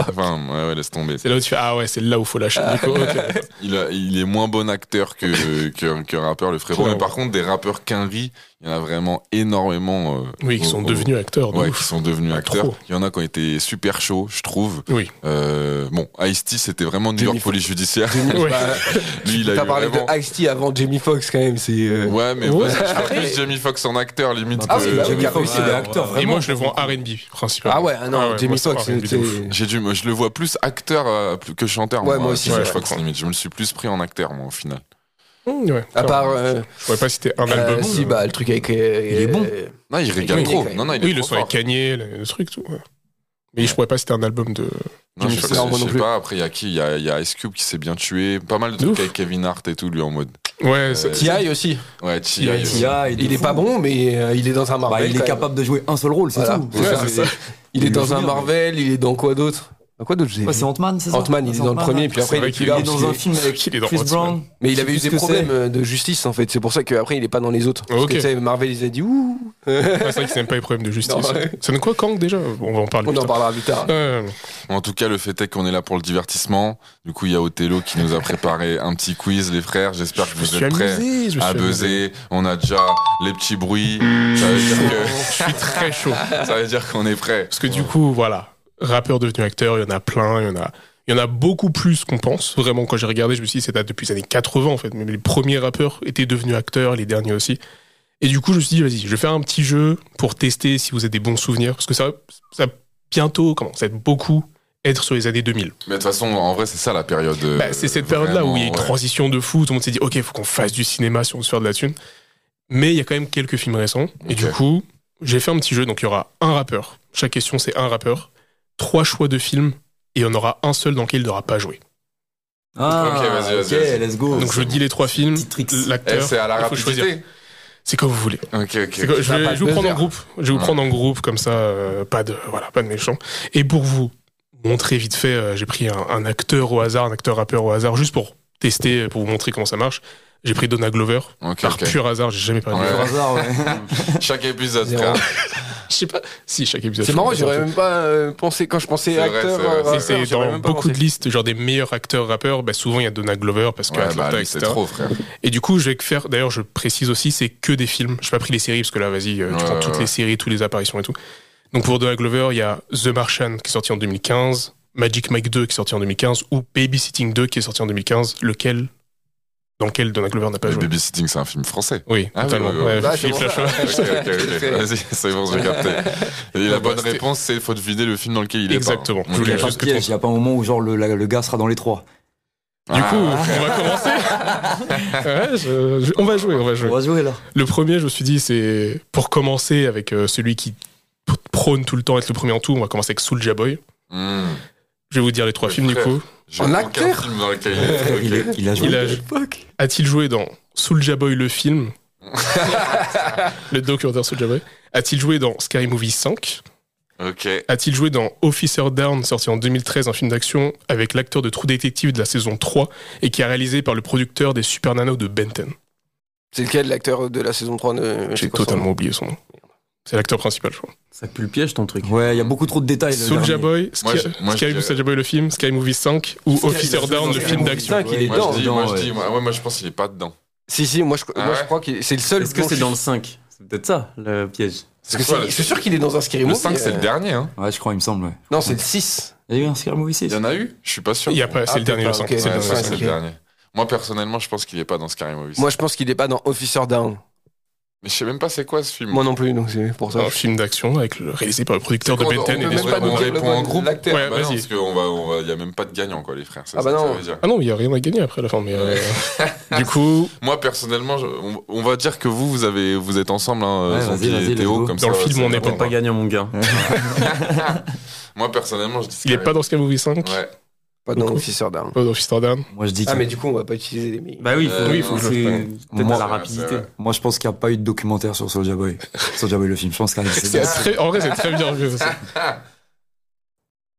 Speaker 2: enfin, ouais, ouais, laisse tomber.
Speaker 3: C'est là où tu fais Ah ouais, c'est là où faut lâcher. Du coup, ok.
Speaker 2: Il, a- il est moins bon acteur que, que, que rappeur, le frérot.
Speaker 3: Clairement.
Speaker 2: Mais par contre, des rappeurs qu'Henry, il y en a vraiment énormément. euh,
Speaker 3: Oui, qui
Speaker 2: au-
Speaker 3: sont
Speaker 2: au-
Speaker 3: devenus acteurs. de
Speaker 2: Ouais,
Speaker 3: ouf.
Speaker 2: qui sont devenus
Speaker 3: Ah,
Speaker 2: acteurs.
Speaker 3: trop.
Speaker 2: Il y en a qui ont été super chauds, je trouve.
Speaker 3: Oui.
Speaker 2: Euh, bon, Ice-T, c'était vraiment New
Speaker 4: Jamie
Speaker 2: York Police Judiciaire.
Speaker 3: Ouais.
Speaker 4: Bah,
Speaker 2: Lui, il a
Speaker 4: T'as
Speaker 2: eu
Speaker 4: parlé
Speaker 2: vraiment...
Speaker 4: de Ice-T avant Jamie Foxx, quand même. C'est. euh,
Speaker 2: Ouais, mais
Speaker 3: Ouais.
Speaker 2: vas-y, je vois
Speaker 4: Après-
Speaker 2: plus Jamie Foxx en acteur, limite.
Speaker 4: Ah
Speaker 2: que-
Speaker 4: oui, bah oui,
Speaker 6: Jamie
Speaker 4: car-
Speaker 6: Foxx,
Speaker 4: oui,
Speaker 6: il
Speaker 4: c'est-
Speaker 6: est acteur,
Speaker 3: Et
Speaker 6: vraiment.
Speaker 3: moi, je le vois en RB, principalement.
Speaker 4: Ah ouais, ah non,
Speaker 3: Ah ouais, moi,
Speaker 4: Jamie
Speaker 3: c'est
Speaker 4: Fox,
Speaker 3: R&B de ouf.
Speaker 2: J'ai dû, moi, je le vois plus acteur euh, plus que chanteur.
Speaker 4: Ouais, moi aussi,
Speaker 2: Jamie
Speaker 3: ouais, je
Speaker 2: Foxx,
Speaker 3: comprends.
Speaker 2: limite. Je me le suis plus pris en acteur, moi, au final.
Speaker 3: Mmh, ouais.
Speaker 4: À part. euh,
Speaker 3: Je pourrais pas citer un
Speaker 4: euh,
Speaker 3: album.
Speaker 4: Si,
Speaker 3: euh,
Speaker 4: bah, le truc avec. euh,
Speaker 6: Il est bon.
Speaker 4: euh,
Speaker 2: Non, il régale
Speaker 4: Oui,
Speaker 2: trop.
Speaker 4: il est-
Speaker 2: Non, non, il
Speaker 3: Oui,
Speaker 2: est
Speaker 3: le
Speaker 2: trop
Speaker 3: son avec
Speaker 2: fort.
Speaker 3: Kanye, le, le truc, tout. ouais. Mais je pourrais pas citer un album de.
Speaker 2: Non, je
Speaker 4: Jamie Foxx,
Speaker 2: sais-
Speaker 4: moi non
Speaker 2: je sais
Speaker 4: plus.
Speaker 2: pas. Après, il y a qui Il y a, il y a Ice Cube qui s'est bien tué. Pas mal de
Speaker 3: De
Speaker 2: trucs
Speaker 3: ouf.
Speaker 2: avec Kevin Hart et tout, lui, en mode.
Speaker 3: Ouais, ça-
Speaker 2: Euh,
Speaker 4: T.I. aussi.
Speaker 2: Ouais, T.I.
Speaker 3: Il est-
Speaker 2: aussi.
Speaker 6: Tia,
Speaker 4: Il
Speaker 6: de
Speaker 4: est
Speaker 6: fou.
Speaker 4: pas bon, mais euh, il est dans un
Speaker 6: Bah,
Speaker 4: Marvel.
Speaker 6: il est
Speaker 4: quand même.
Speaker 6: capable de jouer un seul rôle, c'est
Speaker 4: Voilà.
Speaker 6: tout.
Speaker 4: C'est ça, c'est- Il est
Speaker 6: Il
Speaker 4: dans
Speaker 6: joue
Speaker 4: un
Speaker 6: bien,
Speaker 4: Marvel, il est dans quoi d'autre Dans quoi d'autre j'ai
Speaker 6: Ouais, c'est Ant-Man, c'est ça
Speaker 4: Ant-Man, il est
Speaker 6: C'est
Speaker 4: dans le
Speaker 6: Ant-Man,
Speaker 4: premier,
Speaker 6: hein.
Speaker 4: puis après il
Speaker 3: vrai
Speaker 4: est plus
Speaker 3: qu'il
Speaker 6: Il
Speaker 4: là.
Speaker 6: est dans un film
Speaker 3: qu'il est
Speaker 6: avec
Speaker 3: dans
Speaker 6: Chris
Speaker 3: Ant-Man.
Speaker 6: Brown.
Speaker 4: Mais il
Speaker 6: Je
Speaker 4: avait
Speaker 6: sais
Speaker 4: eu
Speaker 6: plus
Speaker 4: des
Speaker 6: ce que c'est.
Speaker 4: problèmes euh, de justice en fait, c'est pour ça qu'après il est pas dans les autres. Parce
Speaker 3: Ok.
Speaker 4: que, tu sais, Marvel ils a dit ouh,
Speaker 3: Ah, c'est vrai qu'ils n'aiment pas les problèmes de justice.
Speaker 4: Non, ouais.
Speaker 3: Ça donne quoi, Kang, déjà Bon, On va en parler
Speaker 4: on
Speaker 3: plus
Speaker 4: en
Speaker 3: tard.
Speaker 4: parlera plus tard.
Speaker 3: Euh,
Speaker 2: En tout cas, le fait est qu'on est là pour le divertissement. Du coup, il y a Othello qui nous a préparé un petit quiz, les frères. J'espère que
Speaker 3: je me
Speaker 2: vous
Speaker 3: suis
Speaker 2: êtes prêts
Speaker 3: amusé. Je me suis
Speaker 2: à
Speaker 3: amusé.
Speaker 2: buzzer. On a déjà les petits bruits. Ça veut dire que-
Speaker 3: Je suis très chaud.
Speaker 2: ça veut dire qu'on est prêts.
Speaker 3: Parce que du coup, voilà, rappeur devenu acteur, il y en a plein, il y en a, il y en a beaucoup plus qu'on pense. Vraiment, quand j'ai regardé, je me suis dit, ça date depuis les années 80 en fait. Même les premiers rappeurs étaient devenus acteurs, les derniers aussi. Et du coup, je me suis dit, vas-y, je vais faire un petit jeu pour tester si vous avez des bons souvenirs. Parce que ça, ça va bientôt commence à être beaucoup être sur les années 2000.
Speaker 2: Mais de toute façon, en vrai, c'est ça la période. euh,
Speaker 3: Bah, c'est cette période-là où il y a une
Speaker 2: vraiment, ouais.
Speaker 3: transition de fou. Tout le monde s'est dit, OK, il faut qu'on fasse du cinéma si on veut se faire de la thune. Mais il y a quand même quelques films récents. Et
Speaker 2: Ok.
Speaker 3: du coup, j'ai fait un petit jeu. Donc, il y aura un rappeur. Chaque question, c'est un rappeur. Trois choix de films. Et il y en aura un seul dans lequel il n'aura pas joué.
Speaker 6: Ah,
Speaker 2: Ok, vas-y, vas-y,
Speaker 6: ok,
Speaker 2: vas-y.
Speaker 6: let's go.
Speaker 3: Donc, je dis les trois films,
Speaker 6: Oh, Petit tricks.
Speaker 2: Eh,
Speaker 3: l'acteur.
Speaker 2: c'est à la
Speaker 3: il faut choisir.
Speaker 2: rapidité.
Speaker 3: C'est comme vous voulez.
Speaker 2: Ok, ok.
Speaker 3: C'est comme- je,
Speaker 4: Ça
Speaker 3: vais,
Speaker 4: va
Speaker 3: je vais vous
Speaker 4: pas
Speaker 3: prendre en
Speaker 4: faire.
Speaker 3: groupe. Je vais vous
Speaker 2: Ouais.
Speaker 3: prendre en groupe, comme ça, euh, pas, de, voilà, pas de méchant. Et pour vous montrer vite fait, euh, j'ai pris un, un acteur au hasard, un acteur rappeur au hasard, juste pour tester, pour vous montrer comment ça marche. J'ai pris Donna Glover.
Speaker 2: Ok,
Speaker 3: Par
Speaker 2: ok.
Speaker 3: pur hasard, j'ai jamais parlé
Speaker 2: Ouais.
Speaker 3: de
Speaker 6: Par
Speaker 3: Glover.
Speaker 6: hasard, ouais.
Speaker 2: Chaque épisode,
Speaker 4: Zéro.
Speaker 2: frère.
Speaker 3: Je sais pas. Si, chaque épisode.
Speaker 4: C'est marrant, j'aurais même pas euh, pensé quand je pensais
Speaker 2: C'est vrai,
Speaker 4: acteur.
Speaker 2: c'est vrai,
Speaker 4: euh,
Speaker 2: c'est
Speaker 3: C'est-
Speaker 4: rappeur,
Speaker 3: C'est
Speaker 4: j'aurais
Speaker 3: dans
Speaker 4: même pas
Speaker 3: beaucoup
Speaker 4: pensé.
Speaker 3: de listes, genre des meilleurs acteurs, rappeurs, bah souvent il y a Donna Glover parce que
Speaker 2: Ouais,
Speaker 3: Atlanta,
Speaker 2: bah, lui,
Speaker 3: etc.
Speaker 2: c'est trop, frère.
Speaker 3: Et du coup, je vais faire, d'ailleurs, je précise aussi, c'est que des films. Je n'ai pas pris les séries parce que là, vas-y, euh, tu
Speaker 2: Ouais,
Speaker 3: prends
Speaker 2: ouais,
Speaker 3: toutes
Speaker 2: ouais.
Speaker 3: les séries, toutes les apparitions et tout. Donc pour Donna Glover, il y a The Martian qui est sorti en 2015, Magic Mike 2 qui est sorti en 2015 ou Babysitting 2 qui est sorti en 2015, lequel dans lequel Donald Glover n'a pas
Speaker 2: Le
Speaker 3: joué.
Speaker 2: Babysitting, c'est un film françois.
Speaker 3: Oui,
Speaker 2: Ah,
Speaker 3: totalement.
Speaker 2: oui, oui, oui.
Speaker 3: Ouais,
Speaker 4: Bah, c'est
Speaker 3: Philippe
Speaker 4: pour ça.
Speaker 3: Lachaud.
Speaker 2: Ok, ok, ok. Vas-y, c'est bon, j'ai capté. Et la
Speaker 3: Bah,
Speaker 2: bonne
Speaker 3: c'était-
Speaker 2: réponse, c'est il faut deviner le film dans lequel il est.
Speaker 3: Exactement.
Speaker 2: pas.
Speaker 3: Je voulais
Speaker 6: Il n'y a, pas
Speaker 3: juste
Speaker 6: de
Speaker 3: que
Speaker 6: piège,
Speaker 3: ton-
Speaker 6: il y a pas un moment où genre le, la- le gars sera dans les trois.
Speaker 3: Du
Speaker 2: Ah,
Speaker 3: coup, on va commencer. Ouais, je- je- on va jouer, on va jouer.
Speaker 6: On va jouer là.
Speaker 3: Le premier, je me suis dit, c'est pour commencer avec euh, celui qui p- prône tout le temps être le premier en tout. On va commencer avec Soulja Boy.
Speaker 2: hmm,
Speaker 3: Je vais vous dire les trois
Speaker 2: Le
Speaker 3: films du
Speaker 2: frère.
Speaker 3: coup.
Speaker 2: j'ai
Speaker 4: En
Speaker 2: aucun
Speaker 4: acteur
Speaker 2: film dans lequel il est.
Speaker 6: Il, est- il a joué.
Speaker 3: Il a-
Speaker 4: Fuck.
Speaker 3: A-t-il joué dans Soulja Boy le film Le documentaire Soulja Boy. A-t-il joué dans Sky Movie 5
Speaker 2: Ok.
Speaker 3: A-t-il joué dans Officer Down, sorti en 2013, un film d'action avec l'acteur de True Detective de la saison 3 et qui est réalisé par le producteur des Super Nano de Benton
Speaker 4: C'est lequel l'acteur de la saison 3 de...
Speaker 3: J'ai totalement oublié son nom. C'est l'acteur principal, je crois.
Speaker 5: Ça pue le piège ton truc.
Speaker 6: Ouais, il y a beaucoup trop de détails. le
Speaker 3: Soulja
Speaker 6: dernier.
Speaker 3: Boy,
Speaker 2: Moi,
Speaker 3: Sky,
Speaker 2: je- moi, je
Speaker 3: Sky
Speaker 2: dirais-
Speaker 3: Soulja Boy le film, Sky Movie 5 ou Officer Down le film d'action.
Speaker 6: Putain, qu'il est
Speaker 2: Moi,
Speaker 4: Ouais,
Speaker 6: dedans,
Speaker 2: je dis,
Speaker 6: dedans,
Speaker 2: moi, je
Speaker 6: ouais.
Speaker 2: dis, moi, ouais, moi, je pense qu'il est pas dedans.
Speaker 4: Si, si, moi je,
Speaker 2: Ah
Speaker 4: moi,
Speaker 2: ouais
Speaker 4: je crois que c'est le seul...
Speaker 5: Est-ce que
Speaker 4: dont
Speaker 5: c'est
Speaker 4: je-
Speaker 5: dans le 5 C'est peut-être ça, le piège.
Speaker 4: Parce que
Speaker 2: quoi,
Speaker 4: c'est-
Speaker 2: le-
Speaker 4: je suis sûr qu'il est dans un scary
Speaker 2: Le
Speaker 4: movie,
Speaker 2: 5, c'est le
Speaker 4: euh.
Speaker 2: dernier. hein.
Speaker 6: Ouais, je crois, il me semble. ouais.
Speaker 4: Non, c'est le 6.
Speaker 6: Il y a eu un Scar Movie
Speaker 2: Il
Speaker 6: 6.
Speaker 2: y en a eu Je suis pas sûr.
Speaker 3: Il y a pas, c'est
Speaker 4: Ah,
Speaker 3: le dernier,
Speaker 4: peut-être
Speaker 3: je
Speaker 4: pas,
Speaker 3: sens.
Speaker 4: ok,
Speaker 3: C'est
Speaker 2: Ouais,
Speaker 3: le
Speaker 4: ouais,
Speaker 2: ça,
Speaker 3: dernier.
Speaker 2: c'est
Speaker 4: ok.
Speaker 2: le dernier. Moi, personnellement, je pense qu'il est pas dans Scary Movie.
Speaker 4: Moi je pense qu'il est pas dans Officer Down.
Speaker 2: Mais je sais même pas c'est quoi ce film.
Speaker 4: Moi non plus, donc c'est pour
Speaker 3: C'est
Speaker 4: ça.
Speaker 3: un film d'action avec le, réalisé par le producteur de
Speaker 2: Quand on-
Speaker 3: Benton
Speaker 2: on
Speaker 3: et
Speaker 2: peut
Speaker 3: des
Speaker 2: même pas
Speaker 3: Super
Speaker 2: nous
Speaker 3: Nano.
Speaker 2: dire le nom de
Speaker 4: groupe.
Speaker 2: l'acteur.
Speaker 3: Ouais,
Speaker 2: Bah non,
Speaker 3: vas-y.
Speaker 2: parce qu'on va, on va- il y a même pas de gagnant quoi les frères. c'est
Speaker 4: Ah bah
Speaker 2: ça que
Speaker 4: non.
Speaker 2: ça veut dire.
Speaker 3: Ah non, il n'y a rien à gagner après la fin. Mais euh, du coup,
Speaker 2: Moi personnellement, je- on, on va dire que vous, vous avez, vous êtes ensemble, hein,
Speaker 6: Ouais,
Speaker 2: Zombie
Speaker 6: vas-y, vas-y,
Speaker 2: et
Speaker 6: let's
Speaker 2: Théo,
Speaker 6: go.
Speaker 2: comme
Speaker 3: Dans
Speaker 2: ça,
Speaker 3: le film,
Speaker 2: c'est
Speaker 3: on est
Speaker 2: bon.
Speaker 5: T'es pas gagnant, mon gars.
Speaker 2: Moi personnellement, je dis
Speaker 3: il n'est
Speaker 2: Scary
Speaker 3: pas dans Sky Movie 5,
Speaker 2: Movie. Ouais.
Speaker 4: Pas dans
Speaker 3: Beaucoup.
Speaker 4: Officer Down.
Speaker 3: pas dans Officer Down.
Speaker 6: Moi, je dis
Speaker 4: Ah
Speaker 6: que-
Speaker 4: mais du coup on va pas utiliser les meilleurs.
Speaker 5: Bah oui,
Speaker 2: Euh,
Speaker 3: oui, faut que je
Speaker 5: c'est
Speaker 3: le
Speaker 5: peut-être
Speaker 6: Moi,
Speaker 2: c'est vrai,
Speaker 5: à la
Speaker 2: c'est
Speaker 5: rapidité.
Speaker 2: vrai.
Speaker 6: moi, je pense qu'il n'y a pas eu de documentaire sur Soulja Boy. Soulja Boy, le film. Je pense qu'il y a-
Speaker 3: C'est très- En vrai, c'est très bien vu. ça.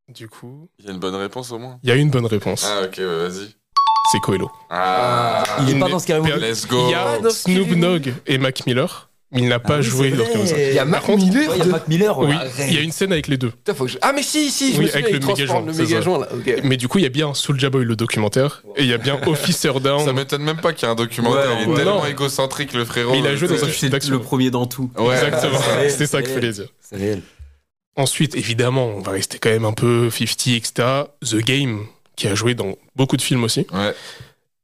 Speaker 3: Du coup,
Speaker 2: Il y a une bonne réponse au moins.
Speaker 3: il y a une bonne réponse.
Speaker 2: Ah ok, bah, vas-y.
Speaker 3: C'est Coelho.
Speaker 2: Ah,
Speaker 6: Il est pas
Speaker 3: Mais-
Speaker 6: dans Scar Movie.
Speaker 2: let's
Speaker 3: Il
Speaker 2: go.
Speaker 3: y a Snoop Dogg et Mac Miller, mais il n'a pas
Speaker 6: Ah oui,
Speaker 3: joué
Speaker 6: c'est
Speaker 3: dans
Speaker 6: vrai.
Speaker 3: Sky Movie 5.
Speaker 4: Il y a Mac Miller
Speaker 6: Ouais, Il y a
Speaker 4: de-
Speaker 6: Mac Miller. ouais.
Speaker 3: Oui,
Speaker 6: Arrête.
Speaker 3: il y a une scène avec les deux.
Speaker 4: Putain, faut que je- Ah mais si, si, je
Speaker 3: Oui,
Speaker 4: me souviens,
Speaker 3: avec
Speaker 4: il
Speaker 3: le
Speaker 4: transforme
Speaker 3: méga-joint,
Speaker 4: le
Speaker 3: c'est ça.
Speaker 4: méga joint là. ok.
Speaker 3: Mais du coup, il y a bien Soulja Boy, le documentaire, et il y a bien Officer
Speaker 2: Ça
Speaker 3: Down.
Speaker 2: m'étonne même pas qu'il y ait un documentaire.
Speaker 5: Ouais,
Speaker 2: il est
Speaker 3: ouais.
Speaker 2: tellement
Speaker 3: Non.
Speaker 2: égocentrique le frérot.
Speaker 3: Mais il a joué dans un
Speaker 2: Ouais.
Speaker 3: film
Speaker 5: C'est
Speaker 3: d'action.
Speaker 5: le premier dans tout.
Speaker 2: Ouais.
Speaker 3: Exactement,
Speaker 6: Ouais.
Speaker 3: c'est ça qu'il fallait dire.
Speaker 6: C'est réel.
Speaker 3: Ensuite, évidemment, on va rester quand même un peu 50, etc. The Game, qui a joué dans beaucoup de films aussi.
Speaker 2: Ouais.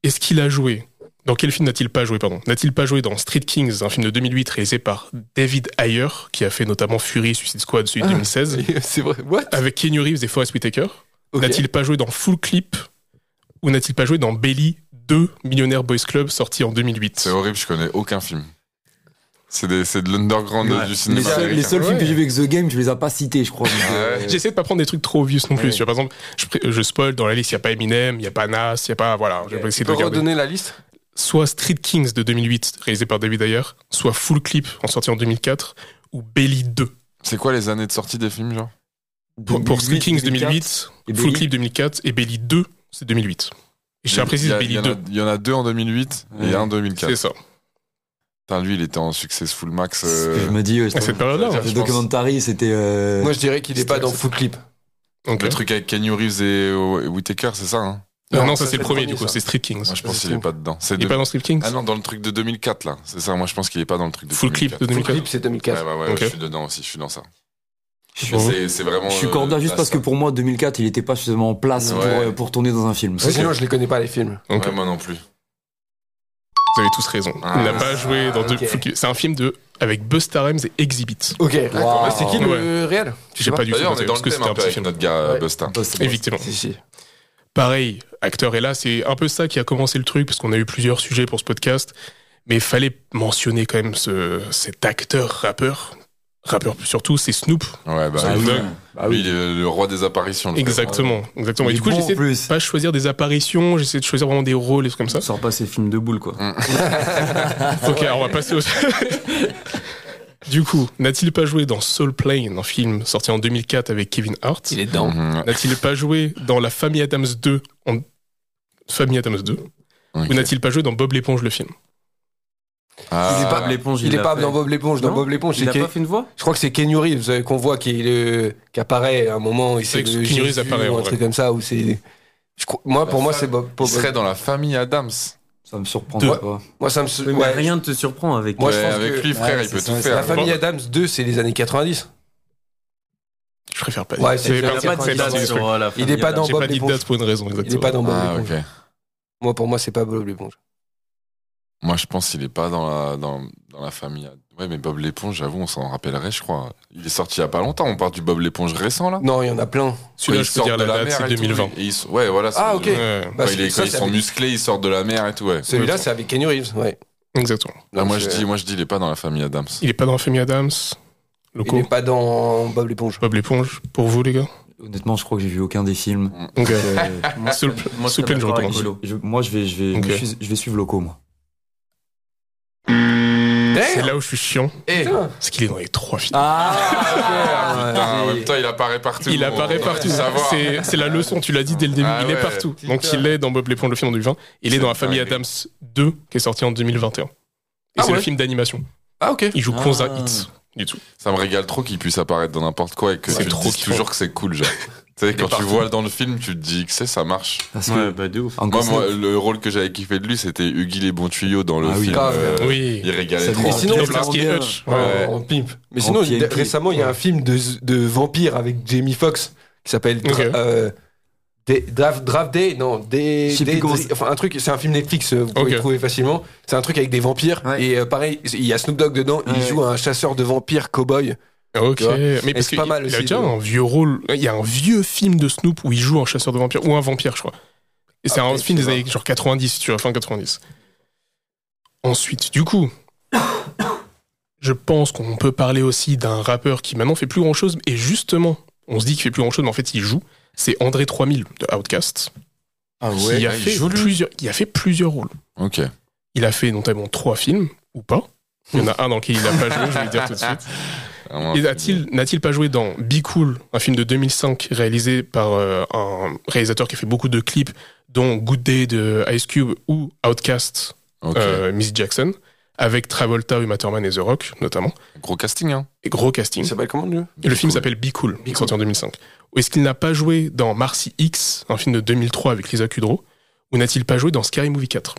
Speaker 3: Est-ce qu'il a joué Dans quel film n'a-t-il pas joué, pardon N'a-t-il pas joué dans Street Kings, un film de 2008 réalisé par David Ayer, qui a fait notamment Fury, Suicide Squad, celui de
Speaker 4: Ah.
Speaker 3: 2016,
Speaker 4: C'est vrai. What
Speaker 3: avec Keanu Reeves et Forest Whitaker
Speaker 4: Ok.
Speaker 3: N'a-t-il pas joué dans Full Clip Ou n'a-t-il pas joué dans Belly 2, Millionaire Boys Club, sorti en 2008
Speaker 2: C'est horrible, je connais aucun film. C'est des- c'est de l'underground
Speaker 5: Ouais.
Speaker 2: du cinéma
Speaker 6: Les seuls,
Speaker 2: américain.
Speaker 6: les seuls films que
Speaker 3: Ouais. Ah,
Speaker 6: j'ai vus avec The Game, je les ai pas cités, je crois. donc, euh,
Speaker 2: Ouais.
Speaker 3: J'essaie de pas prendre des trucs trop obvious non
Speaker 2: Mm.
Speaker 3: plus.
Speaker 6: Ouais.
Speaker 3: Tu vois, par exemple, je, pré- je spoil dans la liste, il n'y a pas Eminem, il n'y a pas Nas, il n'y a pas. Voilà, je vais
Speaker 4: Tu
Speaker 3: essayer de
Speaker 4: peux
Speaker 3: garder.
Speaker 4: redonner la liste
Speaker 3: soit Street Kings de 2008, réalisé par David Ayer, soit Full Clip, en sorti en 2004, ou Belly 2.
Speaker 2: C'est quoi les années de sortie des films, genre
Speaker 3: Pour, pour Street
Speaker 6: 2008,
Speaker 3: Kings
Speaker 6: 2004,
Speaker 3: 2008,
Speaker 6: et
Speaker 3: Full
Speaker 6: Belly.
Speaker 3: Clip 2004 et Belly 2, c'est 2008. Et je tiens à
Speaker 2: Il y
Speaker 3: préciser
Speaker 2: a-
Speaker 3: Belly
Speaker 2: il y en a-
Speaker 3: 2,
Speaker 2: Il y en a deux en 2008 et
Speaker 6: Ouais.
Speaker 2: un en
Speaker 3: c'est
Speaker 2: 2004.
Speaker 3: ça.
Speaker 2: Putain, lui, il était en Successful Max.
Speaker 6: c'est ce que
Speaker 2: euh,
Speaker 6: je me dis, ouais,
Speaker 3: À cette période-là.
Speaker 2: c'est-à-dire,
Speaker 3: hein.
Speaker 6: le
Speaker 2: je pense-
Speaker 6: documentary, c'était. euh,
Speaker 4: Moi je dirais qu'il est
Speaker 3: c'était-
Speaker 4: pas dans Foot Clip.
Speaker 3: Donc,
Speaker 6: hein.
Speaker 2: Le truc avec Kenny Reeves et euh, Whittaker, c'est ça hein
Speaker 3: euh, non,
Speaker 4: Non,
Speaker 3: ça c'est le premier du coup,
Speaker 4: ça.
Speaker 3: c'est Street Kings.
Speaker 2: Moi, je pense
Speaker 4: c'est
Speaker 2: qu'il est
Speaker 4: tout.
Speaker 2: pas dedans. C'est
Speaker 3: Il est
Speaker 2: de-
Speaker 3: pas dans Street Kings
Speaker 2: Ah non, dans le truc de 2004, là. C'est ça, moi, je pense qu'il est pas dans le truc de
Speaker 3: Full Clip
Speaker 2: 2004.
Speaker 3: de
Speaker 4: Foot
Speaker 3: 2004.
Speaker 4: Clip c'est
Speaker 2: Ouais,
Speaker 4: 2004.
Speaker 2: ouais, ouais,
Speaker 3: Ok.
Speaker 2: je suis dedans aussi, je suis dans ça.
Speaker 6: je suis-
Speaker 2: Mais c'est- C'est vraiment.
Speaker 6: Je suis
Speaker 2: euh,
Speaker 6: cordial juste
Speaker 2: la
Speaker 6: parce que
Speaker 2: salle.
Speaker 6: pour moi, 2004, il était pas suffisamment en place
Speaker 2: Ouais.
Speaker 6: pour, euh, pour tourner dans un film.
Speaker 4: Parce que Sinon je les connais pas les films.
Speaker 3: Ok,
Speaker 2: Ouais, moi non plus.
Speaker 3: Vous avez tous raison.
Speaker 2: Ah,
Speaker 3: Il n'a pas joué dans deux
Speaker 4: ok.
Speaker 3: Full Clip. C'est un film de avec Busta Rhymes et Exhibit.
Speaker 4: Ok.
Speaker 6: Waouh.
Speaker 4: Mais C'est qui le réel Tu
Speaker 3: J'ai
Speaker 4: sais
Speaker 3: pas du tout
Speaker 2: D'ailleurs, bah on est
Speaker 3: noté,
Speaker 2: dans
Speaker 3: parce
Speaker 2: le
Speaker 3: que
Speaker 2: thème un
Speaker 3: c'était un
Speaker 2: peu
Speaker 3: petit
Speaker 2: avec
Speaker 3: film.
Speaker 2: notre gars euh,
Speaker 4: Ouais.
Speaker 2: Busta.
Speaker 6: Oh, c'est bon.
Speaker 3: Effectivement.
Speaker 4: Si, si.
Speaker 3: pareil, acteur est là, c'est un peu ça qui a commencé le truc, parce qu'on a eu plusieurs sujets pour ce podcast, mais il fallait mentionner quand même ce, cet acteur, rappeur, rappeur surtout, c'est Snoop.
Speaker 2: Ouais, bah.
Speaker 6: Ah oui,
Speaker 3: Dogg.
Speaker 6: bah
Speaker 2: Lui,
Speaker 6: oui.
Speaker 2: il est le roi des apparitions. le frère.
Speaker 3: Exactement, exactement. Et
Speaker 6: Il est
Speaker 3: bah, du coup,
Speaker 6: bon, en
Speaker 3: j'essaie de
Speaker 6: plus.
Speaker 3: pas choisir des apparitions, j'essaie de choisir vraiment des rôles et trucs comme ça.
Speaker 5: On sort pas ces films de boules, quoi.
Speaker 2: Ah,
Speaker 3: Ok, alors on va passer au... du coup, n'a-t-il pas joué dans Soul Plane, un film sorti en 2004 avec Kevin Hart
Speaker 4: est dedans.
Speaker 2: Mhm,
Speaker 3: N'a-t-il pas joué dans La Famille Adams 2 en... Famille Adams 2
Speaker 2: ok.
Speaker 3: Ou n'a-t-il pas joué dans Bob l'éponge le film
Speaker 2: Ah,
Speaker 4: Il est pas-
Speaker 5: Bob l'éponge,
Speaker 4: Il est
Speaker 5: l'a
Speaker 4: pas
Speaker 5: fait.
Speaker 4: dans Bob l'éponge. Dans
Speaker 5: Non,
Speaker 4: Bob l'éponge,
Speaker 5: Il
Speaker 4: c'est
Speaker 5: a pas
Speaker 4: Ken-
Speaker 5: fait une voix
Speaker 4: je crois que c'est Kenny Reeves euh, qu'on voit qui, est le... qui apparaît à un moment.
Speaker 3: C'est
Speaker 4: C'est
Speaker 3: vrai que Kenny Reeves apparaît, en
Speaker 4: ou un
Speaker 3: vrai.
Speaker 4: truc comme ça où c'est. je crois- Moi, pour moi, c'est Bob.
Speaker 2: Il
Speaker 4: Bob-
Speaker 2: serait dans la famille Adams.
Speaker 6: Ça me surprend
Speaker 4: Deux.
Speaker 6: pas.
Speaker 4: Moi, ça me. se-
Speaker 5: Oui, mais
Speaker 4: ouais.
Speaker 5: Rien ne te surprend avec. euh,
Speaker 4: Moi, je
Speaker 2: Ouais,
Speaker 4: pense
Speaker 2: avec
Speaker 4: que-
Speaker 2: lui, frère,
Speaker 6: Ouais,
Speaker 2: il peut
Speaker 6: c'est
Speaker 2: tout
Speaker 6: ça,
Speaker 2: faire.
Speaker 4: La famille Adams 2, c'est les années 90.
Speaker 3: Je préfère pas dire.
Speaker 4: Ouais, c'est
Speaker 3: J'avais
Speaker 4: bien.
Speaker 3: pas-
Speaker 4: Il y a
Speaker 3: c'est
Speaker 4: pas
Speaker 3: pas
Speaker 4: de
Speaker 3: dit
Speaker 4: date
Speaker 3: le truc.
Speaker 5: sur la
Speaker 4: Il est pas dans
Speaker 3: J'ai
Speaker 4: Bob
Speaker 3: pas dit de
Speaker 4: l'éponge.
Speaker 3: date pour une raison,
Speaker 4: Il est pas
Speaker 3: exactement.
Speaker 4: dans Bob
Speaker 2: Ah,
Speaker 4: l'éponge.
Speaker 2: ok.
Speaker 4: Moi, pour moi, c'est pas Bob l'éponge.
Speaker 2: Moi, je pense qu'il est pas dans la, dans, dans la famille. Ouais, mais Bob l'éponge, j'avoue, on s'en rappellerait, je crois. Il est sorti il y a pas longtemps. On parle du Bob l'éponge récent, là.
Speaker 4: Non, il y en a plein.
Speaker 3: Celui-là,
Speaker 2: Quand
Speaker 3: je
Speaker 2: ils
Speaker 3: peux dire
Speaker 2: sortent de
Speaker 3: la date,
Speaker 2: mer
Speaker 3: c'est
Speaker 2: et tout,
Speaker 3: 2020.
Speaker 2: et ils sont- Ouais, voilà. c'est
Speaker 4: Ah,
Speaker 2: le-
Speaker 4: ok.
Speaker 3: Ouais,
Speaker 4: Bah,
Speaker 2: Quand, il est-
Speaker 4: celui-
Speaker 2: quand
Speaker 4: ça,
Speaker 2: ils
Speaker 4: c'est
Speaker 2: sont
Speaker 4: avec-
Speaker 2: musclés, ils sortent de la mer et tout, ouais.
Speaker 4: Celui-là, c'est avec Kenny Reeves, ouais.
Speaker 3: exactement.
Speaker 2: Là, moi,
Speaker 4: Donc,
Speaker 2: je
Speaker 4: euh,
Speaker 2: dis, moi, je dis, il est pas dans la famille Adams.
Speaker 3: Il est pas dans la famille Adams,
Speaker 4: Il n'est
Speaker 3: Loco,
Speaker 4: pas dans Bob l'éponge.
Speaker 3: Bob l'éponge, pour vous les gars.
Speaker 6: Honnêtement, je crois que j'ai vu aucun des films.
Speaker 3: Donc, euh,
Speaker 6: Euh,
Speaker 5: Moi,
Speaker 3: Sous le-
Speaker 5: moi,
Speaker 3: sous
Speaker 5: je serais
Speaker 3: le
Speaker 5: d'accord
Speaker 3: plan,
Speaker 5: avec
Speaker 3: je
Speaker 6: je-
Speaker 5: Gilo.
Speaker 6: je- moi, je vais, je vais,
Speaker 3: Ok.
Speaker 6: je suis- je vais suivre Loco, moi.
Speaker 3: c'est Eh.
Speaker 4: Merde
Speaker 3: là où je suis chiant,
Speaker 4: Putain.
Speaker 3: c'est qu'il est dans les trois films.
Speaker 4: Ah,
Speaker 2: Putain, en même
Speaker 4: ouais.
Speaker 2: temps, il apparaît partout.
Speaker 3: Il apparaît
Speaker 2: On-
Speaker 3: partout.
Speaker 2: on peut savoir.
Speaker 3: C'est c'est la leçon, tu l'as dit dès le début.
Speaker 2: Ah
Speaker 3: il est
Speaker 2: ouais.
Speaker 3: partout.
Speaker 4: Putain.
Speaker 3: Donc il est dans Bob l'éponge, le film en 2020. Il est,
Speaker 2: C'est
Speaker 3: dans La famille
Speaker 2: dingue.
Speaker 3: Adams 2, qui est sorti en 2021. Et
Speaker 4: Ah
Speaker 3: c'est le
Speaker 4: ouais.
Speaker 3: film d'animation.
Speaker 4: Ah, ok.
Speaker 3: Il joue
Speaker 6: Ah.
Speaker 3: Konza Hit, du tout.
Speaker 2: Ça me régale trop qu'il puisse apparaître dans n'importe quoi et que
Speaker 3: C'est
Speaker 2: tu te
Speaker 3: trop
Speaker 2: dises
Speaker 3: kiffant.
Speaker 2: toujours que c'est cool, genre. tu sais, quand tu
Speaker 4: partout.
Speaker 2: vois dans le film, tu te dis que c'est, ça marche.
Speaker 6: Parce
Speaker 5: Ouais,
Speaker 6: que,
Speaker 5: bah, de ouf.
Speaker 6: Uncle
Speaker 2: Moi, moi,
Speaker 6: Snoop,
Speaker 2: le rôle que j'avais kiffé de lui, c'était Huggy les bons tuyaux dans le
Speaker 6: Ah oui.
Speaker 2: film. euh,
Speaker 4: Grave.
Speaker 3: Oui.
Speaker 2: Il régalait
Speaker 6: Ça
Speaker 2: trop.
Speaker 6: lui-
Speaker 4: Et sinon,
Speaker 3: Tout ce qui est
Speaker 6: bien.
Speaker 3: Hutch.
Speaker 2: Ouais.
Speaker 4: Ouais, en pimp. Mais sinon,
Speaker 6: En PNP.
Speaker 4: récemment, il y a un film de, de vampire avec Jamie Foxx qui s'appelle Dra-
Speaker 3: Ok.
Speaker 4: euh, Day- Draft, Draft Day. Non, Day,
Speaker 6: Je sais
Speaker 4: Day-
Speaker 6: plus comment
Speaker 4: Day- enfin, un truc. C'est un film Netflix, euh, vous pouvez
Speaker 3: Ok.
Speaker 4: le trouver facilement. C'est un truc avec des vampires.
Speaker 6: Ouais.
Speaker 4: Et euh, pareil, il y a Snoop Dogg dedans. Il
Speaker 6: Ouais.
Speaker 4: joue un chasseur de vampires cow-boy.
Speaker 3: Ok,
Speaker 4: Tu vois.
Speaker 3: mais parce
Speaker 4: c'est
Speaker 3: qu'il
Speaker 4: pas mal
Speaker 3: il a
Speaker 4: aussi
Speaker 3: déjà
Speaker 4: de-
Speaker 3: un vieux rôle. Il y a un vieux film de Snoop où il joue un chasseur de vampires ou un vampire, je crois. Et c'est
Speaker 4: Ah,
Speaker 3: un
Speaker 4: ok,
Speaker 3: film
Speaker 4: je
Speaker 3: des
Speaker 4: sais
Speaker 3: années genre 90, tu vois, fin 90. Ensuite, du coup, je pense qu'on peut parler aussi d'un rappeur qui maintenant fait plus grand chose. Et justement, on se dit qu'il fait plus grand chose, mais en fait, il joue. C'est André 3000 de Outcast.
Speaker 6: ah
Speaker 2: ouais.
Speaker 3: il, a
Speaker 2: il
Speaker 3: fait
Speaker 2: joue, lui.
Speaker 3: plusieurs, il a fait plusieurs rôles.
Speaker 2: Ok.
Speaker 3: Il a fait notamment trois films, ou pas. Il y en a un dans lequel il n'a pas joué, je vais le dire tout de suite.
Speaker 2: Vraiment,
Speaker 3: Et a-t-il- n'a-t-il pas joué dans Be Cool, un film de 2005 réalisé par euh, un réalisateur qui a fait beaucoup de clips, dont Good Day de Ice Cube ou Outcast,
Speaker 2: Ok.
Speaker 3: euh, Miss Jackson, avec Travolta, Uma Thurman et The Rock notamment,
Speaker 2: Gros casting, hein.
Speaker 3: et gros
Speaker 4: Il
Speaker 3: casting.
Speaker 4: s'appelle comment le
Speaker 3: Et le film
Speaker 2: Cool.
Speaker 3: s'appelle Be Cool, il est sorti en 2005. Ou est-ce qu'il n'a pas joué dans Marcy X, un film de 2003 avec Lisa Kudrow, ou n'a-t il pas joué dans Scary Movie 4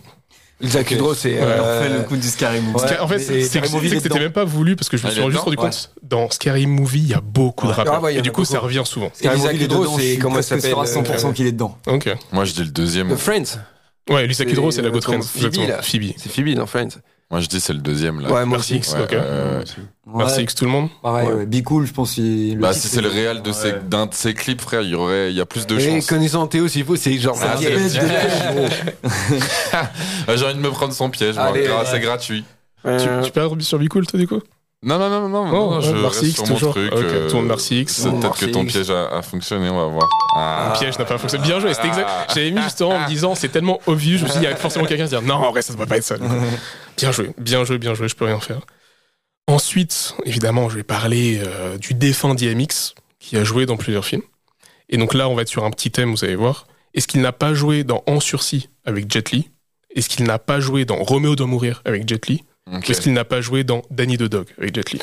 Speaker 4: Lisa Kudrow, c'est.
Speaker 3: Ouais, on
Speaker 4: euh,
Speaker 5: fait le coup du Scary Movie.
Speaker 4: Ouais,
Speaker 3: Scar- En fait,
Speaker 4: mais
Speaker 3: c'est c'est
Speaker 4: Scary
Speaker 3: que c'est
Speaker 4: Movie,
Speaker 3: que
Speaker 4: il est
Speaker 3: c'était
Speaker 4: dedans.
Speaker 3: même pas voulu parce que je me
Speaker 2: Ah, il
Speaker 3: suis
Speaker 2: est
Speaker 3: juste rendu
Speaker 2: dedans
Speaker 3: compte, dans Scary Movie, il y a beaucoup de
Speaker 4: Ah,
Speaker 3: rappeurs.
Speaker 4: ouais, il y en
Speaker 3: et du
Speaker 4: a
Speaker 3: coup, ça
Speaker 4: beaucoup.
Speaker 3: revient souvent.
Speaker 6: Et
Speaker 4: Isaac
Speaker 6: Isaac est
Speaker 4: Hidro,
Speaker 6: dedans,
Speaker 4: c'est
Speaker 6: je suis
Speaker 4: comment
Speaker 6: presque
Speaker 4: s'appelle,
Speaker 6: sûr à
Speaker 4: euh,
Speaker 6: 100% qu'il est dedans.
Speaker 3: Ok.
Speaker 2: Moi, je dis le deuxième.
Speaker 4: The Friends.
Speaker 3: Ouais, Lisa
Speaker 4: C'est,
Speaker 3: Kudrow, c'est la
Speaker 4: euh,
Speaker 3: Good
Speaker 4: comme
Speaker 3: Friends.
Speaker 4: Phoebe,
Speaker 3: exactement.
Speaker 4: là.
Speaker 3: Phoebe.
Speaker 4: C'est Phoebe dans Friends.
Speaker 2: Moi, je dis c'est le deuxième, là.
Speaker 4: Ouais, moi
Speaker 3: Merci
Speaker 4: aussi.
Speaker 3: X,
Speaker 2: Ouais,
Speaker 3: ok.
Speaker 2: euh,
Speaker 3: Merci X, tout le monde.
Speaker 6: Pareil,
Speaker 4: Ouais.
Speaker 6: ouais. Be cool, je pense. qu'il- le
Speaker 2: Bah,
Speaker 6: titre,
Speaker 2: si c'est le réel de ses-
Speaker 5: Ouais.
Speaker 2: d'un de ses clips, frère, il y aurait, il y a plus de
Speaker 4: Et
Speaker 2: chances.
Speaker 4: connaissant Théo, s'il faut, c'est genre.
Speaker 2: Ah,
Speaker 4: ça y
Speaker 2: c'est le
Speaker 4: est.
Speaker 6: Dépêche, dépêche.
Speaker 2: Ah, J'ai envie de me prendre son piège, moi.
Speaker 4: Allez,
Speaker 2: Gra-
Speaker 4: ouais.
Speaker 2: c'est gratuit.
Speaker 4: Euh,
Speaker 3: Tu, tu parles sur Be Cool, toi, du coup
Speaker 2: Non, non, non, non, non, non,
Speaker 3: ouais,
Speaker 2: je
Speaker 3: Marcy
Speaker 2: reste
Speaker 3: X,
Speaker 2: sur mon
Speaker 3: toujours.
Speaker 2: truc. euh,
Speaker 3: Ok, tourne Marcy X.
Speaker 2: c'est Peut-être que ton
Speaker 4: Marcy X.
Speaker 2: piège a, a fonctionné, on va voir. Ah.
Speaker 3: Le piège n'a pas fonctionné. Bien joué, c'était exact.
Speaker 2: Ah.
Speaker 3: J'avais mis justement en me disant, c'est tellement obvious, je me suis dit, il y a forcément quelqu'un qui va se dire, non, en vrai, ça ne doit pas être ça. du coup. Bien joué, bien joué, bien joué, je peux rien faire. Ensuite, évidemment, je vais parler euh, du défunt DMX, qui a joué dans plusieurs films. Et donc là, on va être sur un petit thème, vous allez voir. Est-ce qu'il n'a pas joué dans En sursis avec Jet Li Est-ce qu'il n'a pas joué dans Roméo doit mourir avec Jet Li
Speaker 2: Ok.
Speaker 3: Ou est-ce qu'il n'a pas joué dans Danny the Dog avec Jet Li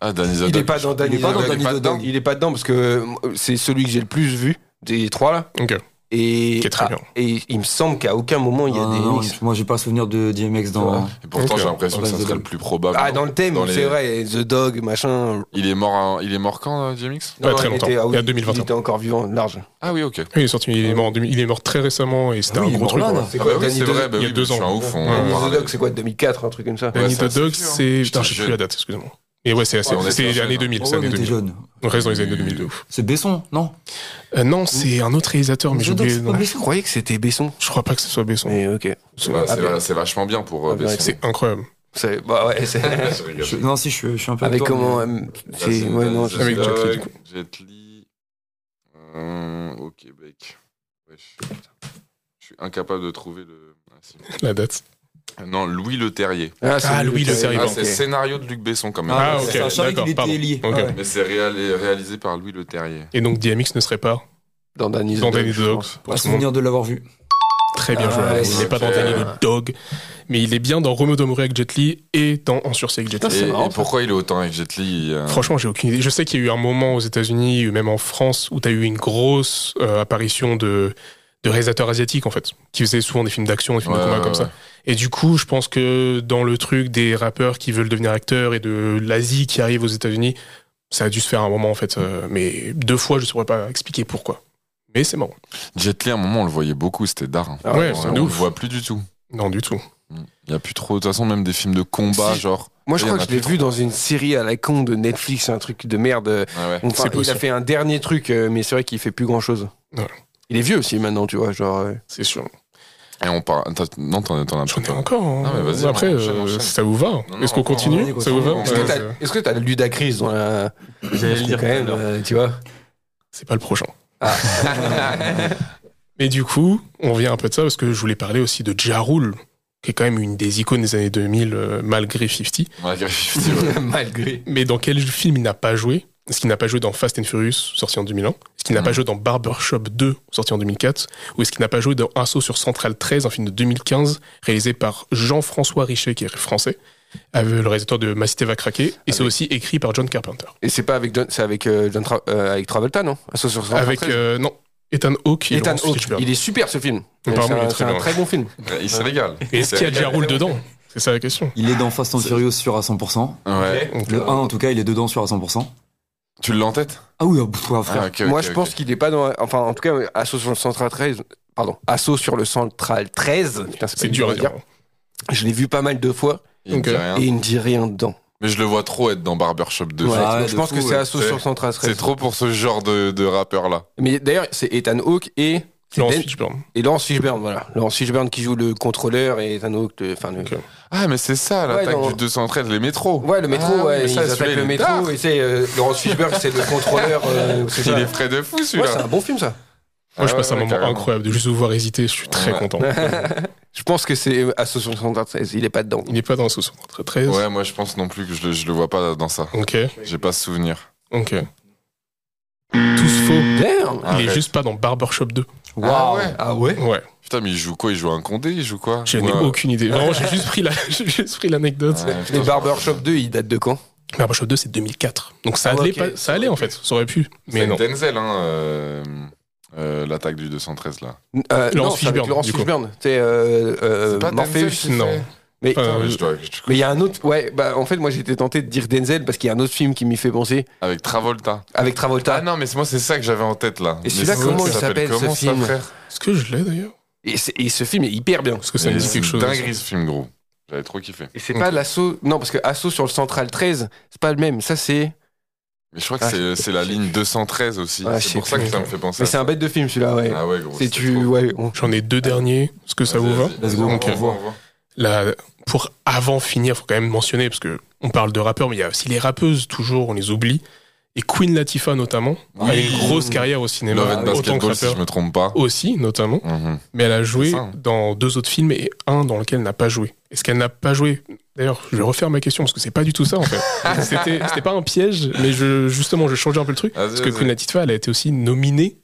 Speaker 2: Ah, Danny
Speaker 4: Il
Speaker 2: Zadok.
Speaker 4: est pas dans Danny
Speaker 6: Il est pas dans
Speaker 4: Dog. Il
Speaker 6: Danny
Speaker 4: est pas
Speaker 6: Dog.
Speaker 4: dedans. Il est pas dedans parce que euh, c'est celui que j'ai le plus vu des trois là.
Speaker 3: Ok.
Speaker 4: Et,
Speaker 3: Qui est très
Speaker 4: ah,
Speaker 3: bien.
Speaker 4: et il me semble qu'à aucun moment il y a
Speaker 6: Ah,
Speaker 4: des
Speaker 6: non,
Speaker 4: mix.
Speaker 6: Moi, j'ai pas souvenir de DMX dans.
Speaker 2: Et pourtant,
Speaker 3: Ok.
Speaker 2: j'ai l'impression que ça serait le plus probable.
Speaker 4: Ah, dans le thème,
Speaker 2: Dans les-
Speaker 4: c'est vrai, The Dog, machin.
Speaker 2: Il est mort, en- il est mort quand, euh, Jamix
Speaker 3: Pas très
Speaker 4: il
Speaker 3: longtemps.
Speaker 4: était- ah oui,
Speaker 3: Il y a 2021.
Speaker 4: Il était encore vivant, large.
Speaker 2: Ah oui, ok.
Speaker 3: Oui, Il est sorti, il est mort, en 2000 il est mort très récemment et c'était
Speaker 6: Ah oui,
Speaker 3: un
Speaker 6: il est
Speaker 3: gros
Speaker 6: mort
Speaker 3: truc.
Speaker 6: là,
Speaker 3: voilà.
Speaker 6: là.
Speaker 4: C'est
Speaker 2: Ah
Speaker 4: quoi,
Speaker 2: bah oui,
Speaker 4: Danny
Speaker 2: c'est
Speaker 4: the-
Speaker 2: vrai, bah
Speaker 3: il y a
Speaker 2: oui,
Speaker 3: deux
Speaker 2: je suis
Speaker 3: ans.
Speaker 2: un ouf. on-
Speaker 4: Ah, Danny
Speaker 2: on-
Speaker 4: the Dog, c'est quoi, 2004, un truc comme ça
Speaker 3: Danny
Speaker 2: Ouais, ça,
Speaker 3: the
Speaker 2: c'est
Speaker 3: Dog,
Speaker 2: sûr.
Speaker 3: c'est. hein. Putain,
Speaker 2: J'étais
Speaker 3: je sais plus
Speaker 2: jeune.
Speaker 3: la date, excusez-moi. Mais ouais, c'est assez.
Speaker 2: Ouais, on était
Speaker 3: C'est les
Speaker 2: jeune,
Speaker 3: années
Speaker 2: hein.
Speaker 3: 2000,
Speaker 6: Oh,
Speaker 3: c'est
Speaker 6: on
Speaker 3: années
Speaker 6: était
Speaker 3: 2000.
Speaker 6: jeunes.
Speaker 3: On reste dans les années 2000 de ouf.
Speaker 6: C'est Besson, non
Speaker 3: Euh, non, c'est un autre réalisateur, mais j'ai
Speaker 6: The Dog,
Speaker 3: oublié
Speaker 6: c'est
Speaker 3: le
Speaker 6: pas
Speaker 3: nom.
Speaker 4: Je croyais que c'était Besson.
Speaker 3: Je crois pas que ce soit Besson.
Speaker 4: Mais ok.
Speaker 2: C'est vrai, c'est vrai, c'est vachement bien pour euh,
Speaker 4: bah
Speaker 2: Ah,
Speaker 4: Ah, bien,
Speaker 2: Besson.
Speaker 3: C'est incroyable.
Speaker 4: C'est- Bah ouais, c'est.
Speaker 2: Je rigole.
Speaker 6: Je- Non, si, je, suis- je suis un peu.
Speaker 4: Avec
Speaker 6: toi,
Speaker 4: comment. euh,
Speaker 6: mais-
Speaker 2: Là,
Speaker 4: c'est-
Speaker 2: c'est
Speaker 4: Ouais,
Speaker 2: Danny
Speaker 4: non,
Speaker 2: the
Speaker 4: je-
Speaker 3: Avec Jet Li,
Speaker 2: Dog,
Speaker 3: du coup.
Speaker 2: Jet Li. Euh, Au Québec. Wesh, putain. Je suis incapable de trouver le. Ah, si.
Speaker 3: La date.
Speaker 2: Non, Louis Le Terrier.
Speaker 4: c'est
Speaker 3: Ah, Louis Le Terrier.
Speaker 2: Ah,
Speaker 3: bon,
Speaker 2: c'est
Speaker 4: ok.
Speaker 2: scénario de Luc Besson quand même.
Speaker 3: Ah, ok.
Speaker 6: c'est ça, je savais qu'il
Speaker 3: d'accord,
Speaker 6: était
Speaker 3: pardon.
Speaker 6: lié.
Speaker 3: Ok.
Speaker 6: Ah ouais.
Speaker 2: Mais c'est réal- réalisé par Louis Le Terrier.
Speaker 3: Et donc DMX ne serait pas
Speaker 4: Dans Danny the
Speaker 3: dans Danny the
Speaker 4: je
Speaker 3: Dog.
Speaker 4: pense.
Speaker 3: Pour
Speaker 6: Pas
Speaker 3: tout le monde.
Speaker 6: souvenir de l'avoir vu.
Speaker 3: Très bien
Speaker 4: Ah,
Speaker 3: joué.
Speaker 4: ouais,
Speaker 3: il n'est pas dans
Speaker 2: ok.
Speaker 3: Danny the Dog, mais il est bien dans Romeo Domoré avec Jet Li et dans En sursis avec Jet
Speaker 2: Et,
Speaker 3: Li.
Speaker 2: et pourquoi il est autant avec Jet Li euh,
Speaker 3: Franchement, j'ai aucune idée. Je sais qu'il y a eu un moment aux États-Unis, ou même en France, où tu as eu une grosse euh, apparition de, de réalisateurs asiatiques, en fait, qui faisaient souvent des films d'action, des films
Speaker 2: Ouais,
Speaker 3: de combat
Speaker 2: ouais,
Speaker 3: comme ça.
Speaker 2: ouais.
Speaker 3: Et du coup, je pense que dans le truc des rappeurs qui veulent devenir acteurs et de l'Asie qui arrive aux États-Unis, Ça a dû se faire à un moment en fait, euh, mais deux fois je saurais pas expliquer pourquoi. Mais c'est marrant.
Speaker 2: Jet Li, à un moment, on le voyait beaucoup, c'était Darin.
Speaker 3: Ah ouais, c'est
Speaker 2: on
Speaker 3: de
Speaker 2: le
Speaker 3: ouf.
Speaker 2: voit plus du tout.
Speaker 3: Non du tout.
Speaker 2: Il y a plus trop. De toute façon, même des films de combat,
Speaker 4: Si.
Speaker 2: genre.
Speaker 4: Moi, je
Speaker 2: Il y en
Speaker 4: crois
Speaker 2: a
Speaker 4: que je l'ai
Speaker 2: plus
Speaker 4: vu dans une série à la con de Netflix, un truc de merde.
Speaker 2: Ah ouais.
Speaker 4: Enfin,
Speaker 3: C'est
Speaker 4: il a
Speaker 3: possible.
Speaker 4: fait un dernier truc, euh, mais c'est vrai qu'il fait plus grand chose.
Speaker 3: Voilà.
Speaker 4: Il est vieux aussi maintenant, tu vois. Genre, euh,
Speaker 3: C'est sûr.
Speaker 2: Et on parle. t'as- Non, t'en t'en as
Speaker 3: J'en ai
Speaker 2: pas.
Speaker 3: encore. hein.
Speaker 2: Non, mais vas-y,
Speaker 3: Après,
Speaker 2: enchaîne,
Speaker 3: euh,
Speaker 2: enchaîne.
Speaker 3: ça vous va
Speaker 2: non,
Speaker 3: Est-ce qu'on
Speaker 2: encore,
Speaker 3: continue
Speaker 6: vas-y,
Speaker 3: Ça vous va
Speaker 6: continue.
Speaker 4: Est-ce
Speaker 3: Ouais,
Speaker 4: que t'as-
Speaker 3: euh,
Speaker 4: est-ce que t'as le ludacris dans la.
Speaker 5: J'allais
Speaker 4: Parce
Speaker 5: le
Speaker 4: que
Speaker 5: dire.
Speaker 4: quand même,
Speaker 5: tout à l'heure.
Speaker 4: euh, tu vois.
Speaker 3: C'est pas le prochain. Mais du coup, on vient un peu de ça parce que je voulais parler aussi de Ja Rule, qui est quand même une des icônes des années 2000, euh, malgré 50.
Speaker 2: Ouais, Griffith, c'est vrai.
Speaker 4: Malgré.
Speaker 3: Mais dans quel film il n'a pas joué Est-ce qu'il n'a pas joué dans Fast and Furious, sorti en 2001 Est-ce qu'il n'a
Speaker 2: Mm.
Speaker 3: pas joué dans Barbershop 2, sorti en 2004 Ou est-ce qu'il n'a pas joué dans Assaut sur Central 13, un film de 2015, réalisé par Jean-François Richet, qui est français, avec le réalisateur de Ma Cité va craquer, et
Speaker 4: Ah
Speaker 3: c'est aussi écrit par John Carpenter.
Speaker 4: Et c'est pas avec John, c'est avec euh, John Tra- euh, avec Travolta, non Assaut sur Central
Speaker 3: Avec,
Speaker 4: 13.
Speaker 3: euh, non, Ethan Hawke et
Speaker 4: Ethan
Speaker 3: Laurence
Speaker 4: Hawke.
Speaker 3: Fishburne.
Speaker 4: Il est super ce film.
Speaker 3: Mais
Speaker 4: C'est
Speaker 3: pardon, il est
Speaker 4: un,
Speaker 3: très
Speaker 4: c'est un
Speaker 3: bien.
Speaker 4: très bon film.
Speaker 2: Il se régale.
Speaker 3: Et est-ce qu'il y a Ja Rule dedans C'est ça la question.
Speaker 6: Il est dans Fast and Furious sur à 100%.
Speaker 2: Ouais.
Speaker 6: Le 1, en tout cas, il est dedans sur à 100%.
Speaker 2: Tu l'as en tête
Speaker 6: Ah oui, ah, toi, frère.
Speaker 2: Ah, ok, ok,
Speaker 4: Moi, je
Speaker 2: ok.
Speaker 4: pense qu'il est pas dans. Enfin, en tout cas, euh, Assaut sur le Central 13. Pardon, Assaut sur le Central 13. Putain, pas
Speaker 3: C'est dur à dire.
Speaker 4: Je l'ai vu pas mal de fois
Speaker 2: Il me
Speaker 3: Ok.
Speaker 2: dit rien.
Speaker 4: et il ne dit rien dedans.
Speaker 2: Mais je le vois trop être dans Barbershop 2.
Speaker 4: Ouais,
Speaker 6: Ah ouais,
Speaker 4: donc je
Speaker 6: de
Speaker 4: pense
Speaker 6: fou,
Speaker 4: que
Speaker 6: ouais.
Speaker 4: c'est Assaut
Speaker 2: C'est-
Speaker 4: sur Central 13.
Speaker 2: C'est trop pour ce genre de, de rappeur-là.
Speaker 4: Mais d'ailleurs, c'est Ethan Hawke et. c'est Ben
Speaker 3: Laurence
Speaker 4: Dan-
Speaker 3: Fishburne.
Speaker 4: Et Laurence Fishburne, voilà. Laurence Fishburne qui joue le contrôleur et Ethan Hawke, le- enfin le.
Speaker 3: Ok.
Speaker 2: Ah, mais c'est ça, l'attaque
Speaker 4: Ouais, non.
Speaker 2: du 213, les métros.
Speaker 4: Ouais, le métro,
Speaker 2: Ah,
Speaker 4: ouais,
Speaker 2: mais
Speaker 4: ils
Speaker 2: ça, celui-là,
Speaker 4: attaquent
Speaker 2: il
Speaker 4: le
Speaker 2: est
Speaker 4: métro
Speaker 2: tard.
Speaker 4: et c'est euh, Laurence Fishburne, c'est le contrôleur. euh, c'est
Speaker 2: Il
Speaker 4: ça.
Speaker 2: est frais de fou,
Speaker 4: Ouais,
Speaker 2: celui-là.
Speaker 4: c'est un bon film ça.
Speaker 3: Moi, je
Speaker 2: Ah
Speaker 3: passe un
Speaker 2: ouais,
Speaker 3: moment
Speaker 2: carrément.
Speaker 3: incroyable de juste vous voir hésiter. Je suis très
Speaker 2: Ouais.
Speaker 3: content.
Speaker 4: Je pense que c'est
Speaker 2: euh,
Speaker 4: Assaut sur le Central 13, il est pas dedans.
Speaker 3: Il n'est pas dans Assaut 73.
Speaker 2: Ouais, moi je pense non plus que je, le- je le vois pas dans ça.
Speaker 3: Ok,
Speaker 2: J'ai pas ce souvenir.
Speaker 3: ok. Tous faux.
Speaker 4: Damn
Speaker 2: Ah,
Speaker 3: Il
Speaker 2: ouais.
Speaker 3: est juste pas dans Barbershop 2.
Speaker 2: Ah ouais.
Speaker 4: Ah ouais
Speaker 3: Ouais,
Speaker 2: Putain, mais il joue quoi Il joue un condé Il joue quoi
Speaker 3: je
Speaker 2: Ou
Speaker 3: n'ai
Speaker 2: un-
Speaker 3: aucune idée. Vraiment, j'ai juste pris la- j'ai juste pris l'anecdote.
Speaker 2: Ouais, putain,
Speaker 4: Mais
Speaker 2: je-
Speaker 4: Barbershop 2, il date de quand
Speaker 3: Barbershop 2, c'est 2004. Donc ça
Speaker 4: Ah ouais,
Speaker 3: allait,
Speaker 4: ok.
Speaker 3: pas- ça allait en fait. Ça aurait pu.
Speaker 2: C'est
Speaker 3: Mais
Speaker 2: avec
Speaker 3: non.
Speaker 2: Denzel, hein, euh, euh, l'attaque du 213 là.
Speaker 4: Euh, non, c'est avec
Speaker 3: Fishburne,
Speaker 4: Laurence
Speaker 3: du coup.
Speaker 4: Fishburne. C'est euh, euh,
Speaker 2: C'est pas Denzel
Speaker 4: Morpheus.
Speaker 2: qui
Speaker 3: non.
Speaker 2: fait
Speaker 4: Mais
Speaker 3: Enfin,
Speaker 2: Putain, mais
Speaker 3: euh,
Speaker 2: je dois- je-
Speaker 4: mais il y a un autre. Ouais, bah en fait, moi j'étais tenté de dire Denzel parce qu'il y a un autre film qui m'y fait penser
Speaker 2: Avec Travolta.
Speaker 4: avec Travolta.
Speaker 2: Ah non, mais c'est- moi c'est ça que j'avais en tête là. Mais
Speaker 4: celui-là,
Speaker 2: c'est-
Speaker 3: comment
Speaker 2: ça
Speaker 3: il
Speaker 4: s'appelle, ce
Speaker 2: comment, ça,
Speaker 4: film
Speaker 2: frère
Speaker 3: Est-ce que je l'ai d'ailleurs
Speaker 4: et, c'est- et ce film est hyper bien.
Speaker 3: Est-ce que ça me
Speaker 2: Mais
Speaker 3: dit
Speaker 2: c'est
Speaker 3: quelque chose
Speaker 2: Dinguerie ce film, gros. J'avais trop kiffé.
Speaker 4: Et c'est pas l'assaut. Non, parce que assaut sur le Central 13, c'est pas le même. Ça, c'est.
Speaker 2: Mais je crois que
Speaker 4: Ah,
Speaker 2: c'est- c'est la ligne 213 aussi.
Speaker 4: Ah, je
Speaker 2: c'est
Speaker 4: sais
Speaker 2: pour ça que
Speaker 3: plus.
Speaker 2: ça me fait penser.
Speaker 4: Mais
Speaker 2: à
Speaker 4: c'est un bête de film celui-là, ouais.
Speaker 2: ça. Ah ouais, gros.
Speaker 4: c'est
Speaker 2: c'était
Speaker 4: tu.
Speaker 2: trop-
Speaker 4: Ouais, on-
Speaker 3: J'en ai deux derniers. Est-ce que ça
Speaker 2: Vas-y,
Speaker 3: vous va
Speaker 2: vas-y,
Speaker 6: Let's go,
Speaker 2: on
Speaker 6: on
Speaker 2: va,
Speaker 6: voit.
Speaker 2: on va.
Speaker 3: Là, pour avant finir, faut quand même mentionner, parce que on parle de rappeurs, mais il y a aussi les rappeuses, toujours, on les oublie. Et Queen Latifah, notamment,
Speaker 2: Oui.
Speaker 3: elle a une grosse carrière au cinéma,
Speaker 2: Love and
Speaker 3: autant que
Speaker 2: Basketball, si
Speaker 3: rappeur.
Speaker 2: je me trompe pas.
Speaker 3: Aussi, notamment.
Speaker 2: Mhm.
Speaker 3: Mais elle a joué
Speaker 2: ça.
Speaker 3: dans deux autres films et un dans lequel elle n'a pas joué. Est-ce qu'elle n'a pas joué D'ailleurs, je vais refaire ma question, parce que c'est pas du tout ça, en fait. C'était c'était pas un piège, mais je, justement, je changeais un peu le truc.
Speaker 2: Vas-y,
Speaker 3: Parce que
Speaker 2: vas-y.
Speaker 3: Queen Latifah, elle a été aussi nominée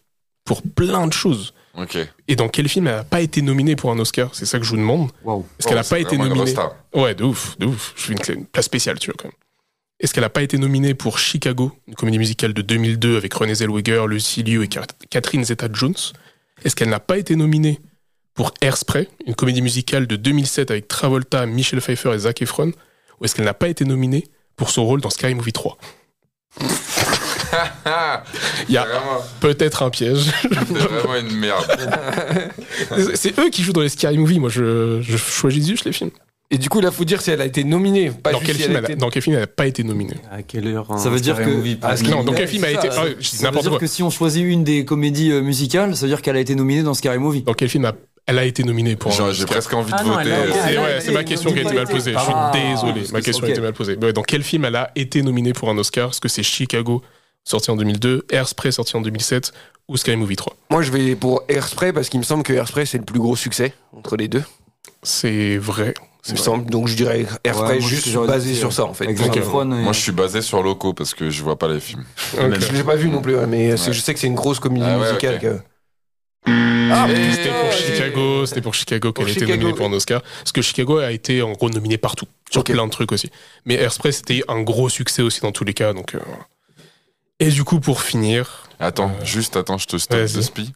Speaker 3: pour plein de choses.
Speaker 2: Ok.
Speaker 3: Et dans quel film elle n'a pas été nominée pour un Oscar C'est ça que je vous demande.
Speaker 6: Waouh.
Speaker 3: Est-ce qu'elle n'a
Speaker 2: Oh,
Speaker 3: pas
Speaker 2: c'est
Speaker 3: été
Speaker 2: vraiment une grosse
Speaker 3: nominée
Speaker 2: star.
Speaker 3: Ouais, de ouf, de ouf. Je fais une, clé- une place spéciale, tu vois, quand même. Est-ce qu'elle n'a pas été nominée pour Chicago, une comédie musicale de 2002 avec René Zellweger, Lucy Liu et Kat- Catherine Zeta-Jones Est-ce qu'elle n'a pas été nominée pour Airspray, une comédie musicale de 2007 avec Travolta, Michelle Pfeiffer et Zac Efron Ou est-ce qu'elle n'a pas été nominée pour son rôle dans Sky Movie 3
Speaker 2: Ah,
Speaker 3: Il y a
Speaker 2: vraiment,
Speaker 3: peut-être un piège.
Speaker 2: c'est vraiment une merde.
Speaker 3: C'est eux qui jouent dans les Sky Movie, moi je, je choisis juste les films.
Speaker 4: Et du coup, là, faut dire si elle a été nominée. Pas
Speaker 3: Dans
Speaker 4: juste
Speaker 3: quel,
Speaker 4: si
Speaker 3: film
Speaker 4: elle a
Speaker 3: elle a-
Speaker 4: été-
Speaker 3: dans quel film elle n'a pas été nominée
Speaker 5: À quelle heure hein
Speaker 6: Ça veut dire que-
Speaker 4: Ah, ce qui-
Speaker 3: Non, dans
Speaker 4: Ouais,
Speaker 3: quel film
Speaker 4: c'est
Speaker 3: elle a
Speaker 4: ça,
Speaker 3: été.
Speaker 4: ça-
Speaker 3: Ah, je dis
Speaker 6: Ça veut
Speaker 3: n'importe
Speaker 6: dire
Speaker 3: quoi.
Speaker 6: que si on choisit une des comédies euh, musicales, ça veut dire qu'elle a été nominée dans Scary Movie.
Speaker 3: Dans quel film a- elle a été nominée pour
Speaker 2: Genre,
Speaker 3: un
Speaker 2: J'ai
Speaker 3: Oscar
Speaker 2: presque envie de
Speaker 5: Ah non,
Speaker 2: voter.
Speaker 5: elle a-
Speaker 2: euh,
Speaker 5: elle
Speaker 3: C'est
Speaker 5: a-
Speaker 3: ouais, c'est ma question qui a été mal posée. Je suis
Speaker 6: Ah,
Speaker 3: désolé.
Speaker 6: parce
Speaker 3: Ma
Speaker 6: que-
Speaker 3: question a
Speaker 6: ok.
Speaker 3: été mal posée. Ouais, Dans quel film elle a été nominée pour un Oscar Est-ce que c'est Chicago, sorti en 2002, Airspray, sorti en 2007, ou Sky Movie 3
Speaker 4: Moi, je vais pour Airspray parce qu'il me semble que Airspray, c'est le plus gros succès entre les deux.
Speaker 3: C'est vrai.
Speaker 4: Il
Speaker 3: C'est
Speaker 4: me
Speaker 3: vrai.
Speaker 4: semble. Donc, je dirais Airspray
Speaker 6: Ouais, moi,
Speaker 4: juste
Speaker 6: c'est genre-
Speaker 4: basé sur ça, en fait.
Speaker 6: Avec Zac
Speaker 3: Ok.
Speaker 6: Efron et-
Speaker 2: Moi, je suis basé sur Loco parce que je vois pas les films.
Speaker 3: Ok.
Speaker 4: Je l'ai pas vu non plus, hein, mais c'est-
Speaker 2: Ouais.
Speaker 4: je sais que c'est une grosse comédie
Speaker 2: Ah ouais,
Speaker 4: musicale.
Speaker 2: ok.
Speaker 4: que-
Speaker 3: Ah,
Speaker 2: Et-
Speaker 3: C'était pour Chicago, c'était pour Chicago qu'elle
Speaker 4: Pour
Speaker 3: était
Speaker 4: Chicago.
Speaker 3: nominée pour un Oscar. Parce que Chicago a été en gros nominée partout, sur
Speaker 4: Ok.
Speaker 3: plein de trucs aussi. Mais Airspray, c'était un gros succès aussi dans tous les cas. Donc, euh, voilà. Et du coup, pour finir,
Speaker 2: Attends, juste attends, je te stoppe
Speaker 3: Vas-y.
Speaker 2: de spi.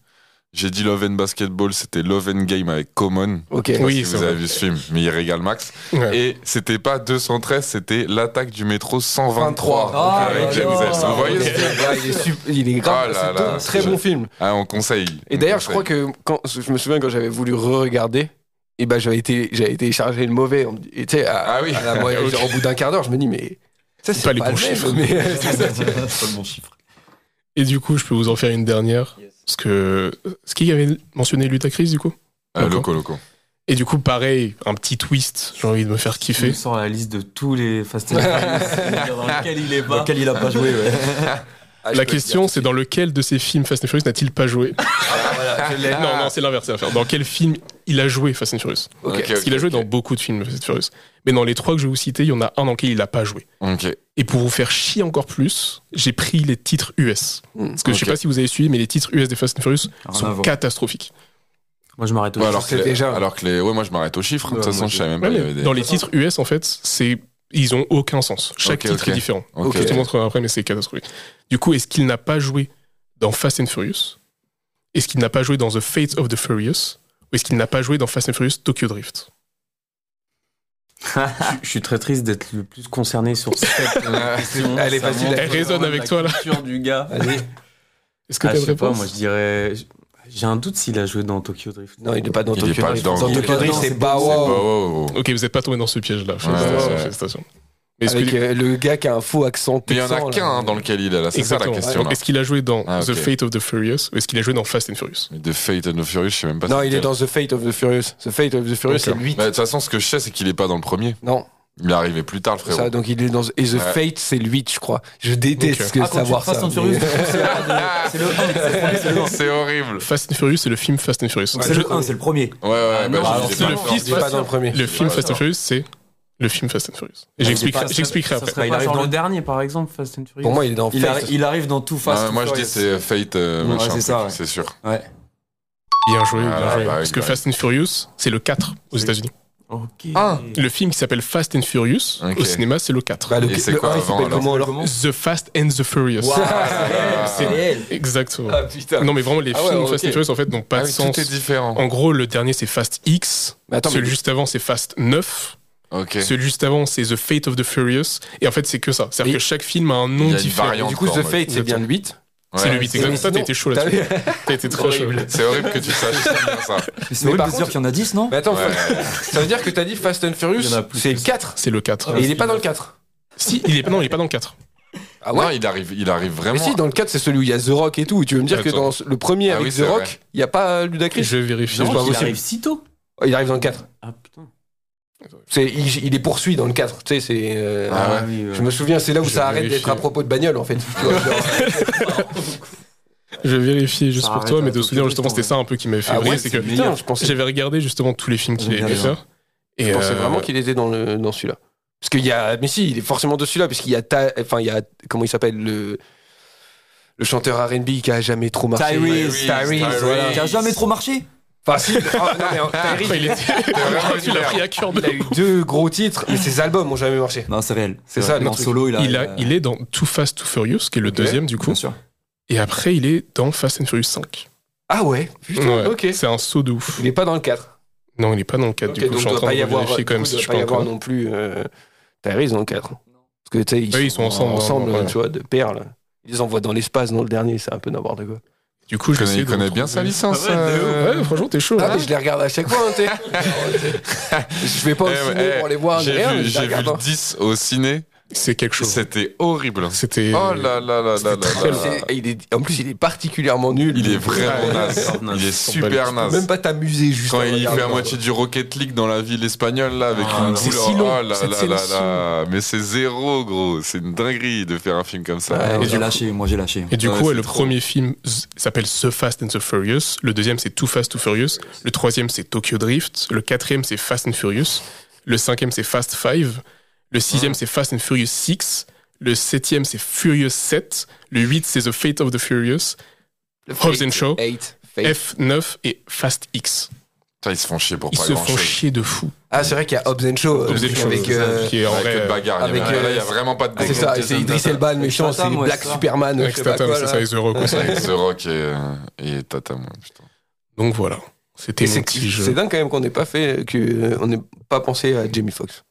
Speaker 2: J'ai dit Love and Basketball, c'était Love and Game avec Common.
Speaker 4: Ok.
Speaker 3: Oui,
Speaker 2: si
Speaker 3: c'est
Speaker 2: vous avez
Speaker 3: vrai.
Speaker 2: vu ce film, mais il régale Max.
Speaker 3: Ouais.
Speaker 2: Et c'était pas 213, c'était l'attaque du métro 123
Speaker 6: Ah,
Speaker 2: avec
Speaker 3: oh,
Speaker 6: bah
Speaker 2: James
Speaker 6: non.
Speaker 2: Hetfield. Vous voyez ce film
Speaker 4: Ouais, il est sup- il est grave,
Speaker 2: Ah là
Speaker 4: c'est
Speaker 2: là,
Speaker 4: un très
Speaker 2: c'est-
Speaker 4: bon film.
Speaker 2: Ah, on conseille.
Speaker 4: Et
Speaker 2: on
Speaker 4: d'ailleurs, je
Speaker 2: conseille.
Speaker 4: crois que quand je me souviens quand j'avais voulu re-regarder, et ben j'avais été j'avais téléchargé le mauvais. On me dit- et tu sais, à-
Speaker 2: Ah oui.
Speaker 4: à la moyenne,
Speaker 3: Ok.
Speaker 4: genre, au bout d'un quart d'heure, je me dis mais ça c'est
Speaker 3: pas
Speaker 4: pas,
Speaker 3: les bons
Speaker 4: le même,
Speaker 3: chiffres.
Speaker 4: mais-
Speaker 6: pas le bon chiffre.
Speaker 3: Et du coup, je peux vous en faire une dernière. Parce que. Ce qui avait mentionné Ludacris, du coup
Speaker 2: Euh, Loco Loco.
Speaker 3: Et du coup, pareil, un petit twist, j'ai envie de me faire
Speaker 5: Il
Speaker 3: kiffer.
Speaker 5: nous sort la liste de tous les Fast and Furious dans lequel il est
Speaker 6: Dans
Speaker 5: pas.
Speaker 6: lequel il a pas joué, ouais.
Speaker 4: Ah, je
Speaker 3: La
Speaker 4: peux
Speaker 3: question,
Speaker 4: te
Speaker 3: c'est dans lequel de ces films Fast and Furious n'a-t-il pas joué
Speaker 2: Ah, bah,
Speaker 3: Non, non, c'est l'inverse à faire. Dans quel film il a joué Fast and Furious
Speaker 4: Ok.
Speaker 2: Ok,
Speaker 3: Parce qu'il a
Speaker 2: ok,
Speaker 3: joué
Speaker 2: ok.
Speaker 3: dans beaucoup de films Fast and Furious. Mais dans les trois que je vais vous citer, il y en a un dans lequel il n'a pas joué.
Speaker 2: Ok.
Speaker 3: Et pour vous faire chier encore plus, j'ai pris les titres US.
Speaker 4: Hmm,
Speaker 3: Parce que je sais
Speaker 2: ok.
Speaker 3: pas si vous avez suivi, mais les titres US des Fast and Furious
Speaker 5: Rien à
Speaker 3: sont
Speaker 5: voir.
Speaker 3: catastrophiques.
Speaker 5: Moi, je m'arrête au
Speaker 2: Ouais, alors, que
Speaker 4: sais
Speaker 2: les,
Speaker 4: déjà.
Speaker 2: alors que les. Ouais, moi je m'arrête aux chiffres. De toute
Speaker 5: Ouais,
Speaker 2: façon,
Speaker 5: moi,
Speaker 2: je
Speaker 5: je-
Speaker 2: savais même pas.
Speaker 3: Ouais,
Speaker 2: qu'il y
Speaker 3: mais
Speaker 2: avait des-
Speaker 3: dans les titres US, en fait, c'est ils ont aucun sens. Chaque
Speaker 2: Ok,
Speaker 3: titre
Speaker 2: ok.
Speaker 3: est différent.
Speaker 2: Ok.
Speaker 3: Je te montre après, mais c'est catastrophique. Du coup, est-ce qu'il n'a pas joué dans Fast and Furious Est-ce qu'il n'a pas joué dans The Fate of the Furious Ou est-ce qu'il n'a pas joué dans Fast and Furious Tokyo Drift
Speaker 5: Je- Je suis très triste d'être le plus concerné sur cette euh, question.
Speaker 4: Elle est
Speaker 5: Ça
Speaker 4: facile,
Speaker 5: montre
Speaker 3: elle résonne
Speaker 5: vraiment
Speaker 3: avec
Speaker 5: la
Speaker 3: toi, là.
Speaker 5: culture du gars.
Speaker 4: Allez.
Speaker 3: Est-ce que
Speaker 5: Ah,
Speaker 3: t'as
Speaker 5: je
Speaker 3: une
Speaker 5: sais pas,
Speaker 3: réponse
Speaker 5: moi je dirais. J'ai un doute s'il a joué dans Tokyo Drift.
Speaker 4: dire. Non, il n'est pas dans
Speaker 2: Il est
Speaker 4: Tokyo
Speaker 2: pas
Speaker 4: Drift.
Speaker 2: dans-
Speaker 4: Dans
Speaker 2: il est
Speaker 4: Tokyo
Speaker 5: pas
Speaker 4: Drift,
Speaker 5: dans-
Speaker 4: c'est
Speaker 5: c'est-
Speaker 2: Oh, oh,
Speaker 4: Bawao.
Speaker 2: oh.
Speaker 3: Ok, vous n'êtes pas tombé dans ce piège-là. Félicitations.
Speaker 2: ouais, ouais.
Speaker 3: félicitations. Mais est-ce
Speaker 4: Avec
Speaker 3: que-
Speaker 4: euh, le gars qui a un faux accent
Speaker 2: Mais il y en
Speaker 4: texan.
Speaker 2: a
Speaker 4: là.
Speaker 2: qu'un hein, dans lequel il est là. C'est ça la
Speaker 3: Exactement.
Speaker 2: question.
Speaker 3: Donc,
Speaker 2: là.
Speaker 3: Est-ce qu'il a joué dans
Speaker 2: Ah, ok.
Speaker 3: The Fate of the Furious ou est-ce qu'il a joué dans Fast and Furious
Speaker 2: De Fate and the Furious, je sais même pas.
Speaker 4: Non,
Speaker 2: c'est
Speaker 4: il est
Speaker 2: lequel.
Speaker 4: dans The Fate of the Furious. The Fate of the Furious,
Speaker 3: Ok.
Speaker 4: c'est lui.
Speaker 2: Bah, De toute façon, ce que je sais, c'est qu'il est pas dans le premier.
Speaker 4: Non,
Speaker 2: Il est arrivé plus tard, le frérot.
Speaker 4: ça, donc il est dans. Et The
Speaker 2: Ouais.
Speaker 4: Fate, c'est lui, je crois. Je déteste
Speaker 3: Ok.
Speaker 4: que
Speaker 5: Ah, quand tu
Speaker 4: savoir
Speaker 5: fais Fast
Speaker 4: ça.
Speaker 5: and Furious,
Speaker 4: mais-
Speaker 5: C'est le 1, c'est le 1.
Speaker 2: C'est horrible.
Speaker 3: Fast and Furious, c'est le film Fast and Furious.
Speaker 6: Donc c'est le 1, c'est le premier.
Speaker 2: Ouais, ouais,
Speaker 5: Ah, non,
Speaker 2: bah,
Speaker 5: alors,
Speaker 2: je
Speaker 3: c'est
Speaker 2: sais
Speaker 3: le
Speaker 2: pas.
Speaker 3: fils.
Speaker 4: Il est pas dans le premier.
Speaker 3: Le film
Speaker 2: pas
Speaker 3: Fast and
Speaker 2: d'accord.
Speaker 3: Furious, c'est le film Fast and Furious. Et j'expliquerai- j'expliquerai après.
Speaker 5: Il arrive dans le dernier, par exemple, Fast and Furious.
Speaker 4: Pour moi, il est dans
Speaker 6: Il,
Speaker 4: Fate.
Speaker 6: arri- il arrive dans tout
Speaker 2: Non,
Speaker 6: Fast.
Speaker 2: mais
Speaker 6: and
Speaker 2: Bah, moi je dis
Speaker 6: Furious.
Speaker 2: c'est Fate, euh,
Speaker 6: Ouais,
Speaker 2: machin,
Speaker 6: c'est ça, ouais.
Speaker 2: c'est sûr.
Speaker 3: Bien joué,
Speaker 2: Ah,
Speaker 3: bien joué.
Speaker 2: bah oui,
Speaker 3: Parce que
Speaker 2: bah oui.
Speaker 3: Fast and Furious, c'est le 4 aux États-Unis.
Speaker 5: Ok.
Speaker 2: Ah.
Speaker 3: Le film qui s'appelle Fast and Furious,
Speaker 2: Ok.
Speaker 3: au cinéma, c'est le 4.
Speaker 4: Bah, le
Speaker 2: Et c'est
Speaker 4: le
Speaker 2: quoi
Speaker 4: un, il
Speaker 2: avant,
Speaker 4: s'appelle
Speaker 2: alors
Speaker 4: comment alors
Speaker 3: The Fast and the Furious.
Speaker 6: Waouh, c'est réel, c'est réel.
Speaker 3: Exactement.
Speaker 4: Ah putain.
Speaker 3: Non, mais vraiment, les
Speaker 4: Ah ouais,
Speaker 3: films
Speaker 4: ok.
Speaker 3: Fast and Furious, en fait, n'ont pas
Speaker 2: Ah
Speaker 3: de
Speaker 2: oui,
Speaker 3: sens.
Speaker 2: Tout est différent.
Speaker 3: En gros, le dernier, c'est Fast X.
Speaker 4: Mais attends,
Speaker 3: celui
Speaker 4: mais-
Speaker 3: juste avant, c'est Fast 9.
Speaker 2: Ok.
Speaker 3: Celui juste avant, c'est The Fate of the Furious. Et en fait, c'est que ça.
Speaker 4: Et-
Speaker 3: C'est-à-dire que chaque film a un nom
Speaker 2: Il y a une
Speaker 3: différent.
Speaker 2: variante.
Speaker 4: Du coup,
Speaker 2: Encore,
Speaker 4: The
Speaker 2: ouais.
Speaker 4: Fate, c'est bien le 8.
Speaker 3: C'est le
Speaker 2: Ouais.
Speaker 3: 8, exactement. Ça, t'as
Speaker 4: sinon,
Speaker 3: été chaud
Speaker 4: t'as
Speaker 3: là-dessus.
Speaker 4: vu
Speaker 3: T'as été trop chaud.
Speaker 4: Horrible.
Speaker 2: C'est horrible que tu saches ça.
Speaker 6: Mais Bah, C'est
Speaker 4: Mais
Speaker 6: horrible
Speaker 4: par
Speaker 6: de se
Speaker 4: contre-
Speaker 6: dire qu'il y en a 10, non
Speaker 4: Mais attends,
Speaker 2: Ouais.
Speaker 4: ça veut dire que t'as dit Fast and Furious,
Speaker 5: Il y en a plus
Speaker 4: c'est
Speaker 5: que
Speaker 4: le 4.
Speaker 3: C'est le 4.
Speaker 4: Et il est pas dans le 4.
Speaker 3: Si, il est, non, il est pas dans le 4.
Speaker 4: Ah
Speaker 2: Non, il arrive, il arrive
Speaker 4: Mais
Speaker 2: vraiment.
Speaker 4: si, dans le 4, c'est celui où il y a The Rock et tout. Tu veux me dire que
Speaker 2: Attends.
Speaker 4: dans le premier
Speaker 2: Ah
Speaker 4: avec
Speaker 2: oui,
Speaker 4: The
Speaker 2: c'est
Speaker 4: Rock,
Speaker 2: vrai.
Speaker 4: il n'y a pas Ludacris
Speaker 3: Je vérifie.
Speaker 4: Non,
Speaker 3: Je-
Speaker 4: pas
Speaker 5: il
Speaker 4: possible.
Speaker 5: arrive si tôt.
Speaker 4: Il arrive dans le 4.
Speaker 5: Ah putain.
Speaker 4: C'est, il, il est poursuivi dans le 4. Tu sais, c'est. euh,
Speaker 2: Ah ouais.
Speaker 5: oui,
Speaker 4: Je me souviens, c'est là où
Speaker 3: Je
Speaker 4: ça arrête
Speaker 3: vérifie.
Speaker 4: d'être à propos de bagnole en fait. Tu vois, genre,
Speaker 2: Ah
Speaker 3: Je vais vérifier juste
Speaker 5: Ça
Speaker 3: pour
Speaker 5: arrête
Speaker 3: toi,
Speaker 5: à
Speaker 3: mais de
Speaker 5: tout
Speaker 3: souvenir
Speaker 5: prix,
Speaker 3: justement, c'était
Speaker 5: ouais.
Speaker 3: ça un peu qui m'avait fait
Speaker 4: ah
Speaker 3: vriller,
Speaker 4: ouais,
Speaker 3: c'est que
Speaker 4: putain, je pensais,
Speaker 3: j'avais regardé justement tous les films qu'il
Speaker 6: Bien
Speaker 3: allait
Speaker 6: joué.
Speaker 3: faire. Et
Speaker 4: je pensais
Speaker 3: euh,
Speaker 4: vraiment qu'il était dans, le, dans celui-là. Parce qu'il y a. Mais si, il est forcément de celui-là, parce qu'il y a. ta- enfin, il y a. Comment il s'appelle le, le chanteur RB qui a jamais trop marché.
Speaker 6: Tyrese,
Speaker 2: Tyrese,
Speaker 6: Tyrese, voilà. Qui a jamais trop marché
Speaker 4: Enfin, si. ah, non, mais, hein, Tyrese,
Speaker 3: après, il était. Tu l'as pris à cœur de
Speaker 4: il a eu deux gros titres, mais ses albums ont jamais marché.
Speaker 6: Non, c'est réel.
Speaker 4: C'est
Speaker 6: vrai.
Speaker 4: ça, le
Speaker 6: En
Speaker 4: truc.
Speaker 6: solo, il a.
Speaker 3: Il, a, il est dans Too Fast, Too Furious, qui est le deuxième du coup.
Speaker 6: Bien sûr.
Speaker 3: Et après, il est dans Fast and Furious 5.
Speaker 4: Ah ouais Putain,
Speaker 3: Ouais.
Speaker 4: ok.
Speaker 3: C'est un saut de ouf.
Speaker 4: Il n'est pas dans le 4.
Speaker 3: Non, il est pas dans le 4
Speaker 4: Ok,
Speaker 3: du coup.
Speaker 4: donc
Speaker 3: je suis en
Speaker 4: doit
Speaker 3: train
Speaker 4: pas
Speaker 3: de
Speaker 4: y avoir,
Speaker 3: vérifier quand
Speaker 4: du
Speaker 3: même
Speaker 4: coup,
Speaker 3: si
Speaker 4: doit
Speaker 3: je
Speaker 4: pas
Speaker 3: peux
Speaker 4: y avoir
Speaker 3: encore.
Speaker 4: non plus euh, Tyrese dans le 4. Parce que tu sais, ils,
Speaker 3: Oui, ils sont ensemble, hein, ouais, ouais.
Speaker 4: tu vois, de perles. Ils les envoient dans l'espace dans le dernier, c'est un peu n'importe quoi.
Speaker 3: Du coup,
Speaker 2: Il
Speaker 3: je
Speaker 2: connaît,
Speaker 3: sais.
Speaker 2: il connaît bien sa licence. euh,
Speaker 3: Ouais, franchement, t'es chaud.
Speaker 4: Ah,
Speaker 3: hein.
Speaker 4: mais je les regarde à chaque fois, hein, tu sais. Je vais pas au
Speaker 2: Eh
Speaker 4: ciné
Speaker 2: ouais,
Speaker 4: pour les voir,
Speaker 2: J'ai
Speaker 4: ni rien, mais
Speaker 2: vu,
Speaker 4: je les
Speaker 2: j'ai vu
Speaker 4: regarde.
Speaker 2: le
Speaker 4: hein.
Speaker 2: 10 au ciné.
Speaker 3: C'est quelque chose.
Speaker 2: C'était horrible.
Speaker 3: C'était.
Speaker 2: Oh là là là là là
Speaker 3: très
Speaker 2: là.
Speaker 4: C'est- il est, en plus, il est particulièrement nul.
Speaker 2: Il est
Speaker 5: Ouais,
Speaker 2: vraiment naze.
Speaker 5: grave naze.
Speaker 2: Il est super
Speaker 4: Tu peux Même
Speaker 2: naze.
Speaker 4: pas t'amuser juste
Speaker 2: Quand
Speaker 4: en
Speaker 2: il fait à
Speaker 4: regardant,
Speaker 2: moitié du Rocket League dans la ville espagnole là avec
Speaker 5: Ah,
Speaker 2: une
Speaker 5: c'est
Speaker 2: boule en-
Speaker 3: si long,
Speaker 2: oh là
Speaker 3: cette
Speaker 2: là
Speaker 3: scène
Speaker 2: là
Speaker 3: si
Speaker 2: là. mais c'est zéro gros, c'est une dinguerie de faire un film comme ça.
Speaker 6: Ouais,
Speaker 3: et du
Speaker 6: j'ai
Speaker 3: coup-
Speaker 6: lâché, euh, moi j'ai lâché.
Speaker 3: Et du
Speaker 2: Ouais,
Speaker 3: coup,
Speaker 2: c'est
Speaker 3: le
Speaker 2: trop.
Speaker 3: premier film z- s'appelle The Fast and the Furious. Le deuxième, c'est Too Fast, Too Furious. Le troisième, c'est Tokyo Drift. Le quatrième, c'est Fast and Furious. Le cinquième, c'est Fast Five. Le sixième, c'est Fast and Furious 6. Le septième, c'est Furious 7. Le 8, c'est The Fate of the Furious.
Speaker 4: Le
Speaker 3: Hobbs and
Speaker 4: Fate,
Speaker 3: Shaw.
Speaker 4: Eight, Fate.
Speaker 3: F9 et Fast X.
Speaker 2: Putain, ils se font chier pour
Speaker 3: Ils
Speaker 2: pas
Speaker 3: se
Speaker 2: grand
Speaker 3: font
Speaker 2: chose.
Speaker 3: chier de fou.
Speaker 4: Ah, c'est vrai qu'il y a Hobbs and Shaw. euh,
Speaker 3: Hobbs and Shaw,
Speaker 4: avec,
Speaker 3: c'est ça,
Speaker 4: euh,
Speaker 3: qui est en
Speaker 2: Avec
Speaker 3: vrai,
Speaker 2: le bagarre, il y a
Speaker 4: avec,
Speaker 2: même- là, il y a
Speaker 4: euh,
Speaker 2: vraiment pas de
Speaker 4: Ah, c'est ça, c'est Idris Elba le méchant, c'est
Speaker 6: Statham, ouais,
Speaker 4: Black
Speaker 3: euh,
Speaker 6: c'est ça.
Speaker 4: Superman. je
Speaker 3: Avec
Speaker 4: sais pas
Speaker 3: Statham,
Speaker 4: quoi,
Speaker 3: c'est
Speaker 4: là.
Speaker 3: ça, les euros. quoi, c'est-
Speaker 2: The Rock et, euh, et Tatam. ouais, putain.
Speaker 3: Donc voilà, c'était
Speaker 4: Et
Speaker 3: mon
Speaker 4: C'est
Speaker 3: petit
Speaker 4: c'est
Speaker 3: jeu.
Speaker 4: dingue quand même qu'on n'ait pas fait, qu'on n'ait pas pensé à Jamie Foxx.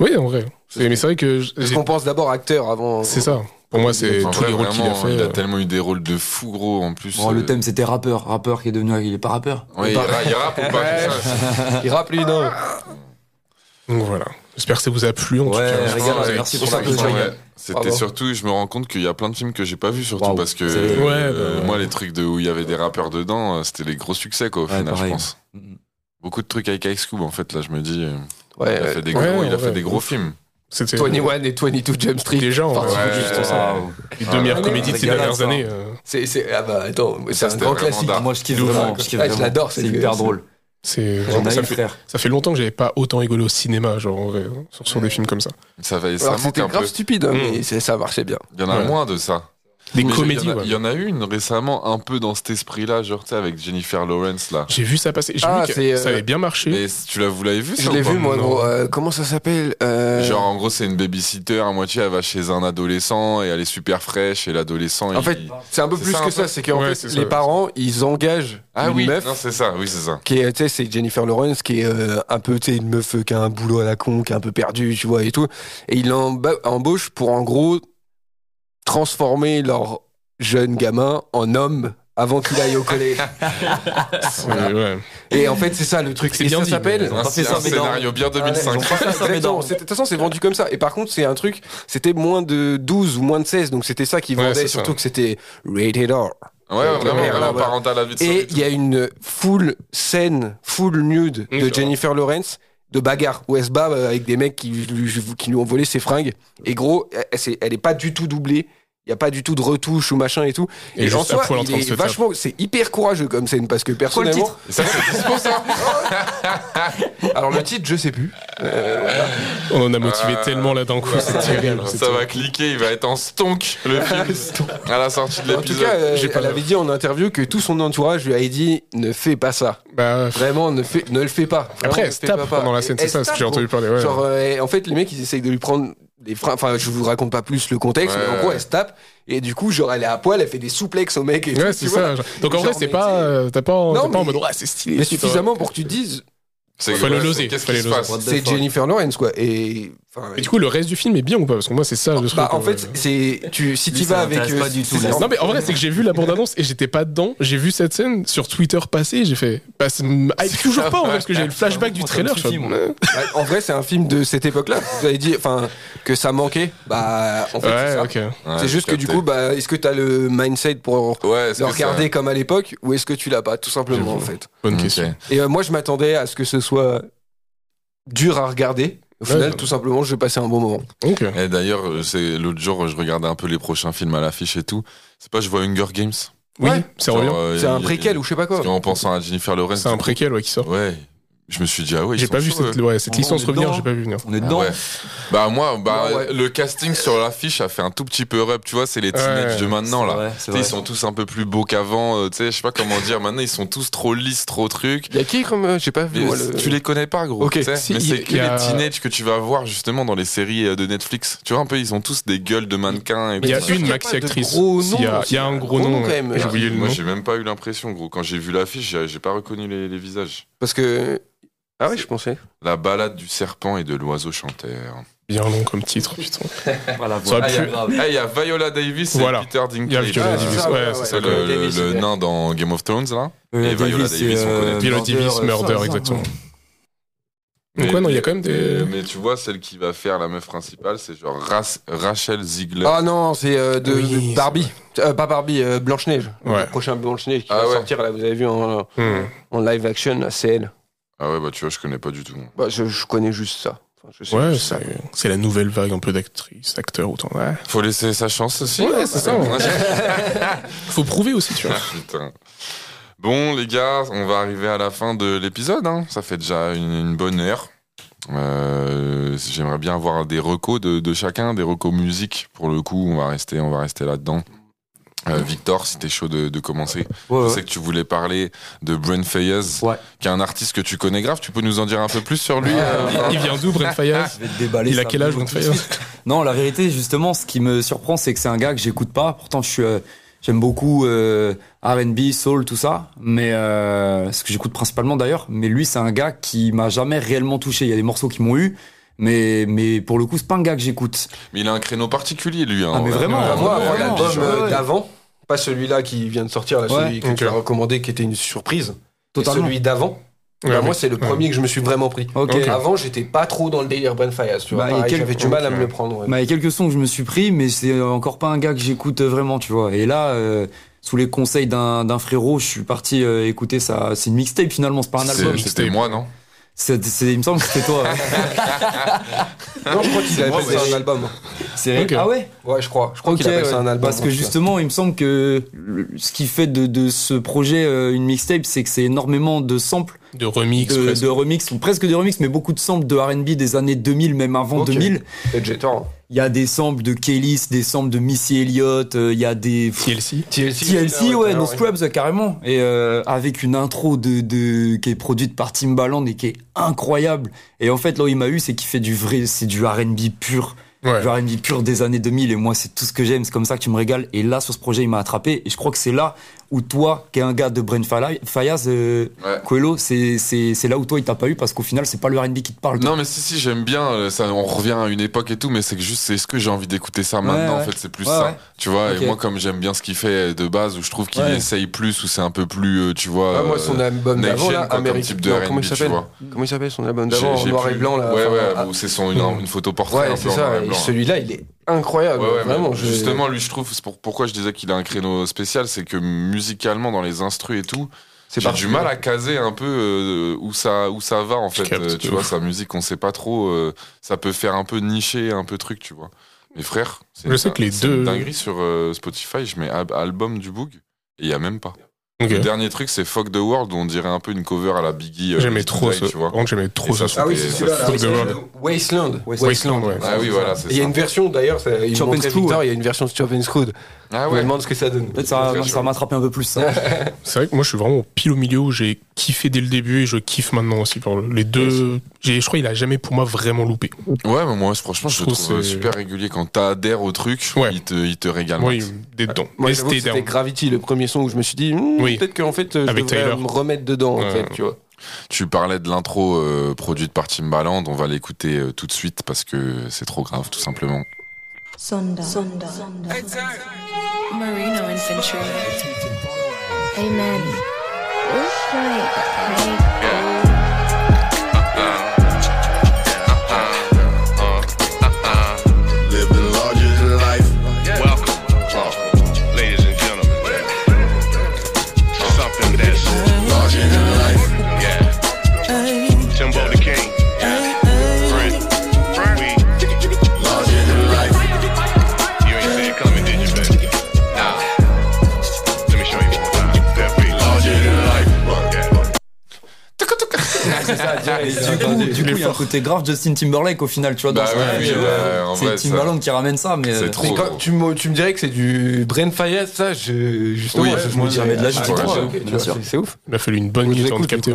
Speaker 3: Oui, en vrai. C'est- Mais c'est vrai que j-
Speaker 4: Parce
Speaker 3: j'ai-
Speaker 4: qu'on pense d'abord acteur avant.
Speaker 3: c'est ça. Pour moi, c'est
Speaker 2: En
Speaker 3: tous
Speaker 2: vrai,
Speaker 3: les rôles qu'il a
Speaker 2: vraiment,
Speaker 3: fait.
Speaker 2: Il a
Speaker 3: euh,
Speaker 2: tellement eu des rôles de fou gros en plus.
Speaker 6: Bon,
Speaker 2: euh,
Speaker 6: Oh, le thème c'était rappeur, rappeur qui est devenu, il est pas rappeur.
Speaker 2: ouais, il, ra- il rappe ou pas
Speaker 4: Ouais.
Speaker 2: tout ça,
Speaker 4: Il rappe lui, non
Speaker 3: Donc voilà. J'espère que ça vous a plu en tout
Speaker 6: Ouais,
Speaker 3: cas.
Speaker 6: Euh, regarde,
Speaker 2: Ouais,
Speaker 6: merci
Speaker 2: ouais,
Speaker 6: pour ça,
Speaker 2: ouais,
Speaker 6: Claude
Speaker 2: ouais.
Speaker 6: Jordan.
Speaker 2: C'était
Speaker 4: Bravo.
Speaker 2: surtout, je me rends compte qu'il y a plein de films que j'ai pas vu surtout
Speaker 6: Waouh,
Speaker 2: parce que
Speaker 6: c'est-
Speaker 2: euh,
Speaker 3: Ouais, bah,
Speaker 2: euh,
Speaker 3: ouais.
Speaker 2: moi les trucs de où il y avait des rappeurs dedans, euh, c'était les gros succès quoi au
Speaker 6: Ouais,
Speaker 2: final
Speaker 6: pareil.
Speaker 2: je pense.
Speaker 6: Mhm.
Speaker 2: Beaucoup de trucs avec Ice Cube en fait là je me dis euh,
Speaker 4: Ouais.
Speaker 2: il a fait des gros,
Speaker 3: ouais,
Speaker 2: il a
Speaker 3: ouais.
Speaker 2: fait des gros films.
Speaker 3: C'était
Speaker 4: 21 et 22 Jump Street.
Speaker 3: Déjà,
Speaker 4: Enfin,
Speaker 3: ouais.
Speaker 2: Ouais.
Speaker 4: juste ça.
Speaker 6: Waouh.
Speaker 3: les deux meilleures
Speaker 6: Ouais,
Speaker 4: Ah,
Speaker 3: comédies de ces dernières
Speaker 6: régalade, ça.
Speaker 3: années. euh,
Speaker 4: C'est, c'est- ah bah attends, c'est
Speaker 2: Ça,
Speaker 4: un
Speaker 2: c'était
Speaker 4: grand
Speaker 2: vraiment
Speaker 4: classique.
Speaker 2: dark.
Speaker 6: Moi je kiffe
Speaker 4: Ouf.
Speaker 6: vraiment, je kiffe
Speaker 4: Ah, je
Speaker 6: vraiment.
Speaker 4: l'adore,
Speaker 6: c'est
Speaker 4: cette-
Speaker 6: hyper
Speaker 4: cette-
Speaker 6: drôle.
Speaker 3: C'est
Speaker 6: J'en
Speaker 3: vraiment-
Speaker 6: ai
Speaker 3: ça,
Speaker 6: le
Speaker 3: fait,
Speaker 6: frère.
Speaker 3: ça fait longtemps que j'avais pas autant rigolé au cinéma, genre en vrai, hein, sur, sur des films comme ça.
Speaker 2: Ça va ça
Speaker 4: Alors que
Speaker 2: manque
Speaker 4: c'était
Speaker 2: un
Speaker 4: grave
Speaker 2: peu. Hmm.
Speaker 4: stupide, hein,
Speaker 3: Mm.
Speaker 4: mais c'est- ça marchait bien.
Speaker 2: Il y en a
Speaker 3: Ouais.
Speaker 2: moins de ça.
Speaker 3: Des
Speaker 2: Mais j'ai- Il
Speaker 3: comédies.
Speaker 2: y, en a-
Speaker 3: ouais.
Speaker 2: il y en a eu une récemment un peu dans cet esprit-là, genre tu sais, avec Jennifer Lawrence là.
Speaker 3: J'ai vu ça passer. J'ai
Speaker 4: Ah,
Speaker 3: vu que
Speaker 4: c'est, euh,
Speaker 3: ça avait bien marché.
Speaker 2: Et tu l'as, vous l'avez vu ça
Speaker 4: Je
Speaker 2: ou
Speaker 4: l'ai
Speaker 2: pas
Speaker 4: vu, moi,
Speaker 3: non.
Speaker 4: gros. Euh, comment ça s'appelle Euh,
Speaker 2: Genre en gros c'est une babysitter à moitié elle va chez un adolescent et elle est super fraîche et l'adolescent
Speaker 4: En
Speaker 2: il-
Speaker 4: fait, c'est un peu
Speaker 2: C'est
Speaker 4: plus
Speaker 2: ça, un
Speaker 4: que
Speaker 2: peu
Speaker 4: ça. C'est qu'en
Speaker 3: Ouais,
Speaker 4: fait,
Speaker 3: c'est ça,
Speaker 4: les
Speaker 3: ouais.
Speaker 4: parents, ils engagent
Speaker 2: ah
Speaker 4: une
Speaker 2: oui
Speaker 4: meuf.
Speaker 2: non c'est ça oui c'est ça
Speaker 4: qui est, tu sais, c'est Jennifer Lawrence, qui est euh, un peu, tu sais, une meuf euh, qui a un boulot à la con, qui est un peu perdue, tu vois, et tout. Et il embauche pour, en gros, transformer leur jeune gamin en homme avant qu'il aille au collège.
Speaker 3: Ouais, ouais.
Speaker 4: et en fait, c'est ça le truc.
Speaker 3: C'est
Speaker 4: Et
Speaker 3: bien
Speaker 4: ça
Speaker 3: dit,
Speaker 4: s'appelle...
Speaker 6: mais- Ils ont
Speaker 2: un,
Speaker 6: pas fait
Speaker 2: un
Speaker 6: ça, mais dans- Ah
Speaker 2: scénario bien 2005
Speaker 4: Exactement, c'est- de toute façon c'est vendu comme ça. Et par contre c'est un truc, c'était moins de 12 ou moins de 16, donc c'était ça qui
Speaker 2: Ouais,
Speaker 4: vendait,
Speaker 2: c'est ça.
Speaker 4: surtout que c'était
Speaker 2: Ouais, ouais,
Speaker 4: rated R.
Speaker 2: vraiment,
Speaker 4: Ouais,
Speaker 2: vraiment
Speaker 4: ouais, ouais.
Speaker 2: parental à vie de
Speaker 4: Et il y a une full scène, full nude
Speaker 3: Oui,
Speaker 4: de
Speaker 3: c'est
Speaker 4: Jennifer Lawrence de bagarre où elle se bat euh, avec des mecs qui lui, qui lui ont volé ses fringues. Et gros, elle, elle s'est- elle est pas du tout doublée. Il n'y a pas du tout de retouches ou machin et tout.
Speaker 3: Et
Speaker 4: Et, en
Speaker 3: juste à
Speaker 4: soi,
Speaker 3: poil en
Speaker 4: il
Speaker 3: train de
Speaker 4: est
Speaker 3: se taper.
Speaker 4: vachement, c'est hyper courageux comme scène parce que personnellement.
Speaker 2: Et ça, c'est dispo, ça
Speaker 4: alors le titre, je sais plus.
Speaker 3: On en a motivé
Speaker 2: Euh,
Speaker 4: Ah.
Speaker 3: tellement là d'un coup, c'est terrible. c'est
Speaker 2: Ça va
Speaker 3: terrible.
Speaker 2: cliquer, il va être en stonk, le film, à la sortie de
Speaker 4: Ah, En tout cas,
Speaker 2: l'épisode.
Speaker 4: euh,
Speaker 3: j'ai pas
Speaker 4: elle
Speaker 3: le-
Speaker 4: avait dit en interview que tout son entourage lui avait dit ne fais pas ça.
Speaker 3: Bah,
Speaker 4: Vraiment, ne, fais- ne le fais pas. Vraiment,
Speaker 3: Après,
Speaker 4: ne
Speaker 3: elle se
Speaker 4: fais
Speaker 3: tape
Speaker 4: pas, pas.
Speaker 3: pendant la scène,
Speaker 4: Elle
Speaker 3: c'est ça ce
Speaker 4: se
Speaker 3: que
Speaker 4: tape,
Speaker 3: j'ai entendu parler. ouais.
Speaker 4: Genre, euh, en fait, les mecs, ils essayent de lui prendre les freins. Enfin, je vous raconte pas plus le contexte,
Speaker 2: Ouais.
Speaker 4: mais en gros, elle se tape. Et du coup, genre, elle est à poil, elle fait des souplexes au mec. Et tout,
Speaker 3: Ouais,
Speaker 4: tu
Speaker 3: c'est
Speaker 4: vois.
Speaker 3: ça. genre. Donc en
Speaker 4: Genre,
Speaker 3: vrai, c'est
Speaker 4: mais
Speaker 3: pas.
Speaker 4: c'est-
Speaker 3: euh, T'as pas en
Speaker 4: Non,
Speaker 3: t'as pas en
Speaker 4: mais-
Speaker 3: mode, ouais, c'est stylé.
Speaker 4: Mais
Speaker 3: c'est-
Speaker 4: suffisamment pour que tu te dises,
Speaker 2: C'est
Speaker 3: faut le
Speaker 2: ouais,
Speaker 3: loser,
Speaker 2: c'est- Qu'est-ce qui
Speaker 3: faut le
Speaker 2: se
Speaker 3: loser.
Speaker 2: passe
Speaker 6: What the
Speaker 4: c'est
Speaker 6: fuck.
Speaker 4: Jennifer Lawrence, quoi. Et. enfin,
Speaker 3: Et du coup, le reste du film est bien ou pas Parce que moi, c'est ça le truc.
Speaker 4: bah, en
Speaker 3: euh,
Speaker 4: fait, c'est tu si
Speaker 6: Lui,
Speaker 4: tu
Speaker 6: ça
Speaker 4: vas avec
Speaker 6: l'intéresse
Speaker 4: euh,
Speaker 6: pas du tout,
Speaker 4: c'est-
Speaker 6: là.
Speaker 3: Non mais en vrai c'est que j'ai vu la bande annonce et j'étais pas dedans. J'ai vu cette scène sur Twitter passer et j'ai fait bah ça me hype toujours pas en vrai parce que j'ai le flashback du
Speaker 6: Moi, ça me
Speaker 3: trailer. je
Speaker 6: suffit,
Speaker 3: fais,
Speaker 6: moi.
Speaker 3: Ouais,
Speaker 4: Ouais, en vrai c'est un film de cette époque-là. Vous avez dit enfin que ça manquait. Bah en fait c'est ça.
Speaker 3: ok.
Speaker 2: Ouais,
Speaker 4: C'est juste que du
Speaker 2: capté.
Speaker 4: coup bah est-ce que t'as le mindset pour
Speaker 2: ouais, est-ce
Speaker 4: le
Speaker 2: que ça-
Speaker 4: regarder comme à l'époque ou est-ce que tu l'as pas tout simplement en fait.
Speaker 3: Bonne
Speaker 2: Ok.
Speaker 3: question.
Speaker 4: Et euh, moi, je m'attendais à ce que ce soit dur à regarder. Au
Speaker 3: Ouais,
Speaker 4: final,
Speaker 3: ouais.
Speaker 4: tout simplement, je vais passer un bon moment.
Speaker 3: Ok.
Speaker 2: Et d'ailleurs, euh, c'est l'autre jour, je regardais un peu les prochains films à l'affiche et tout. C'est pas, je vois Hunger Games.
Speaker 3: Oui,
Speaker 4: Ouais.
Speaker 3: ça revient.
Speaker 2: euh,
Speaker 4: C'est un préquel ou je sais pas quoi.
Speaker 2: En pensant à Jennifer Lawrence.
Speaker 3: C'est un
Speaker 2: du coup,
Speaker 3: préquel ouais, qui sort.
Speaker 2: Ouais, je me suis dit, ah ouais, ils
Speaker 3: J'ai
Speaker 2: sont
Speaker 3: pas vu
Speaker 2: chauds, eux.
Speaker 3: cette, ouais, cette
Speaker 6: On-
Speaker 3: licence
Speaker 6: on est
Speaker 3: revenir,
Speaker 6: dedans.
Speaker 3: j'ai pas vu venir.
Speaker 6: On est dedans.
Speaker 2: Ouais. Bah moi, bah,
Speaker 4: Ouais, ouais.
Speaker 2: le casting sur l'affiche a fait un tout petit peu rep, tu vois, c'est les teenagers
Speaker 3: Ouais.
Speaker 2: de maintenant là.
Speaker 6: Ouais, c'est
Speaker 2: Tu sais,
Speaker 6: vrai.
Speaker 2: Ils sont tous un peu plus beaux qu'avant, euh, tu sais, je sais pas comment dire, maintenant ils sont tous trop lisses, trop trucs.
Speaker 4: Il y a qui comme. euh, J'ai pas vu.
Speaker 2: Mais
Speaker 4: moi,
Speaker 2: c-
Speaker 4: le-
Speaker 2: Tu les connais pas gros,
Speaker 4: Ok.
Speaker 2: tu sais,
Speaker 3: Si,
Speaker 2: mais
Speaker 3: il-
Speaker 2: c'est
Speaker 3: il
Speaker 2: que
Speaker 3: y a-
Speaker 2: les teenagers que tu vas voir justement dans les séries euh, de Netflix. Tu vois un peu, ils ont tous des gueules de mannequins. Et
Speaker 3: Il y a
Speaker 2: tout.
Speaker 4: sûr
Speaker 3: une
Speaker 4: qu'il y a
Speaker 3: maxi
Speaker 4: pas de
Speaker 3: actrice.
Speaker 4: gros
Speaker 3: Il y
Speaker 4: noms
Speaker 3: a,
Speaker 4: aussi,
Speaker 3: il y a un gros nom.
Speaker 4: quand
Speaker 3: ouais.
Speaker 4: même.
Speaker 3: J'ai oublié le
Speaker 2: Moi
Speaker 3: nom.
Speaker 2: j'ai même euh, pas eu l'impression gros, quand j'ai vu l'affiche, j'ai j'ai pas reconnu les, les visages.
Speaker 4: Parce que. Ah oui, je pensais.
Speaker 2: La balade du serpent et de l'oiseau chanteur.
Speaker 3: Bien long comme titre, putain.
Speaker 6: Voilà,
Speaker 3: Ça aurait
Speaker 6: voilà.
Speaker 3: pu-
Speaker 6: grave.
Speaker 2: Ah, il y a Viola Davis et
Speaker 3: Voilà.
Speaker 2: Peter Dinklage.
Speaker 3: Il y a Viola
Speaker 2: Ah,
Speaker 3: Davis.
Speaker 2: c'est ça,
Speaker 3: Ouais, c'est ça.
Speaker 2: C'est le, le-
Speaker 4: Davis,
Speaker 2: le
Speaker 4: ouais.
Speaker 2: nain dans Game of Thrones là.
Speaker 6: Euh,
Speaker 2: Et Viola
Speaker 6: Davis,
Speaker 2: Davis, on
Speaker 6: euh,
Speaker 2: connaît.
Speaker 3: Viola
Speaker 6: Murder,
Speaker 3: Davis,
Speaker 6: euh,
Speaker 3: Murder,
Speaker 6: ça,
Speaker 3: exactement.
Speaker 6: ça,
Speaker 3: Donc
Speaker 2: Mais-
Speaker 3: ouais, non, il y a quand même des.
Speaker 2: Mais tu vois, celle qui va faire la meuf principale, c'est genre Ras- Rachel Ziegler.
Speaker 4: Ah non, c'est euh, de,
Speaker 3: Oui,
Speaker 4: de
Speaker 3: c'est
Speaker 4: Barbie. Euh, pas Barbie, euh, Blanche-Neige.
Speaker 3: Ouais.
Speaker 4: Le prochain Blanche-Neige qui
Speaker 2: Ah
Speaker 4: va
Speaker 2: ouais.
Speaker 4: sortir, là, vous avez vu en,
Speaker 3: Hmm.
Speaker 4: en live action, là, c'est elle.
Speaker 2: Ah ouais, bah tu vois, je connais pas du tout.
Speaker 4: Bah, je, je connais juste ça. Enfin, je sais
Speaker 3: Ouais,
Speaker 4: juste ça.
Speaker 3: c'est c'est la nouvelle vague un peu d'actrices, acteurs, autant. Ouais,
Speaker 2: Faut laisser sa chance aussi. hein.
Speaker 3: Ouais, c'est ça. ouais. Faut prouver aussi, tu vois.
Speaker 2: Ah, putain. Bon, les gars, on va arriver à la fin de l'épisode. hein. Ça fait déjà une, une bonne heure. Euh, J'aimerais bien avoir des recos de, de chacun, des recos musique. Pour le coup, on va rester, on va rester là-dedans. Euh, Victor, si t'es chaud de, de commencer.
Speaker 6: Ouais,
Speaker 2: Je
Speaker 6: ouais.
Speaker 2: sais que tu voulais parler de Brent Fayez,
Speaker 6: Ouais.
Speaker 2: qui est un artiste que tu connais grave. Tu peux nous en dire un peu plus sur lui euh,
Speaker 3: Il vient d'où, Brent Fayaz
Speaker 6: Je vais te déballer
Speaker 3: Il a
Speaker 6: ça.
Speaker 3: quel âge, Brent Fayaz
Speaker 6: Non, la vérité, justement, ce qui me surprend, c'est que c'est un gars que j'écoute pas. Pourtant, je suis, euh, J'aime beaucoup euh, R&B, soul, tout ça, mais euh, ce que j'écoute principalement d'ailleurs. Mais lui, c'est un gars qui m'a jamais réellement touché. Il y a des morceaux qui m'ont eu, mais mais pour le coup, c'est pas un gars que j'écoute.
Speaker 2: Mais il a un créneau particulier, lui. Hein,
Speaker 6: Ah, mais
Speaker 2: Ouais.
Speaker 6: vraiment,
Speaker 2: Ouais,
Speaker 4: À
Speaker 6: vraiment,
Speaker 4: voir
Speaker 2: ouais,
Speaker 4: avant
Speaker 2: ouais,
Speaker 6: vraiment.
Speaker 2: Bichon.
Speaker 4: l'album euh,
Speaker 6: ouais.
Speaker 4: d'avant, pas celui-là qui vient de sortir, là, celui que
Speaker 3: Ouais,
Speaker 4: tu
Speaker 3: ok.
Speaker 4: as recommandé, qui était une surprise. Et
Speaker 6: Totalement.
Speaker 4: celui d'avant,
Speaker 3: Ouais,
Speaker 4: bah,
Speaker 3: mais-
Speaker 4: moi, c'est le
Speaker 3: ouais.
Speaker 4: premier que je me suis vraiment pris.
Speaker 6: Ok.
Speaker 3: Ok.
Speaker 4: Avant, j'étais pas trop dans le délire Ben Fayas, tu vois.
Speaker 6: Bah, et
Speaker 4: pareil,
Speaker 6: quel-
Speaker 4: J'avais du mal à
Speaker 3: ok.
Speaker 4: me le prendre. ouais.
Speaker 6: Bah, il y a quelques sons que je me suis pris, mais c'est encore pas un gars que j'écoute vraiment, tu vois. Et là, euh, sous les conseils d'un d'un frérot, je suis parti euh, écouter ça. C'est une mixtape finalement, c'est pas un
Speaker 2: C'est-
Speaker 6: album.
Speaker 2: C'était moi, non
Speaker 6: C'est, c'est- il me semble que c'était toi. hein. Bah,
Speaker 4: Non, je crois qu'il avait
Speaker 3: moi,
Speaker 4: appelé
Speaker 3: ouais.
Speaker 4: ça un album.
Speaker 6: C'est
Speaker 3: Ok.
Speaker 6: Ah ouais
Speaker 4: Ouais, je crois. Je crois
Speaker 6: Ok,
Speaker 4: qu'il appelle ça
Speaker 6: ouais.
Speaker 4: un album.
Speaker 6: Parce que
Speaker 4: en tout cas.
Speaker 6: justement, il me semble que le- ce qui fait de, de ce projet euh, une mixtape, c'est que c'est énormément de samples,
Speaker 3: De remix,
Speaker 6: de,
Speaker 3: presque.
Speaker 6: de remix, ou presque de remix, mais beaucoup de samples de RB des années 2000, même avant
Speaker 4: Ok.
Speaker 6: 2000.
Speaker 4: Peut-être j'ai tort.
Speaker 6: Il y a des samples de Kélis, des samples de Missy Elliott, euh, il y a des.
Speaker 3: TLC.
Speaker 4: TLC.
Speaker 6: TLC, ouais,
Speaker 4: non
Speaker 6: dans Scrubs, euh, carrément. Et euh, avec une intro de, de qui est produite par Timbaland et qui est incroyable. Et en fait, là où il m'a eu, c'est qu'il fait du vrai, c'est du R&B pur,
Speaker 3: Ouais.
Speaker 6: du R&B pur des années 2000. Et moi, c'est tout ce que j'aime. C'est comme ça que tu me régales. Et là, sur ce projet, il m'a attrapé. Et je crois que c'est là où toi, qui es un gars de Brain Fala- Fayaz, euh,
Speaker 2: Ouais.
Speaker 6: Coelho, c'est c'est c'est là où toi, il t'a pas eu parce qu'au final, c'est pas le R&B qui te parle. toi.
Speaker 2: Non mais si si j'aime bien euh, ça on revient à une époque et tout mais c'est que juste c'est ce que j'ai envie d'écouter ça maintenant
Speaker 6: ouais.
Speaker 2: en fait c'est plus
Speaker 6: Ouais,
Speaker 2: ça
Speaker 6: ouais.
Speaker 2: tu vois
Speaker 6: Ok.
Speaker 2: et moi comme j'aime bien ce qu'il fait de base où je trouve qu'il
Speaker 6: Ouais.
Speaker 2: essaye plus où c'est un peu plus euh, tu vois
Speaker 4: moi, son album
Speaker 2: next
Speaker 4: d'avant,
Speaker 2: gen,
Speaker 4: là,
Speaker 2: quoi, comme
Speaker 4: Amérique-
Speaker 2: type de
Speaker 4: non, comment
Speaker 2: R&B,
Speaker 4: il
Speaker 2: tu
Speaker 4: s'appelle
Speaker 2: vois.
Speaker 4: Comment il s'appelle son album
Speaker 2: J'ai-
Speaker 4: d'avant en
Speaker 2: j'ai
Speaker 4: noir et
Speaker 2: plus-
Speaker 4: blanc, là
Speaker 2: ouais ouais
Speaker 4: enfin,
Speaker 2: où c'est son une, une photo
Speaker 4: ah,
Speaker 2: portrait
Speaker 4: ouais,
Speaker 2: un
Speaker 4: c'est
Speaker 2: peu en noir
Speaker 4: ça.
Speaker 2: et
Speaker 4: et
Speaker 2: blanc. hein.
Speaker 4: Celui-là, il est incroyable.
Speaker 2: Ouais, ouais, mais
Speaker 4: Ah, vraiment. je-
Speaker 2: justement lui je trouve c'est pour, pourquoi je disais qu'il a un créneau spécial c'est que musicalement dans les instrus et tout
Speaker 4: c'est
Speaker 2: j'ai
Speaker 4: parti.
Speaker 2: du mal à caser un peu euh, où ça où ça va en fait
Speaker 3: capte,
Speaker 2: euh, tu
Speaker 3: de
Speaker 2: vois
Speaker 3: ouf.
Speaker 2: sa musique on sait pas trop euh, ça peut faire un peu niché un peu truc tu vois mais frère c'est
Speaker 3: Je sais que les
Speaker 2: c'est une
Speaker 3: deux-
Speaker 2: dinguerie sur euh, Spotify je mets ab- album du Boog et il y a même pas
Speaker 3: Ok.
Speaker 2: le dernier truc c'est Fuck the World on dirait un peu une cover à la Biggie euh,
Speaker 3: J'aimais
Speaker 2: Big
Speaker 3: trop
Speaker 2: Today,
Speaker 3: ça.
Speaker 2: tu vois
Speaker 3: Par contre, j'aimais trop
Speaker 2: Et ça,
Speaker 3: ça.
Speaker 2: c'est-
Speaker 4: Ah oui, c'est
Speaker 2: C'était-
Speaker 4: celui-là. là,
Speaker 3: Fuck the
Speaker 4: c'est-
Speaker 3: world.
Speaker 4: Wasteland.
Speaker 3: Wasteland, ouais.
Speaker 2: ah oui voilà c'est
Speaker 4: Il y a
Speaker 2: ça
Speaker 4: une version d'ailleurs, ça- il
Speaker 6: Chopin's
Speaker 4: me montrait
Speaker 6: Crew,
Speaker 4: Victor, il y a une version de Chopin's Crew.
Speaker 2: ah
Speaker 4: Je me
Speaker 2: ouais
Speaker 4: demande ce que ça donne.
Speaker 6: Peut-être ça,
Speaker 2: Bien
Speaker 6: va-
Speaker 2: sûr.
Speaker 6: ça va m'attraper un peu plus.
Speaker 5: hein.
Speaker 6: ça.
Speaker 3: C'est vrai que moi, je suis vraiment pile au milieu où j'ai kiffé dès le début et je kiffe maintenant aussi. Pour le- les deux, j'ai, je crois qu'il a jamais pour moi vraiment loupé.
Speaker 2: ouais mais moi franchement je le
Speaker 3: trouve
Speaker 2: trouve
Speaker 3: c'est-
Speaker 2: super régulier quand t'adhères au truc
Speaker 3: Ouais.
Speaker 2: il te il te régale
Speaker 3: Moi, il me- des dents.
Speaker 4: Moi,
Speaker 3: Mais
Speaker 4: j'avoue que
Speaker 3: c'était
Speaker 4: c'était
Speaker 3: dingue.
Speaker 4: Gravity, le premier son où je me suis dit, hmm,
Speaker 3: Oui.
Speaker 4: peut-être qu'en fait, je
Speaker 3: Avec
Speaker 4: devrais
Speaker 3: Tyler.
Speaker 4: me remettre dedans, en
Speaker 3: Ouais.
Speaker 4: fait, tu vois.
Speaker 2: Tu parlais de l'intro euh, produite par Timbaland, on va l'écouter euh, tout de suite parce que c'est trop grave tout simplement.
Speaker 7: Sonda. Sonda. Marino Infantry. Amen. It's like, like
Speaker 8: Living larger than life.
Speaker 9: Welcome, ladies and gentlemen. Something that's,
Speaker 8: Larger than life.
Speaker 9: yeah. Timbo the King. Yeah. Friend. We,
Speaker 8: Larger than life.
Speaker 9: you ain't seen it coming, did you, baby? Nah. Let me show you one more time. That beat.
Speaker 8: Larger than life.
Speaker 9: Yeah.
Speaker 6: Et du coup, du coup, il y a un côté grave Justin Timberlake au final, tu vois. Dans
Speaker 2: Bah
Speaker 6: ce
Speaker 2: ouais,
Speaker 6: projet.
Speaker 2: oui, ouais, en
Speaker 6: c'est
Speaker 2: vrai, ça-
Speaker 6: Timbaland qui ramène ça, mais.
Speaker 2: C'est
Speaker 6: euh,
Speaker 2: trop
Speaker 4: Mais
Speaker 2: gros.
Speaker 4: quand tu me, tu me dirais que c'est du Brain Fire, ça, je, justement,
Speaker 2: Oui,
Speaker 4: ça, je
Speaker 2: moi,
Speaker 4: me dirais
Speaker 6: j'avais de la joie,
Speaker 4: Ah,
Speaker 2: ouais,
Speaker 4: ok,
Speaker 6: bien
Speaker 4: tu vois,
Speaker 6: sûr.
Speaker 4: c'est- C'est ouf.
Speaker 3: Il a fallu une bonne
Speaker 4: Vous
Speaker 3: minute avant de
Speaker 4: écoute,
Speaker 3: capter.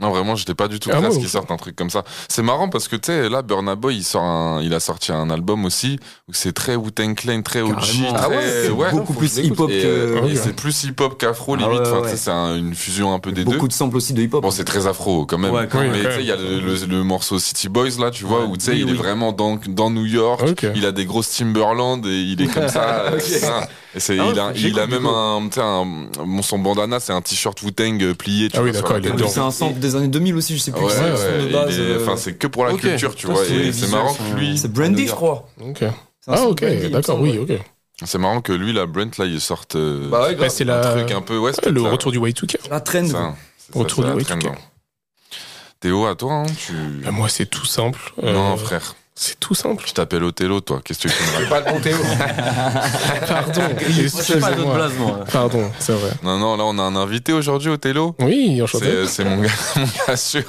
Speaker 2: Non vraiment, j'étais pas du tout
Speaker 3: Ah
Speaker 2: prêt à
Speaker 3: ouais,
Speaker 2: ce qu'il
Speaker 3: ok.
Speaker 2: sorte un truc comme ça. C'est marrant parce que tu sais là Burna Boy il sort un il a sorti un album aussi où c'est très Wu-Tang Clan, très OG,
Speaker 6: Carrément.
Speaker 2: très-
Speaker 6: Ah
Speaker 4: ouais, c'est
Speaker 6: beaucoup plus hip-hop
Speaker 2: et, euh,
Speaker 6: que.
Speaker 3: Ouais.
Speaker 2: et c'est plus hip-hop qu'afro
Speaker 6: Ah
Speaker 2: limite,
Speaker 6: ouais,
Speaker 2: Enfin,
Speaker 6: ouais.
Speaker 2: tu sais, c'est un- une fusion un peu des deux.
Speaker 6: Beaucoup de samples aussi de hip-hop.
Speaker 2: Bon, c'est très afro quand même.
Speaker 5: Ouais, quand
Speaker 3: même.
Speaker 2: mais
Speaker 3: Oui,
Speaker 2: tu
Speaker 3: quand
Speaker 2: sais, il y a le, le- le morceau City Boys là, tu vois, où tu sais,
Speaker 6: oui,
Speaker 2: il est
Speaker 6: oui.
Speaker 2: vraiment dans, dans New York.
Speaker 3: Ok.
Speaker 2: Il a des grosses Timberland et il est comme ça. euh, c'est ça. Et c'est-
Speaker 4: Ah ouais,
Speaker 2: il a,
Speaker 4: j'écoute
Speaker 2: il a
Speaker 4: du
Speaker 2: même
Speaker 4: coup.
Speaker 2: un, tu sais, un, mon- son bandana, c'est un t-shirt Wu-Tang euh, plié. Tu
Speaker 3: Ah oui,
Speaker 2: vois, sur
Speaker 3: d'accord,
Speaker 2: la
Speaker 3: il est
Speaker 2: tête.
Speaker 3: dedans.
Speaker 6: C'est un sample des années 2000 aussi, je sais plus
Speaker 2: Ouais,
Speaker 6: qui c'est le son
Speaker 2: ouais,
Speaker 6: de
Speaker 2: il
Speaker 6: base.
Speaker 2: est-
Speaker 6: euh,
Speaker 2: enfin, c'est que pour la
Speaker 4: ok.
Speaker 2: culture, tu
Speaker 6: Ça,
Speaker 2: vois.
Speaker 6: c'est les
Speaker 2: et C'est
Speaker 6: visuels
Speaker 2: marrant
Speaker 6: sont-
Speaker 2: que lui.
Speaker 6: C'est Brandy, je crois.
Speaker 3: Ok.
Speaker 6: C'est un
Speaker 3: Ah
Speaker 6: sample
Speaker 3: ok,
Speaker 6: Brandy, il me
Speaker 3: d'accord,
Speaker 6: semble,
Speaker 3: oui,
Speaker 6: ouais.
Speaker 3: ok.
Speaker 2: C'est marrant que lui, la Brent, là, il sorte euh,
Speaker 4: Bah ouais,
Speaker 3: Bah,
Speaker 4: grave.
Speaker 3: c'est
Speaker 2: un
Speaker 3: la...
Speaker 2: truc un peu. Ouais, c'est
Speaker 3: le
Speaker 2: ça.
Speaker 3: retour du Y2K.
Speaker 6: La trend.
Speaker 2: Ça, c'est ça,
Speaker 3: Retour
Speaker 2: c'est
Speaker 3: du
Speaker 2: la
Speaker 3: Y2K.
Speaker 2: trend, hein. Théo, à toi, hein, tu.
Speaker 3: Bah, moi, c'est tout simple. Euh,
Speaker 2: Non, frère,
Speaker 3: C'est tout simple.
Speaker 2: je t'appelle Othello, toi. Qu'est-ce que tu me
Speaker 4: Pas le bon Théo.
Speaker 3: Pardon.
Speaker 5: Moi, je sais pas d'autres
Speaker 3: excusez-moi.
Speaker 5: places, moi.
Speaker 3: Pardon, c'est vrai.
Speaker 2: Non, non, là, on a un invité aujourd'hui, Othello.
Speaker 3: Oui, enchanté.
Speaker 2: C'est euh, c'est mon gars, mon gars sûr.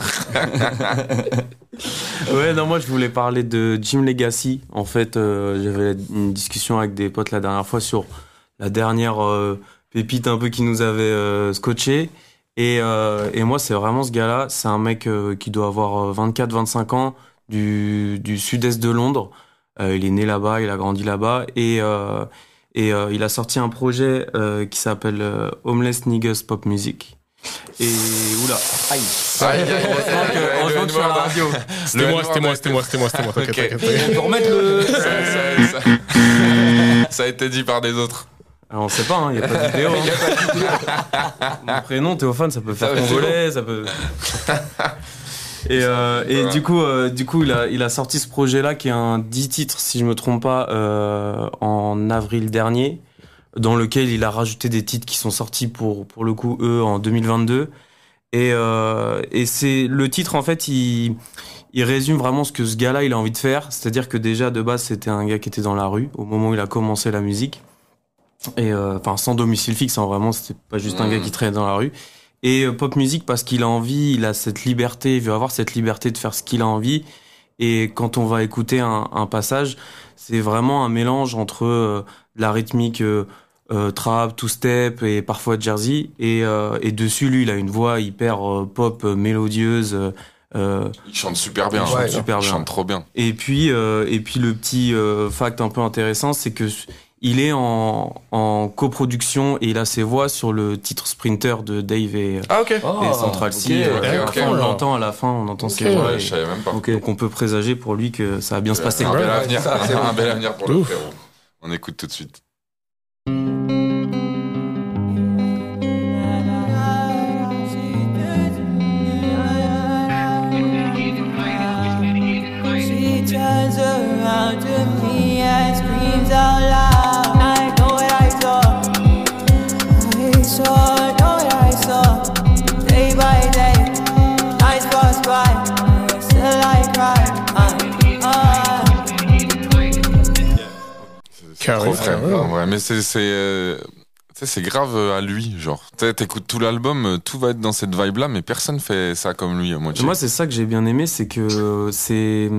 Speaker 5: Ouais, non, moi je voulais parler de Jim Legacy. En fait, euh, j'avais une discussion avec des potes la dernière fois sur la dernière euh, pépite un peu qui nous avait euh, scotché. Et, euh, et moi, c'est vraiment ce gars-là. C'est un mec euh, qui doit avoir 24-25 ans du, du sud-est de Londres. Euh, il est né là-bas, il a grandi là-bas. Et, euh, Et euh, il a sorti un projet euh, qui s'appelle euh, Homeless Niggas Pop Music. Et oula, aïe.
Speaker 2: Aïe, aïe, aïe, aïe,
Speaker 5: Heureusement
Speaker 2: aïe,
Speaker 5: que-
Speaker 2: aïe,
Speaker 5: heureusement
Speaker 2: le
Speaker 5: que je suis à la
Speaker 2: N-word.
Speaker 5: radio.
Speaker 2: Le
Speaker 3: C'était moi,
Speaker 2: N-word
Speaker 3: c'était moi,
Speaker 2: a-
Speaker 3: c'était moi, c'était moi, c'était moi, t'inquiète,
Speaker 2: Ok.
Speaker 3: t'inquiète, t'inquiète.
Speaker 6: On peut remettre le.
Speaker 2: Ça, ça- ça- ça a été dit par des autres.
Speaker 5: Alors, Ah, on sait pas, il n'y a pas de vidéo. hein. Mon prénom, Théophane, ça peut faire
Speaker 2: Ça, c'est
Speaker 5: congolais, ça peut. Et, euh, et
Speaker 2: Ouais.
Speaker 5: du coup, euh, du coup, il a, il a sorti ce projet-là qui est un 10 titres, si je me trompe pas, euh, en avril dernier, dans lequel il a rajouté des titres qui sont sortis pour pour le coup eux en 2022. Et, euh, et c'est le titre en fait, il, il résume vraiment ce que ce gars-là il a envie de faire. C'est-à-dire que déjà de base c'était un gars qui était dans la rue au moment où il a commencé la musique. Et euh, enfin sans domicile fixe, hein, vraiment c'était pas juste un
Speaker 2: Mhm.
Speaker 5: gars qui traînait dans la rue. Et euh, pop music parce qu'il a envie, il a cette liberté, il veut avoir cette liberté de faire ce qu'il a envie. Et quand on va écouter un, un passage, c'est vraiment un mélange entre euh, de la rythmique euh, euh, trap, two-step et parfois jersey. Et, euh, et dessus, lui, il a une voix hyper euh, pop, euh, mélodieuse. euh, euh,
Speaker 2: Ils chantent super bien.
Speaker 5: il chante
Speaker 4: ouais,
Speaker 5: super
Speaker 2: Ils
Speaker 5: bien.
Speaker 2: chantent trop bien.
Speaker 5: Et puis, euh, et puis le petit euh, fact un peu intéressant, c'est que s- il est en, en coproduction et il a ses voix sur le titre Sprinter de Dave et,
Speaker 2: Ah, ok.
Speaker 5: et Central C.
Speaker 2: ok,
Speaker 5: À la
Speaker 2: ok.
Speaker 5: fin, on l'entend à la fin, on entend ses
Speaker 3: Ok.
Speaker 5: voix.
Speaker 2: Ouais,
Speaker 5: et-
Speaker 2: je savais même pas.
Speaker 5: Donc on peut présager pour lui que ça va bien se passer.
Speaker 2: Un bel
Speaker 4: Ouais,
Speaker 2: avenir.
Speaker 4: ça, c'est
Speaker 2: Un
Speaker 4: bon.
Speaker 2: bel avenir pour
Speaker 3: De
Speaker 2: le
Speaker 3: ouf.
Speaker 2: frérot. On écoute tout de suite.
Speaker 10: She turns around to me and screams out loud. I know what I saw. I saw, know what I saw. Day by day, nights pass by. Still I cry. Uh, I, I,
Speaker 3: Carré,
Speaker 2: Trop
Speaker 3: Ah
Speaker 2: frère.
Speaker 3: carré.
Speaker 2: Ouais, mais c'est. c'est, euh, tu sais, c'est grave euh, à lui, genre. Tu sais, T'écoutes tout l'album, euh, tout va être dans cette vibe-là, mais personne fait ça comme lui, à moitié.
Speaker 5: Moi, c'est ça que j'ai bien aimé, c'est que c'est,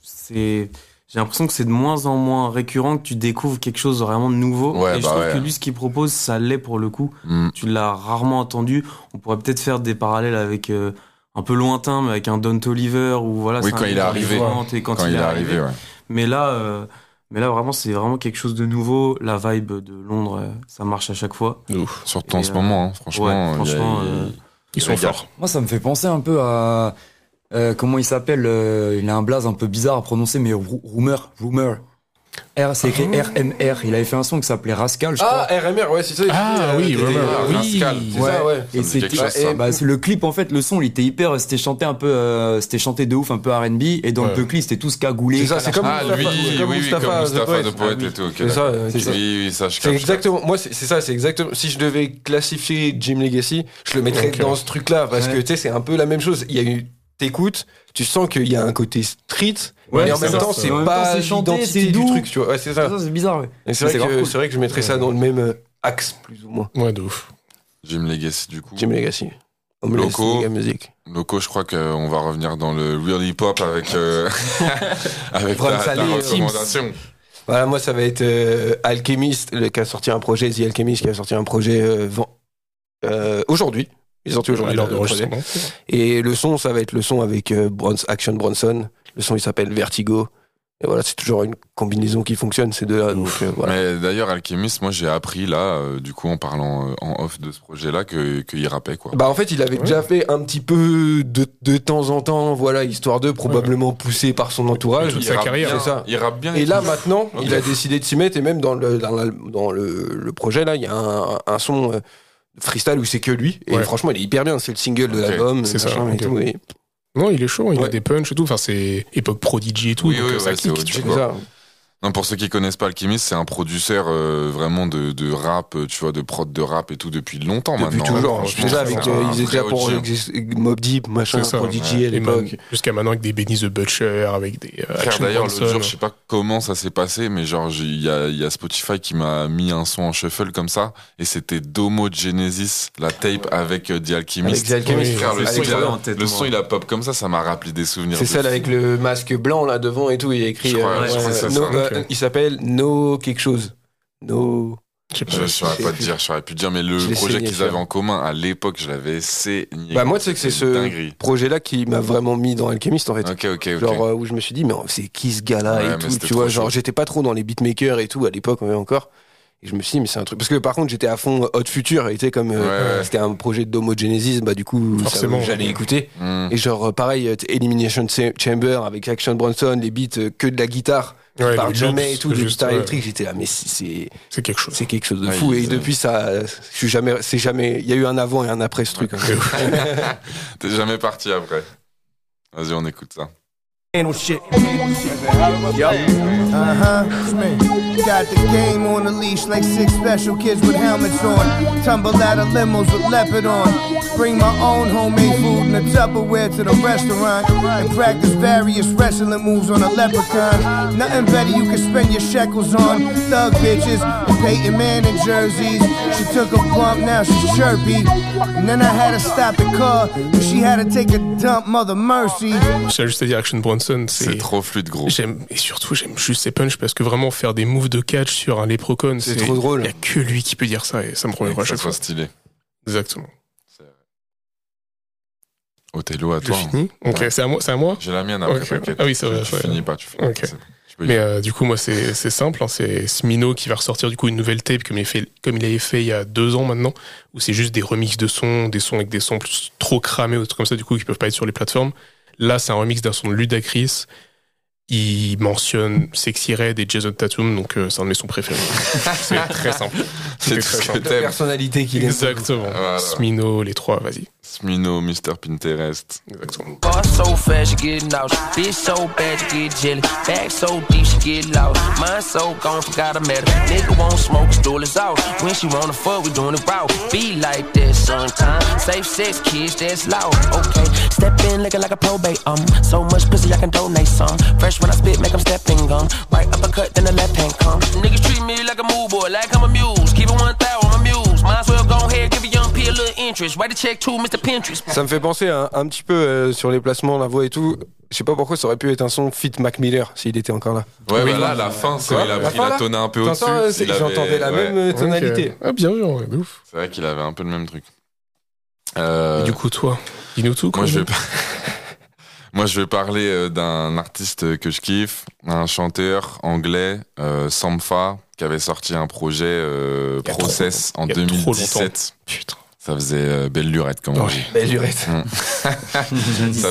Speaker 5: c'est, j'ai l'impression que c'est de moins en moins récurrent que tu découvres quelque chose de vraiment de nouveau.
Speaker 2: Ouais,
Speaker 5: et je
Speaker 2: bah
Speaker 5: trouve
Speaker 2: ouais.
Speaker 5: que lui, ce qu'il propose, ça l'est pour le coup.
Speaker 2: Mm.
Speaker 5: Tu l'as rarement entendu. On pourrait peut-être faire des parallèles avec euh, un peu lointain, mais avec un Don Toliver ou voilà.
Speaker 2: Oui,
Speaker 5: c'est
Speaker 2: quand
Speaker 5: un
Speaker 2: il est
Speaker 5: gars
Speaker 2: arrivé.
Speaker 5: différent, et quand, il est arrivé.
Speaker 2: ouais.
Speaker 5: Mais là, euh, mais là, vraiment, c'est vraiment quelque chose de nouveau. La vibe de Londres, euh, ça marche à chaque fois.
Speaker 2: Surtout
Speaker 5: Et,
Speaker 2: en ce
Speaker 5: euh,
Speaker 2: moment, hein,
Speaker 5: ouais,
Speaker 2: franchement. il y a-
Speaker 5: franchement,
Speaker 2: il y a-
Speaker 5: euh,
Speaker 3: Ils sont
Speaker 2: Les gars.
Speaker 3: forts.
Speaker 6: Moi, ça me fait penser un peu à. euh, comment il s'appelle euh, Il a un blaze un peu bizarre à prononcer, mais Rou- Rumor. Rumor. R, c'est écrit R-M-R. Il avait fait un son qui s'appelait Rascal, je crois.
Speaker 4: Ah, RMR, ouais, c'est ça. euh,
Speaker 3: Ah oui,
Speaker 4: ouais,
Speaker 3: ouais, ouais,
Speaker 2: Ah,
Speaker 3: oui.
Speaker 2: Rascal,
Speaker 4: c'est ça, ouais. eh,
Speaker 2: me
Speaker 6: Et
Speaker 2: dit
Speaker 6: c'était
Speaker 2: quelque chose,
Speaker 4: ça.
Speaker 6: ouais, et- bah, c'est le clip en fait, le son, il était hyper, c'était chanté un peu, euh, c'était chanté de ouf, un peu R&B, et dans
Speaker 3: Ouais.
Speaker 6: le peu clip, c'était tout ce cagoulé.
Speaker 4: C'est ça, c'est comme
Speaker 2: Ah, lui,
Speaker 4: Mustapha-
Speaker 2: oui,
Speaker 4: comme
Speaker 2: oui,
Speaker 4: Mustapha
Speaker 2: comme Mustapha
Speaker 4: The
Speaker 2: de
Speaker 4: Poet.
Speaker 2: Poète et tout, ok.
Speaker 4: C'est ça,
Speaker 2: d'accord.
Speaker 4: euh,
Speaker 2: Oui,
Speaker 4: tu-
Speaker 2: oui, ça, je capte,
Speaker 4: C'est
Speaker 2: je capte.
Speaker 4: exactement, moi c'est c'est ça, c'est exactement. Si je devais classifier Jim Legacy, je le mettrais
Speaker 3: Ok.
Speaker 4: dans ce truc-là parce
Speaker 6: Ouais.
Speaker 4: que tu sais, c'est un peu la même chose. Il y a eu, t'écoutes, tu sens qu'il y a un côté street,
Speaker 3: Ouais,
Speaker 4: mais en
Speaker 3: c'est
Speaker 4: même
Speaker 3: ça,
Speaker 4: temps
Speaker 3: ça.
Speaker 4: c'est
Speaker 6: En même temps,
Speaker 4: pas
Speaker 6: c'est chanté, c'est
Speaker 4: l'identité du
Speaker 6: doux.
Speaker 4: truc, tu vois. Ouais, c'est
Speaker 6: C'est
Speaker 4: ça.
Speaker 6: ça, c'est bizarre. ouais.
Speaker 4: Et C'est
Speaker 6: C'est
Speaker 4: vrai,
Speaker 6: grave
Speaker 4: que-
Speaker 6: cool.
Speaker 4: c'est vrai que je mettrais ça dans le même euh, axe plus ou moins.
Speaker 3: Ouais, de ouf.
Speaker 2: Jim Legacy, du coup.
Speaker 4: Jim Legacy. Homeless,
Speaker 2: Loco.
Speaker 4: Mega Music.
Speaker 2: Loco, je crois qu'on va revenir dans le real hip-hop avec, euh, avec
Speaker 4: Ron
Speaker 2: ta, ta
Speaker 4: Salé, euh,
Speaker 2: recommandation.
Speaker 4: Voilà, moi ça va être euh, Alchemist, le, qui a sorti un projet, The Alchemist, qui a sorti un projet euh, ven- euh, aujourd'hui. Ils ont sorti
Speaker 3: À
Speaker 4: aujourd'hui
Speaker 3: l'heure
Speaker 4: le projet.
Speaker 3: d'enregistrement.
Speaker 4: Et le son, ça va être le son avec euh, Brons- Action Bronson. Le son, il s'appelle Vertigo. Et voilà, c'est toujours une combinaison qui fonctionne, ces deux-là. Donc euh, voilà.
Speaker 2: Mais d'ailleurs, Alchemist, moi, j'ai appris là, euh, du coup, en parlant euh, en off de ce projet-là, que qu'il rappait, quoi.
Speaker 4: Bah en fait, il avait déjà fait un petit peu de, de temps en temps, voilà, histoire de probablement poussé par son entourage.
Speaker 3: Toute sa
Speaker 2: rappe
Speaker 3: carrière.
Speaker 2: bien,
Speaker 4: C'est ça.
Speaker 2: Il rappe bien.
Speaker 4: Et
Speaker 2: tout.
Speaker 4: là maintenant,
Speaker 2: Ok.
Speaker 4: il a décidé de s'y mettre et même dans le dans, l'al- dans le, le projet là, il y a un, un son euh, freestyle où c'est que lui. Et
Speaker 3: Ouais.
Speaker 4: franchement, il est hyper bien. C'est le single de
Speaker 2: Ok,
Speaker 4: l'album,
Speaker 3: c'est ça,
Speaker 4: machin et
Speaker 3: ok.
Speaker 4: tout. Et
Speaker 3: Non, il est chaud, hein, il a
Speaker 4: Ouais.
Speaker 3: des punchs et tout. Enfin, c'est époque prodigy et tout.
Speaker 2: Oui,
Speaker 3: donc
Speaker 2: oui,
Speaker 3: euh, ça
Speaker 2: ouais, c'est
Speaker 3: clique, tu
Speaker 2: OG,
Speaker 3: vois.
Speaker 4: c'est ça.
Speaker 2: Non, pour ceux qui connaissent pas Alchemist, c'est un producteur euh, vraiment de, de rap, euh, tu vois, de prod de rap et tout depuis longtemps
Speaker 4: Depuis
Speaker 2: maintenant. hein.
Speaker 4: toujours.
Speaker 2: Franchement,
Speaker 4: Déjà
Speaker 2: c'est
Speaker 4: avec
Speaker 2: un
Speaker 4: euh, ils étaient
Speaker 2: vrai
Speaker 4: déjà pour
Speaker 2: OG.
Speaker 4: Mob Deep, machin,
Speaker 3: C'est ça,
Speaker 4: Prodigy à
Speaker 3: Et même
Speaker 4: l'époque.
Speaker 3: Jusqu'à maintenant avec des Benny the Butcher, avec des euh,
Speaker 2: Frère,
Speaker 3: Action
Speaker 2: d'ailleurs,
Speaker 3: Bronson.
Speaker 2: l'autre jour, je sais pas comment ça s'est passé, mais genre, j'ai- il y a, il y a Spotify qui m'a mis un son en shuffle comme ça, et c'était Domo Genesis, la tape avec euh, The Alchemist.
Speaker 4: Avec The Alchemist,
Speaker 3: Oui,
Speaker 2: Frère, le,
Speaker 5: c'est
Speaker 2: son,
Speaker 5: ça que
Speaker 2: il a-
Speaker 5: j'avais en tête,
Speaker 2: le
Speaker 5: moi.
Speaker 2: son, il a pop comme ça, ça m'a rappelé des souvenirs.
Speaker 4: C'est
Speaker 2: de
Speaker 4: celle
Speaker 2: fou.
Speaker 4: avec le masque blanc là devant et tout. Il est écrit.
Speaker 2: Je crois,
Speaker 4: euh,
Speaker 2: ouais, je crois que c'est
Speaker 4: no-
Speaker 2: ça.
Speaker 4: euh,
Speaker 3: Ok.
Speaker 4: Il s'appelle No quelque chose. No.
Speaker 3: Je sais pas.
Speaker 2: Je saurais
Speaker 4: sais
Speaker 2: pas te
Speaker 4: plus.
Speaker 2: dire, je saurais plus te dire, mais
Speaker 4: Je
Speaker 2: le
Speaker 4: l'ai
Speaker 2: projet
Speaker 4: saigné,
Speaker 2: qu'ils
Speaker 4: ça.
Speaker 2: avaient en commun à l'époque, je l'avais saigné.
Speaker 4: Bah moi, tu sais que c'est
Speaker 2: C'était
Speaker 4: ce
Speaker 2: dinguerie.
Speaker 4: projet-là qui m'a vraiment mis dans Alchemist en fait.
Speaker 2: Ok, ok, ok.
Speaker 4: Genre euh, où je me suis dit mais c'est qui ce gars-là
Speaker 2: Ouais,
Speaker 4: et
Speaker 2: mais
Speaker 4: tout.
Speaker 2: c'était
Speaker 4: Tu vois,
Speaker 2: trop
Speaker 4: genre
Speaker 2: chaud.
Speaker 4: j'étais pas trop dans les beatmakers et tout à l'époque ouais, encore. Et je me suis dit, mais c'est un truc. Parce que par contre, j'étais à fond Hot Future, et tu sais, comme euh,
Speaker 2: Ouais, ouais.
Speaker 4: c'était un projet d'homogenésis, bah du coup, ça,
Speaker 3: Forcément.
Speaker 4: j'allais écouter.
Speaker 2: Mm.
Speaker 4: Et genre, euh, pareil, euh, t- Elimination Cha- Chamber avec Action Bronson, les beats euh, que de la guitare, qui
Speaker 3: Ouais,
Speaker 4: parlent
Speaker 3: les
Speaker 4: jamais
Speaker 3: loops,
Speaker 4: et tout, des
Speaker 3: juste,
Speaker 4: guitares
Speaker 3: ouais.
Speaker 4: électriques. J'étais là, mais c'est- c'est
Speaker 3: C'est quelque chose.
Speaker 4: c'est quelque chose de
Speaker 2: Ouais,
Speaker 4: fou.
Speaker 2: ils,
Speaker 4: Et
Speaker 2: euh,
Speaker 4: depuis, ça, je suis jamais, c'est jamais, il y a eu un avant et un après ce truc. hein.
Speaker 2: T'es jamais parti après. Vas-y, on écoute ça.
Speaker 11: Anal shit. Uh huh. It's me. Got the game on a leash like six special kids with helmets on. Tumble out of limos with leopard on. Bring my own homemade food in a Tupperware to the restaurant and practice various wrestling moves on a leprechaun. Nothing better you can spend your shekels on. Thug bitches, with Peyton Manning jerseys. She took a bump, now she's chirpy. And then I had to stop the car. She had to take a dump, mother mercy.
Speaker 3: J'ai juste à dire Action Bronson,
Speaker 2: C'est
Speaker 3: c'est.
Speaker 2: trop fluide, gros.
Speaker 3: J'aime, et surtout, j'aime juste ses punchs parce que vraiment faire des moves de catch sur un leprechaun,
Speaker 4: C'est trop drôle.
Speaker 3: Il y a que lui qui peut dire ça et ça me
Speaker 2: Ouais,
Speaker 3: reviendra à
Speaker 2: que ça
Speaker 3: chaque fois.
Speaker 2: soit stylé.
Speaker 3: Exactement.
Speaker 2: Othello, à
Speaker 3: Je
Speaker 2: toi. hein.
Speaker 3: finis. Ok, c'est à moi. C'est à moi.
Speaker 2: J'ai la mienne après,
Speaker 3: Ok.
Speaker 2: t'inquiète.
Speaker 3: Ah oui, c'est vrai,
Speaker 2: Tu
Speaker 3: ouais.
Speaker 2: finis pas, tu finis.
Speaker 3: Ok.
Speaker 2: c'est bon. Tu peux y
Speaker 3: Mais
Speaker 2: aller.
Speaker 3: euh, du coup, moi, c'est c'est simple. hein, c'est Smino qui va ressortir du coup une nouvelle tape comme il, fait, comme il avait fait il y a deux ans maintenant, où c'est juste des remixes de sons, des sons avec des samples trop cramés ou des trucs comme ça, du coup, qui peuvent pas être sur les plateformes. Là, c'est un remix d'un son de Ludacris. Il mentionne Sexy Red et Jason Tatum, donc euh, c'est un de mes sons préférés. c'est très simple.
Speaker 2: C'est
Speaker 3: C'était
Speaker 2: tout ce
Speaker 3: euh, très
Speaker 2: que
Speaker 3: simple.
Speaker 2: t'aimes.
Speaker 4: Personnalité qu'il est.
Speaker 3: Exactement.
Speaker 2: Voilà.
Speaker 3: Smino, les trois, vas-y.
Speaker 2: Smino, Mr. Pinterest.
Speaker 3: Exactement.
Speaker 10: Car so fast, you get lost. Bitch so bad, you get jelly. Back so deep, she get lost. Mind so gone, forgot I met her. Nigga won't smoke, stool is out. When she wanna fuck, we doing it raw. Be like that sometimes. Safe sex, kids, that's loud. Okay, step in looking like a probate. Um, so much pussy, I can donate some. Fresh when I spit, make 'em step in gum. Right uppercut, then the left hand come. Niggas treat me like a move boy, like I'm a muse. Keep it one thou, I'm a muse. Might as well go ahead, give a young P a little interest. Write a check to Mr. Pinterest.
Speaker 4: Ça me fait penser un, un petit peu euh, sur les placements, la voix et tout. Je sais pas pourquoi ça aurait pu être un son fit Mac Miller s'il était encore là.
Speaker 2: Ouais, bah là, la fin,
Speaker 4: Quoi
Speaker 2: quand il a
Speaker 4: La
Speaker 2: pris
Speaker 4: fin,
Speaker 2: la
Speaker 4: là
Speaker 2: tonne un peu au-dessus.
Speaker 4: T'entends, euh, c'est-
Speaker 2: il avait-
Speaker 4: j'entendais la
Speaker 2: ouais.
Speaker 4: même euh, tonalité.
Speaker 3: Ok. Ah, bien vu, en vrai, de ouf.
Speaker 2: C'est vrai qu'il avait un peu le même truc.
Speaker 3: Et
Speaker 2: Euh,
Speaker 3: du coup, toi, dis-nous tout.
Speaker 2: Moi,
Speaker 3: quoi.
Speaker 2: je vais, par- Moi, je vais parler euh, d'un artiste que je kiffe, un chanteur anglais, euh, Sampha, qui avait sorti un projet euh,
Speaker 3: Il y a trop
Speaker 2: Process en
Speaker 3: Il y a trop longtemps.
Speaker 2: 2017.
Speaker 3: Putain.
Speaker 2: Ça faisait euh, belle lurette, comme on
Speaker 3: Ouais.
Speaker 2: dit.
Speaker 4: Belle lurette.
Speaker 2: Ça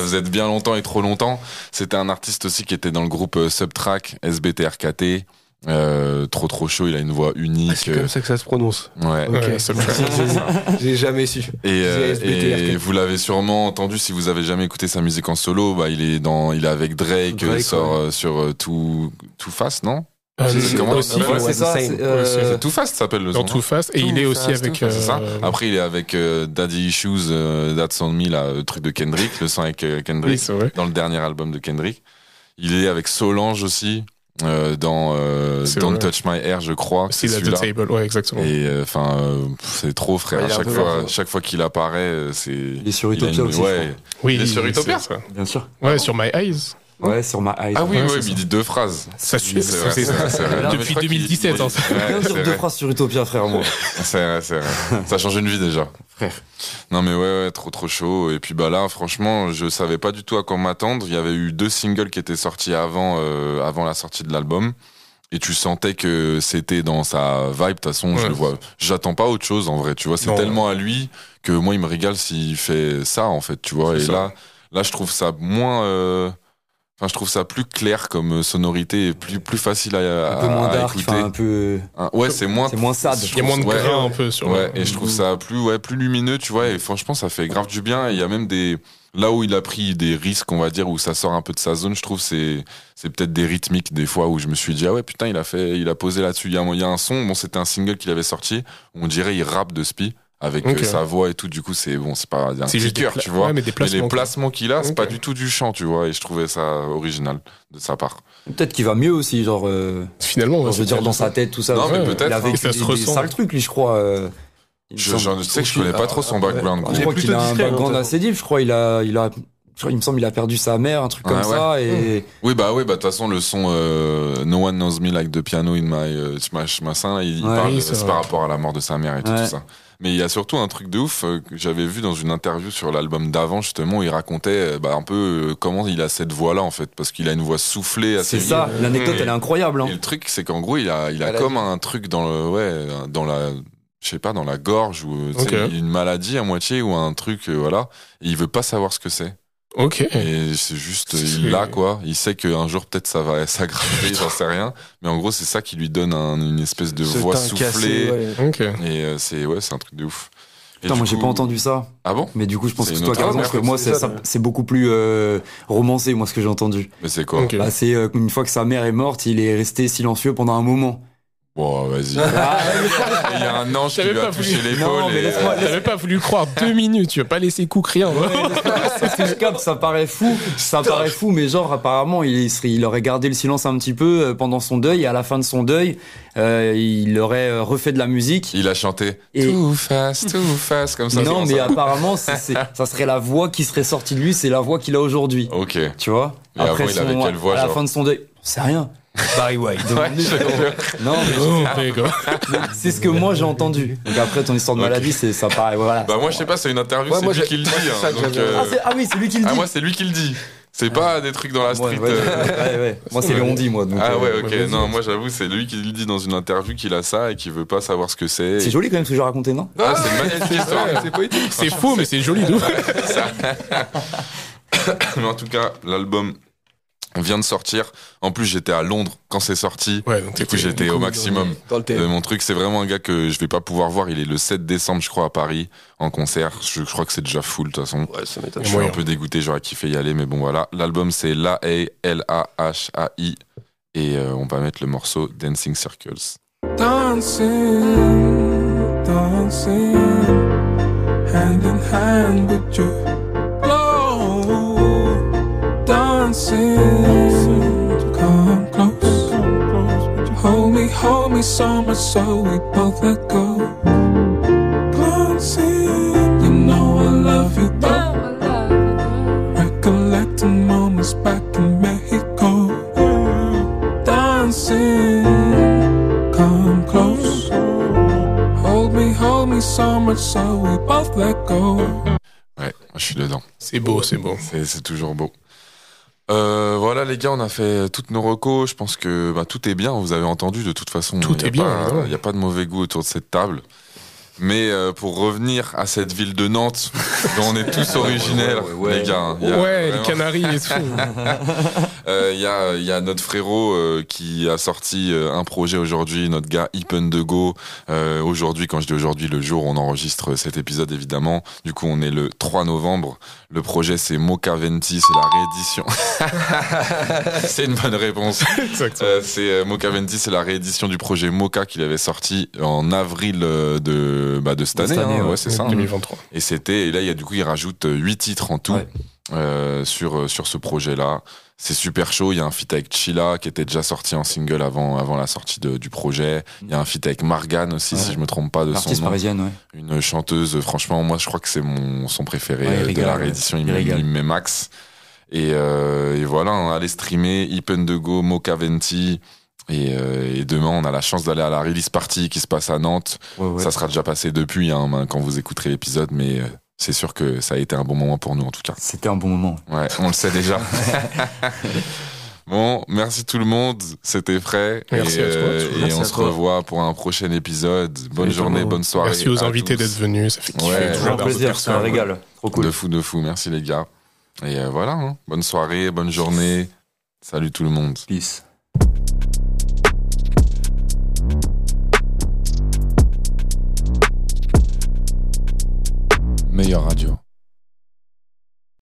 Speaker 2: faisait de bien longtemps et trop longtemps. C'était un artiste aussi qui était dans le groupe euh, Subtrack, SBTRKT. Euh, trop trop chaud, il a une voix
Speaker 3: Ah,
Speaker 2: unique.
Speaker 4: C'est comme ça que ça se prononce.
Speaker 2: euh, ouais.
Speaker 4: Ok.
Speaker 3: Ouais, ça me fait-
Speaker 4: J'ai jamais su.
Speaker 2: Et, euh,
Speaker 4: SBTRK.
Speaker 2: et vous l'avez sûrement entendu si vous avez jamais écouté sa musique en solo, bah il est dans, il est avec Drake,
Speaker 6: Drake,
Speaker 2: euh, sort euh, sur euh, tout tout fast, non
Speaker 3: Ah,
Speaker 2: C'est-
Speaker 3: c'est-
Speaker 2: comment
Speaker 3: non,
Speaker 2: on
Speaker 3: si,
Speaker 2: s'appelle
Speaker 6: Ouais, c'est ça.
Speaker 4: Insane.
Speaker 6: c'est, euh,
Speaker 3: Ouais,
Speaker 2: Tout fast s'appelle le
Speaker 3: dans
Speaker 2: son.
Speaker 3: Too Fast et
Speaker 4: Too
Speaker 3: il est aussi
Speaker 4: Fast,
Speaker 3: avec
Speaker 4: Too
Speaker 2: hein, c'est ça.
Speaker 3: euh,
Speaker 2: Après il est avec euh, Daddy Issues, euh, That's on Me, là, le truc de Kendrick, le son avec euh, Kendrick
Speaker 3: oui, c'est vrai.
Speaker 2: dans le dernier album de Kendrick. Il est avec Solange aussi euh, dans euh,
Speaker 3: C'est
Speaker 2: Don't
Speaker 3: vrai.
Speaker 2: Touch My Hair, je crois.
Speaker 3: C'est
Speaker 2: C'est
Speaker 3: la The
Speaker 2: celui-là.
Speaker 3: Table, ouais, exactement.
Speaker 2: Et euh, enfin, c'est trop frère.
Speaker 4: Ouais,
Speaker 2: à
Speaker 4: il a un
Speaker 2: chaque
Speaker 4: peu
Speaker 2: fois,
Speaker 4: l'air, ouais.
Speaker 2: chaque fois qu'il apparaît, euh, c'est. Il
Speaker 6: est sur
Speaker 2: a
Speaker 6: Utopia
Speaker 2: une-
Speaker 6: aussi, je
Speaker 2: Ouais.
Speaker 3: oui,
Speaker 2: il est sur
Speaker 3: c'est
Speaker 2: Utopia
Speaker 3: ça.
Speaker 6: Bien sûr.
Speaker 3: Ouais, sur My Eyes.
Speaker 6: Ouais, sur ma eyes.
Speaker 2: Ah oui,
Speaker 3: Ouais,
Speaker 2: oui,
Speaker 3: c'est
Speaker 2: mais
Speaker 3: ça.
Speaker 2: il dit deux phrases.
Speaker 3: Ça suit.
Speaker 2: C'est vrai,
Speaker 3: c'est-
Speaker 2: c'est vrai, c'est vrai. Non, mais je
Speaker 3: Depuis
Speaker 2: crois qu'il-
Speaker 3: 2017, hein,
Speaker 2: oui,
Speaker 3: ça.
Speaker 2: c'est vrai,
Speaker 6: Bien
Speaker 2: c'est
Speaker 6: sûr, deux
Speaker 2: vrai.
Speaker 6: phrases sur Utopia, frère, moi.
Speaker 2: Ah, C'est vrai, c'est vrai. Ça change une vie déjà.
Speaker 6: Frère.
Speaker 2: Non mais ouais, ouais, trop trop chaud. Et puis bah là, franchement, je savais pas du tout à quoi m'attendre. Il y avait eu deux singles qui étaient sortis avant, euh, avant la sortie de l'album. Et tu sentais que c'était dans sa vibe. De toute façon, je
Speaker 3: Ouais.
Speaker 2: le vois. J'attends pas autre chose en vrai. Tu vois, c'est
Speaker 3: Non.
Speaker 2: tellement à lui que moi, il me régale s'il fait ça en fait. Tu vois. Et
Speaker 3: C'est ça.
Speaker 2: là, là, je trouve ça moins. euh, Enfin, je trouve ça plus clair comme sonorité et plus plus facile à,
Speaker 6: Un peu moins
Speaker 2: à- à
Speaker 6: dark,
Speaker 2: écouter.
Speaker 6: enfin, un peu.
Speaker 2: Hein, Ouais, c'est moins
Speaker 6: C'est moins sad.
Speaker 2: je
Speaker 3: Il y a moins de
Speaker 2: Ouais.
Speaker 3: grains un peu sur.
Speaker 2: Ouais, et je trouve ça plus, ouais, plus lumineux, tu vois. Et franchement, ça fait grave du bien. Et il y a même des. Là où il a pris des risques, on va dire, où ça sort un peu de sa zone, je trouve, c'est, c'est peut-être des rythmiques, des fois, où je me suis dit, ah ouais, putain, il a fait, il a posé là-dessus. Il y a, un- il y a un son, bon, c'était un single qu'il avait sorti, on dirait, il rappe de spi, avec euh,
Speaker 3: Ok.
Speaker 2: sa voix et tout. Du coup, c'est bon, c'est pas, il y a un
Speaker 3: C'est
Speaker 2: petit
Speaker 3: juste des
Speaker 2: cœur,
Speaker 3: pla-
Speaker 2: tu vois.
Speaker 3: ouais, mais des placements,
Speaker 2: les
Speaker 3: quoi.
Speaker 2: placements qu'il a, c'est pas
Speaker 3: Ok.
Speaker 2: du tout du chant, tu vois. Et je trouvais ça original de sa part.
Speaker 6: Peut-être qu'il va mieux aussi, genre. euh,
Speaker 3: Finalement, ouais,
Speaker 6: je veux dire, dans sa tête, tout ça.
Speaker 2: Non, mais
Speaker 6: Ouais.
Speaker 2: peut-être,
Speaker 6: Il a
Speaker 2: hein.
Speaker 6: vécu
Speaker 3: Et ça se
Speaker 6: des- des
Speaker 3: ressent.
Speaker 6: sales trucs, lui, je crois. euh, il me
Speaker 2: Je-
Speaker 6: semble.
Speaker 3: euh,
Speaker 2: genre, je sais que je connais pas trop son background,
Speaker 6: Je
Speaker 2: gros.
Speaker 6: crois
Speaker 4: Il est
Speaker 6: qu'il
Speaker 4: plutôt
Speaker 6: a un
Speaker 4: discret,
Speaker 6: background
Speaker 4: hein,
Speaker 6: assez deep. Je crois il a, il a il me semble, il a perdu sa mère, un truc comme
Speaker 2: Ouais,
Speaker 6: ça.
Speaker 2: ouais.
Speaker 6: Et
Speaker 2: Oui, bah oui, bah de toute façon, le son euh, No One Knows Me Like the Piano in My, euh, my, my Son, là, il
Speaker 6: Ouais,
Speaker 2: parle, euh,
Speaker 6: oui, c'est
Speaker 2: c'est
Speaker 6: vrai.
Speaker 2: par rapport à la mort de sa mère et tout,
Speaker 6: Ouais.
Speaker 2: tout ça. Mais il y a surtout un truc de ouf euh, que j'avais vu dans une interview sur l'album d'avant, justement, où il racontait euh, bah, un peu euh, comment il a cette voix-là, en fait, parce qu'il a une voix soufflée assez Hmm.
Speaker 6: c'est ça.
Speaker 2: vive.
Speaker 6: L'anecdote,
Speaker 2: Et-
Speaker 6: elle est incroyable. hein.
Speaker 2: et le truc, c'est qu'en gros, il a, il a
Speaker 6: Maladie.
Speaker 2: comme un truc dans le, ouais, dans la, je sais pas, dans la gorge ou euh, tu sais,
Speaker 3: Ok.
Speaker 2: une maladie à moitié ou un truc, euh, voilà. Et il veut pas savoir ce que c'est.
Speaker 3: Ok.
Speaker 2: Et c'est juste, euh,
Speaker 3: C'est-
Speaker 2: il l'a quoi. Il sait qu'un jour peut-être ça va s'aggraver, j'en sais rien. Mais en gros, c'est ça qui lui donne un- une espèce de
Speaker 6: Ce
Speaker 2: voix
Speaker 6: teint
Speaker 2: soufflée.
Speaker 6: cassé, ouais.
Speaker 3: Ok.
Speaker 2: Et euh, c'est ouais, c'est un truc de ouf. Et
Speaker 6: Putain,
Speaker 2: du
Speaker 6: moi j'ai
Speaker 2: coup-
Speaker 6: pas entendu ça.
Speaker 2: Ah bon
Speaker 6: Mais du coup, je pense
Speaker 2: C'est
Speaker 6: que c'est
Speaker 2: une
Speaker 6: toi
Speaker 2: autre
Speaker 6: qui as raison,
Speaker 2: affaire,
Speaker 6: parce que moi,
Speaker 2: c'est
Speaker 6: c'est
Speaker 2: ça,
Speaker 6: ça- c'est beaucoup plus euh, romancé, moi, ce que j'ai entendu.
Speaker 2: Mais c'est quoi
Speaker 6: Bah, c'est euh, une fois que sa mère est morte, il est resté silencieux pendant un moment.
Speaker 2: Bon, vas-y.
Speaker 6: Ah,
Speaker 2: Et Il y a un ange qui
Speaker 3: T'avais
Speaker 2: lui a
Speaker 3: pas voulu-
Speaker 2: touché l'épaule. et-
Speaker 3: T'avais pas voulu croire deux minutes, tu vas pas laisser cook rien.
Speaker 6: Parce que je capte, ça paraît fou, ça paraît fou, mais genre apparemment il, serait- il aurait gardé le silence un petit peu euh, pendant son deuil et à la fin de son deuil, euh, il aurait euh, refait de la musique.
Speaker 2: Il a chanté.
Speaker 6: Et-
Speaker 2: Tout fast, tout fast, comme ça.
Speaker 6: non,
Speaker 2: c'est
Speaker 6: mais
Speaker 2: ça.
Speaker 6: apparemment c'est- c'est- ça serait la voix qui serait sortie de lui, c'est la voix qu'il a aujourd'hui.
Speaker 2: Ok.
Speaker 6: Tu vois
Speaker 2: Et avant, il avait quelle voix,
Speaker 6: À la
Speaker 2: genre
Speaker 6: fin de son deuil, c'est rien.
Speaker 4: Barry White.
Speaker 6: Donc, non,
Speaker 3: Oh,
Speaker 6: mais- c'est ce que moi j'ai entendu. Donc après ton histoire de maladie, c'est ça paraît voilà.
Speaker 2: Bah moi je sais pas, c'est une interview,
Speaker 6: Ouais,
Speaker 2: c'est
Speaker 6: moi,
Speaker 2: lui
Speaker 6: j'ai-
Speaker 2: qui le dit.
Speaker 6: moi, c'est ça
Speaker 2: hein,
Speaker 6: que
Speaker 2: donc,
Speaker 6: j'avais-
Speaker 2: euh,
Speaker 6: Ah, c'est- ah oui, c'est lui qui le
Speaker 2: Ah
Speaker 6: dit.
Speaker 2: moi c'est lui qui le dit. C'est pas des trucs dans la street.
Speaker 6: ouais,
Speaker 2: euh.
Speaker 6: ouais, ouais. Moi c'est on dit moi. donc,
Speaker 2: ah
Speaker 6: euh,
Speaker 2: ouais, ok.
Speaker 6: je le dis.
Speaker 2: non, moi j'avoue, c'est lui qui le dit dans une interview qu'il a ça et qu'il veut pas savoir ce que c'est.
Speaker 6: C'est joli quand même ce que j'ai raconté, non
Speaker 2: Ah, c'est une magnifique histoire.
Speaker 4: C'est poétique.
Speaker 3: C'est faux, mais c'est joli d'où.
Speaker 2: Ça. Mais en tout cas, l'album vient de sortir. En plus, j'étais à Londres quand c'est sorti.
Speaker 3: Ouais, donc
Speaker 2: du coup,
Speaker 3: t'étais-
Speaker 2: j'étais au maximum.
Speaker 4: Dans le thème.
Speaker 2: Euh, mon truc, c'est vraiment un gars que je vais pas pouvoir voir. Il est le 7 décembre, je crois, à Paris, en concert. Je, je crois que c'est déjà full, de toute façon.
Speaker 4: Ouais, ça m'étonne.
Speaker 2: Je suis un peu dégoûté, j'aurais kiffé y aller, mais bon, voilà. L'album, c'est L-A-L-A-H-A-I. Et euh, on va mettre le morceau Dancing Circles.
Speaker 12: Dancing, dancing, hand in hand with your glow. Dancing, come close. Hold me, hold me so much so we both let go. Glancing, you know I love you though. Recollecting moments back in Mexico. Dancing come close. Hold me, hold me so much so we both let go.
Speaker 2: Ouais, je suis dedans.
Speaker 3: C'est beau, c'est beau.
Speaker 2: C'est c'est toujours beau. Euh, voilà les gars, on a fait toutes nos recos. Je pense que bah, tout est bien. Vous avez entendu de toute façon.
Speaker 3: Tout
Speaker 2: il y a
Speaker 3: est bien,
Speaker 2: pas-
Speaker 3: évidemment.
Speaker 2: Il n'y a pas de mauvais goût autour de cette table. Mais euh, pour revenir à cette ville de Nantes, dont on est tous originaires, les gars. hein. Il y a
Speaker 3: Ouais, les
Speaker 2: vraiment-
Speaker 3: Canaries et tout.
Speaker 2: euh, Il y, a, il y a notre frérot euh, qui a sorti euh, un projet aujourd'hui, notre gars Ipen de Go. Euh, aujourd'hui, quand je dis aujourd'hui, le jour où on enregistre cet épisode, évidemment. Du coup, on est le 3 novembre. Le projet, c'est Mocha Venti, c'est la réédition. c'est une bonne réponse. Euh, c'est euh, Mocha Venti, c'est la réédition du projet Mocha qu'il avait sorti en avril euh, de, bah, de cette
Speaker 6: De
Speaker 2: année.
Speaker 6: cette année,
Speaker 2: hein.
Speaker 6: ouais.
Speaker 2: ouais, c'est ça.
Speaker 3: 2023.
Speaker 2: Et c'était et là il y a du coup il rajoute 8 titres en tout
Speaker 6: Ouais.
Speaker 2: euh, sur euh, sur ce projet là. C'est super chaud. Il y a un feat avec Chila qui était déjà sorti en single avant avant la sortie de- du projet. Il y a un feat avec Margane aussi si
Speaker 6: Ouais.
Speaker 2: je me trompe pas de son
Speaker 6: Artiste
Speaker 2: nom.
Speaker 6: parisienne, ouais.
Speaker 2: Une chanteuse. Franchement moi je crois que c'est mon son préféré
Speaker 6: Ouais, il
Speaker 2: euh, de
Speaker 6: régale,
Speaker 2: la
Speaker 6: ouais.
Speaker 2: réédition.
Speaker 6: Il
Speaker 2: Il, me-
Speaker 6: régale.
Speaker 2: il me met max. Et, euh, et voilà, hein, allez streamer Ipen de Go, Mocha Venti. Et, euh, et demain, on a la chance d'aller à la release party qui se passe à Nantes.
Speaker 6: Ouais, ouais.
Speaker 2: Ça sera déjà passé depuis hein, ben, quand vous écouterez l'épisode, mais euh, c'est sûr que ça a été un bon moment pour nous en tout cas.
Speaker 6: C'était un bon moment.
Speaker 2: Ouais, on le sait déjà. bon, merci tout le monde, c'était frais.
Speaker 3: Merci
Speaker 2: et, euh,
Speaker 3: à toi.
Speaker 2: et
Speaker 5: Merci
Speaker 2: on
Speaker 5: à
Speaker 2: se
Speaker 5: toi.
Speaker 2: revoit pour un prochain épisode. Bonne
Speaker 6: Salut tout le
Speaker 2: journée,
Speaker 6: monde.
Speaker 2: bonne soirée.
Speaker 3: Merci aux
Speaker 2: à
Speaker 3: invités
Speaker 2: tous.
Speaker 3: d'être venus. Ça fait kiffer.
Speaker 2: Ouais,
Speaker 6: Toujours un
Speaker 3: Toujours
Speaker 6: plaisir, c'est un
Speaker 2: personne, ouais.
Speaker 6: régal. Trop cool.
Speaker 2: De fou, de fou. Merci les gars. Et euh, voilà, hein. bonne soirée, bonne journée. Salut tout le monde.
Speaker 6: Peace.
Speaker 1: Meilleure radio.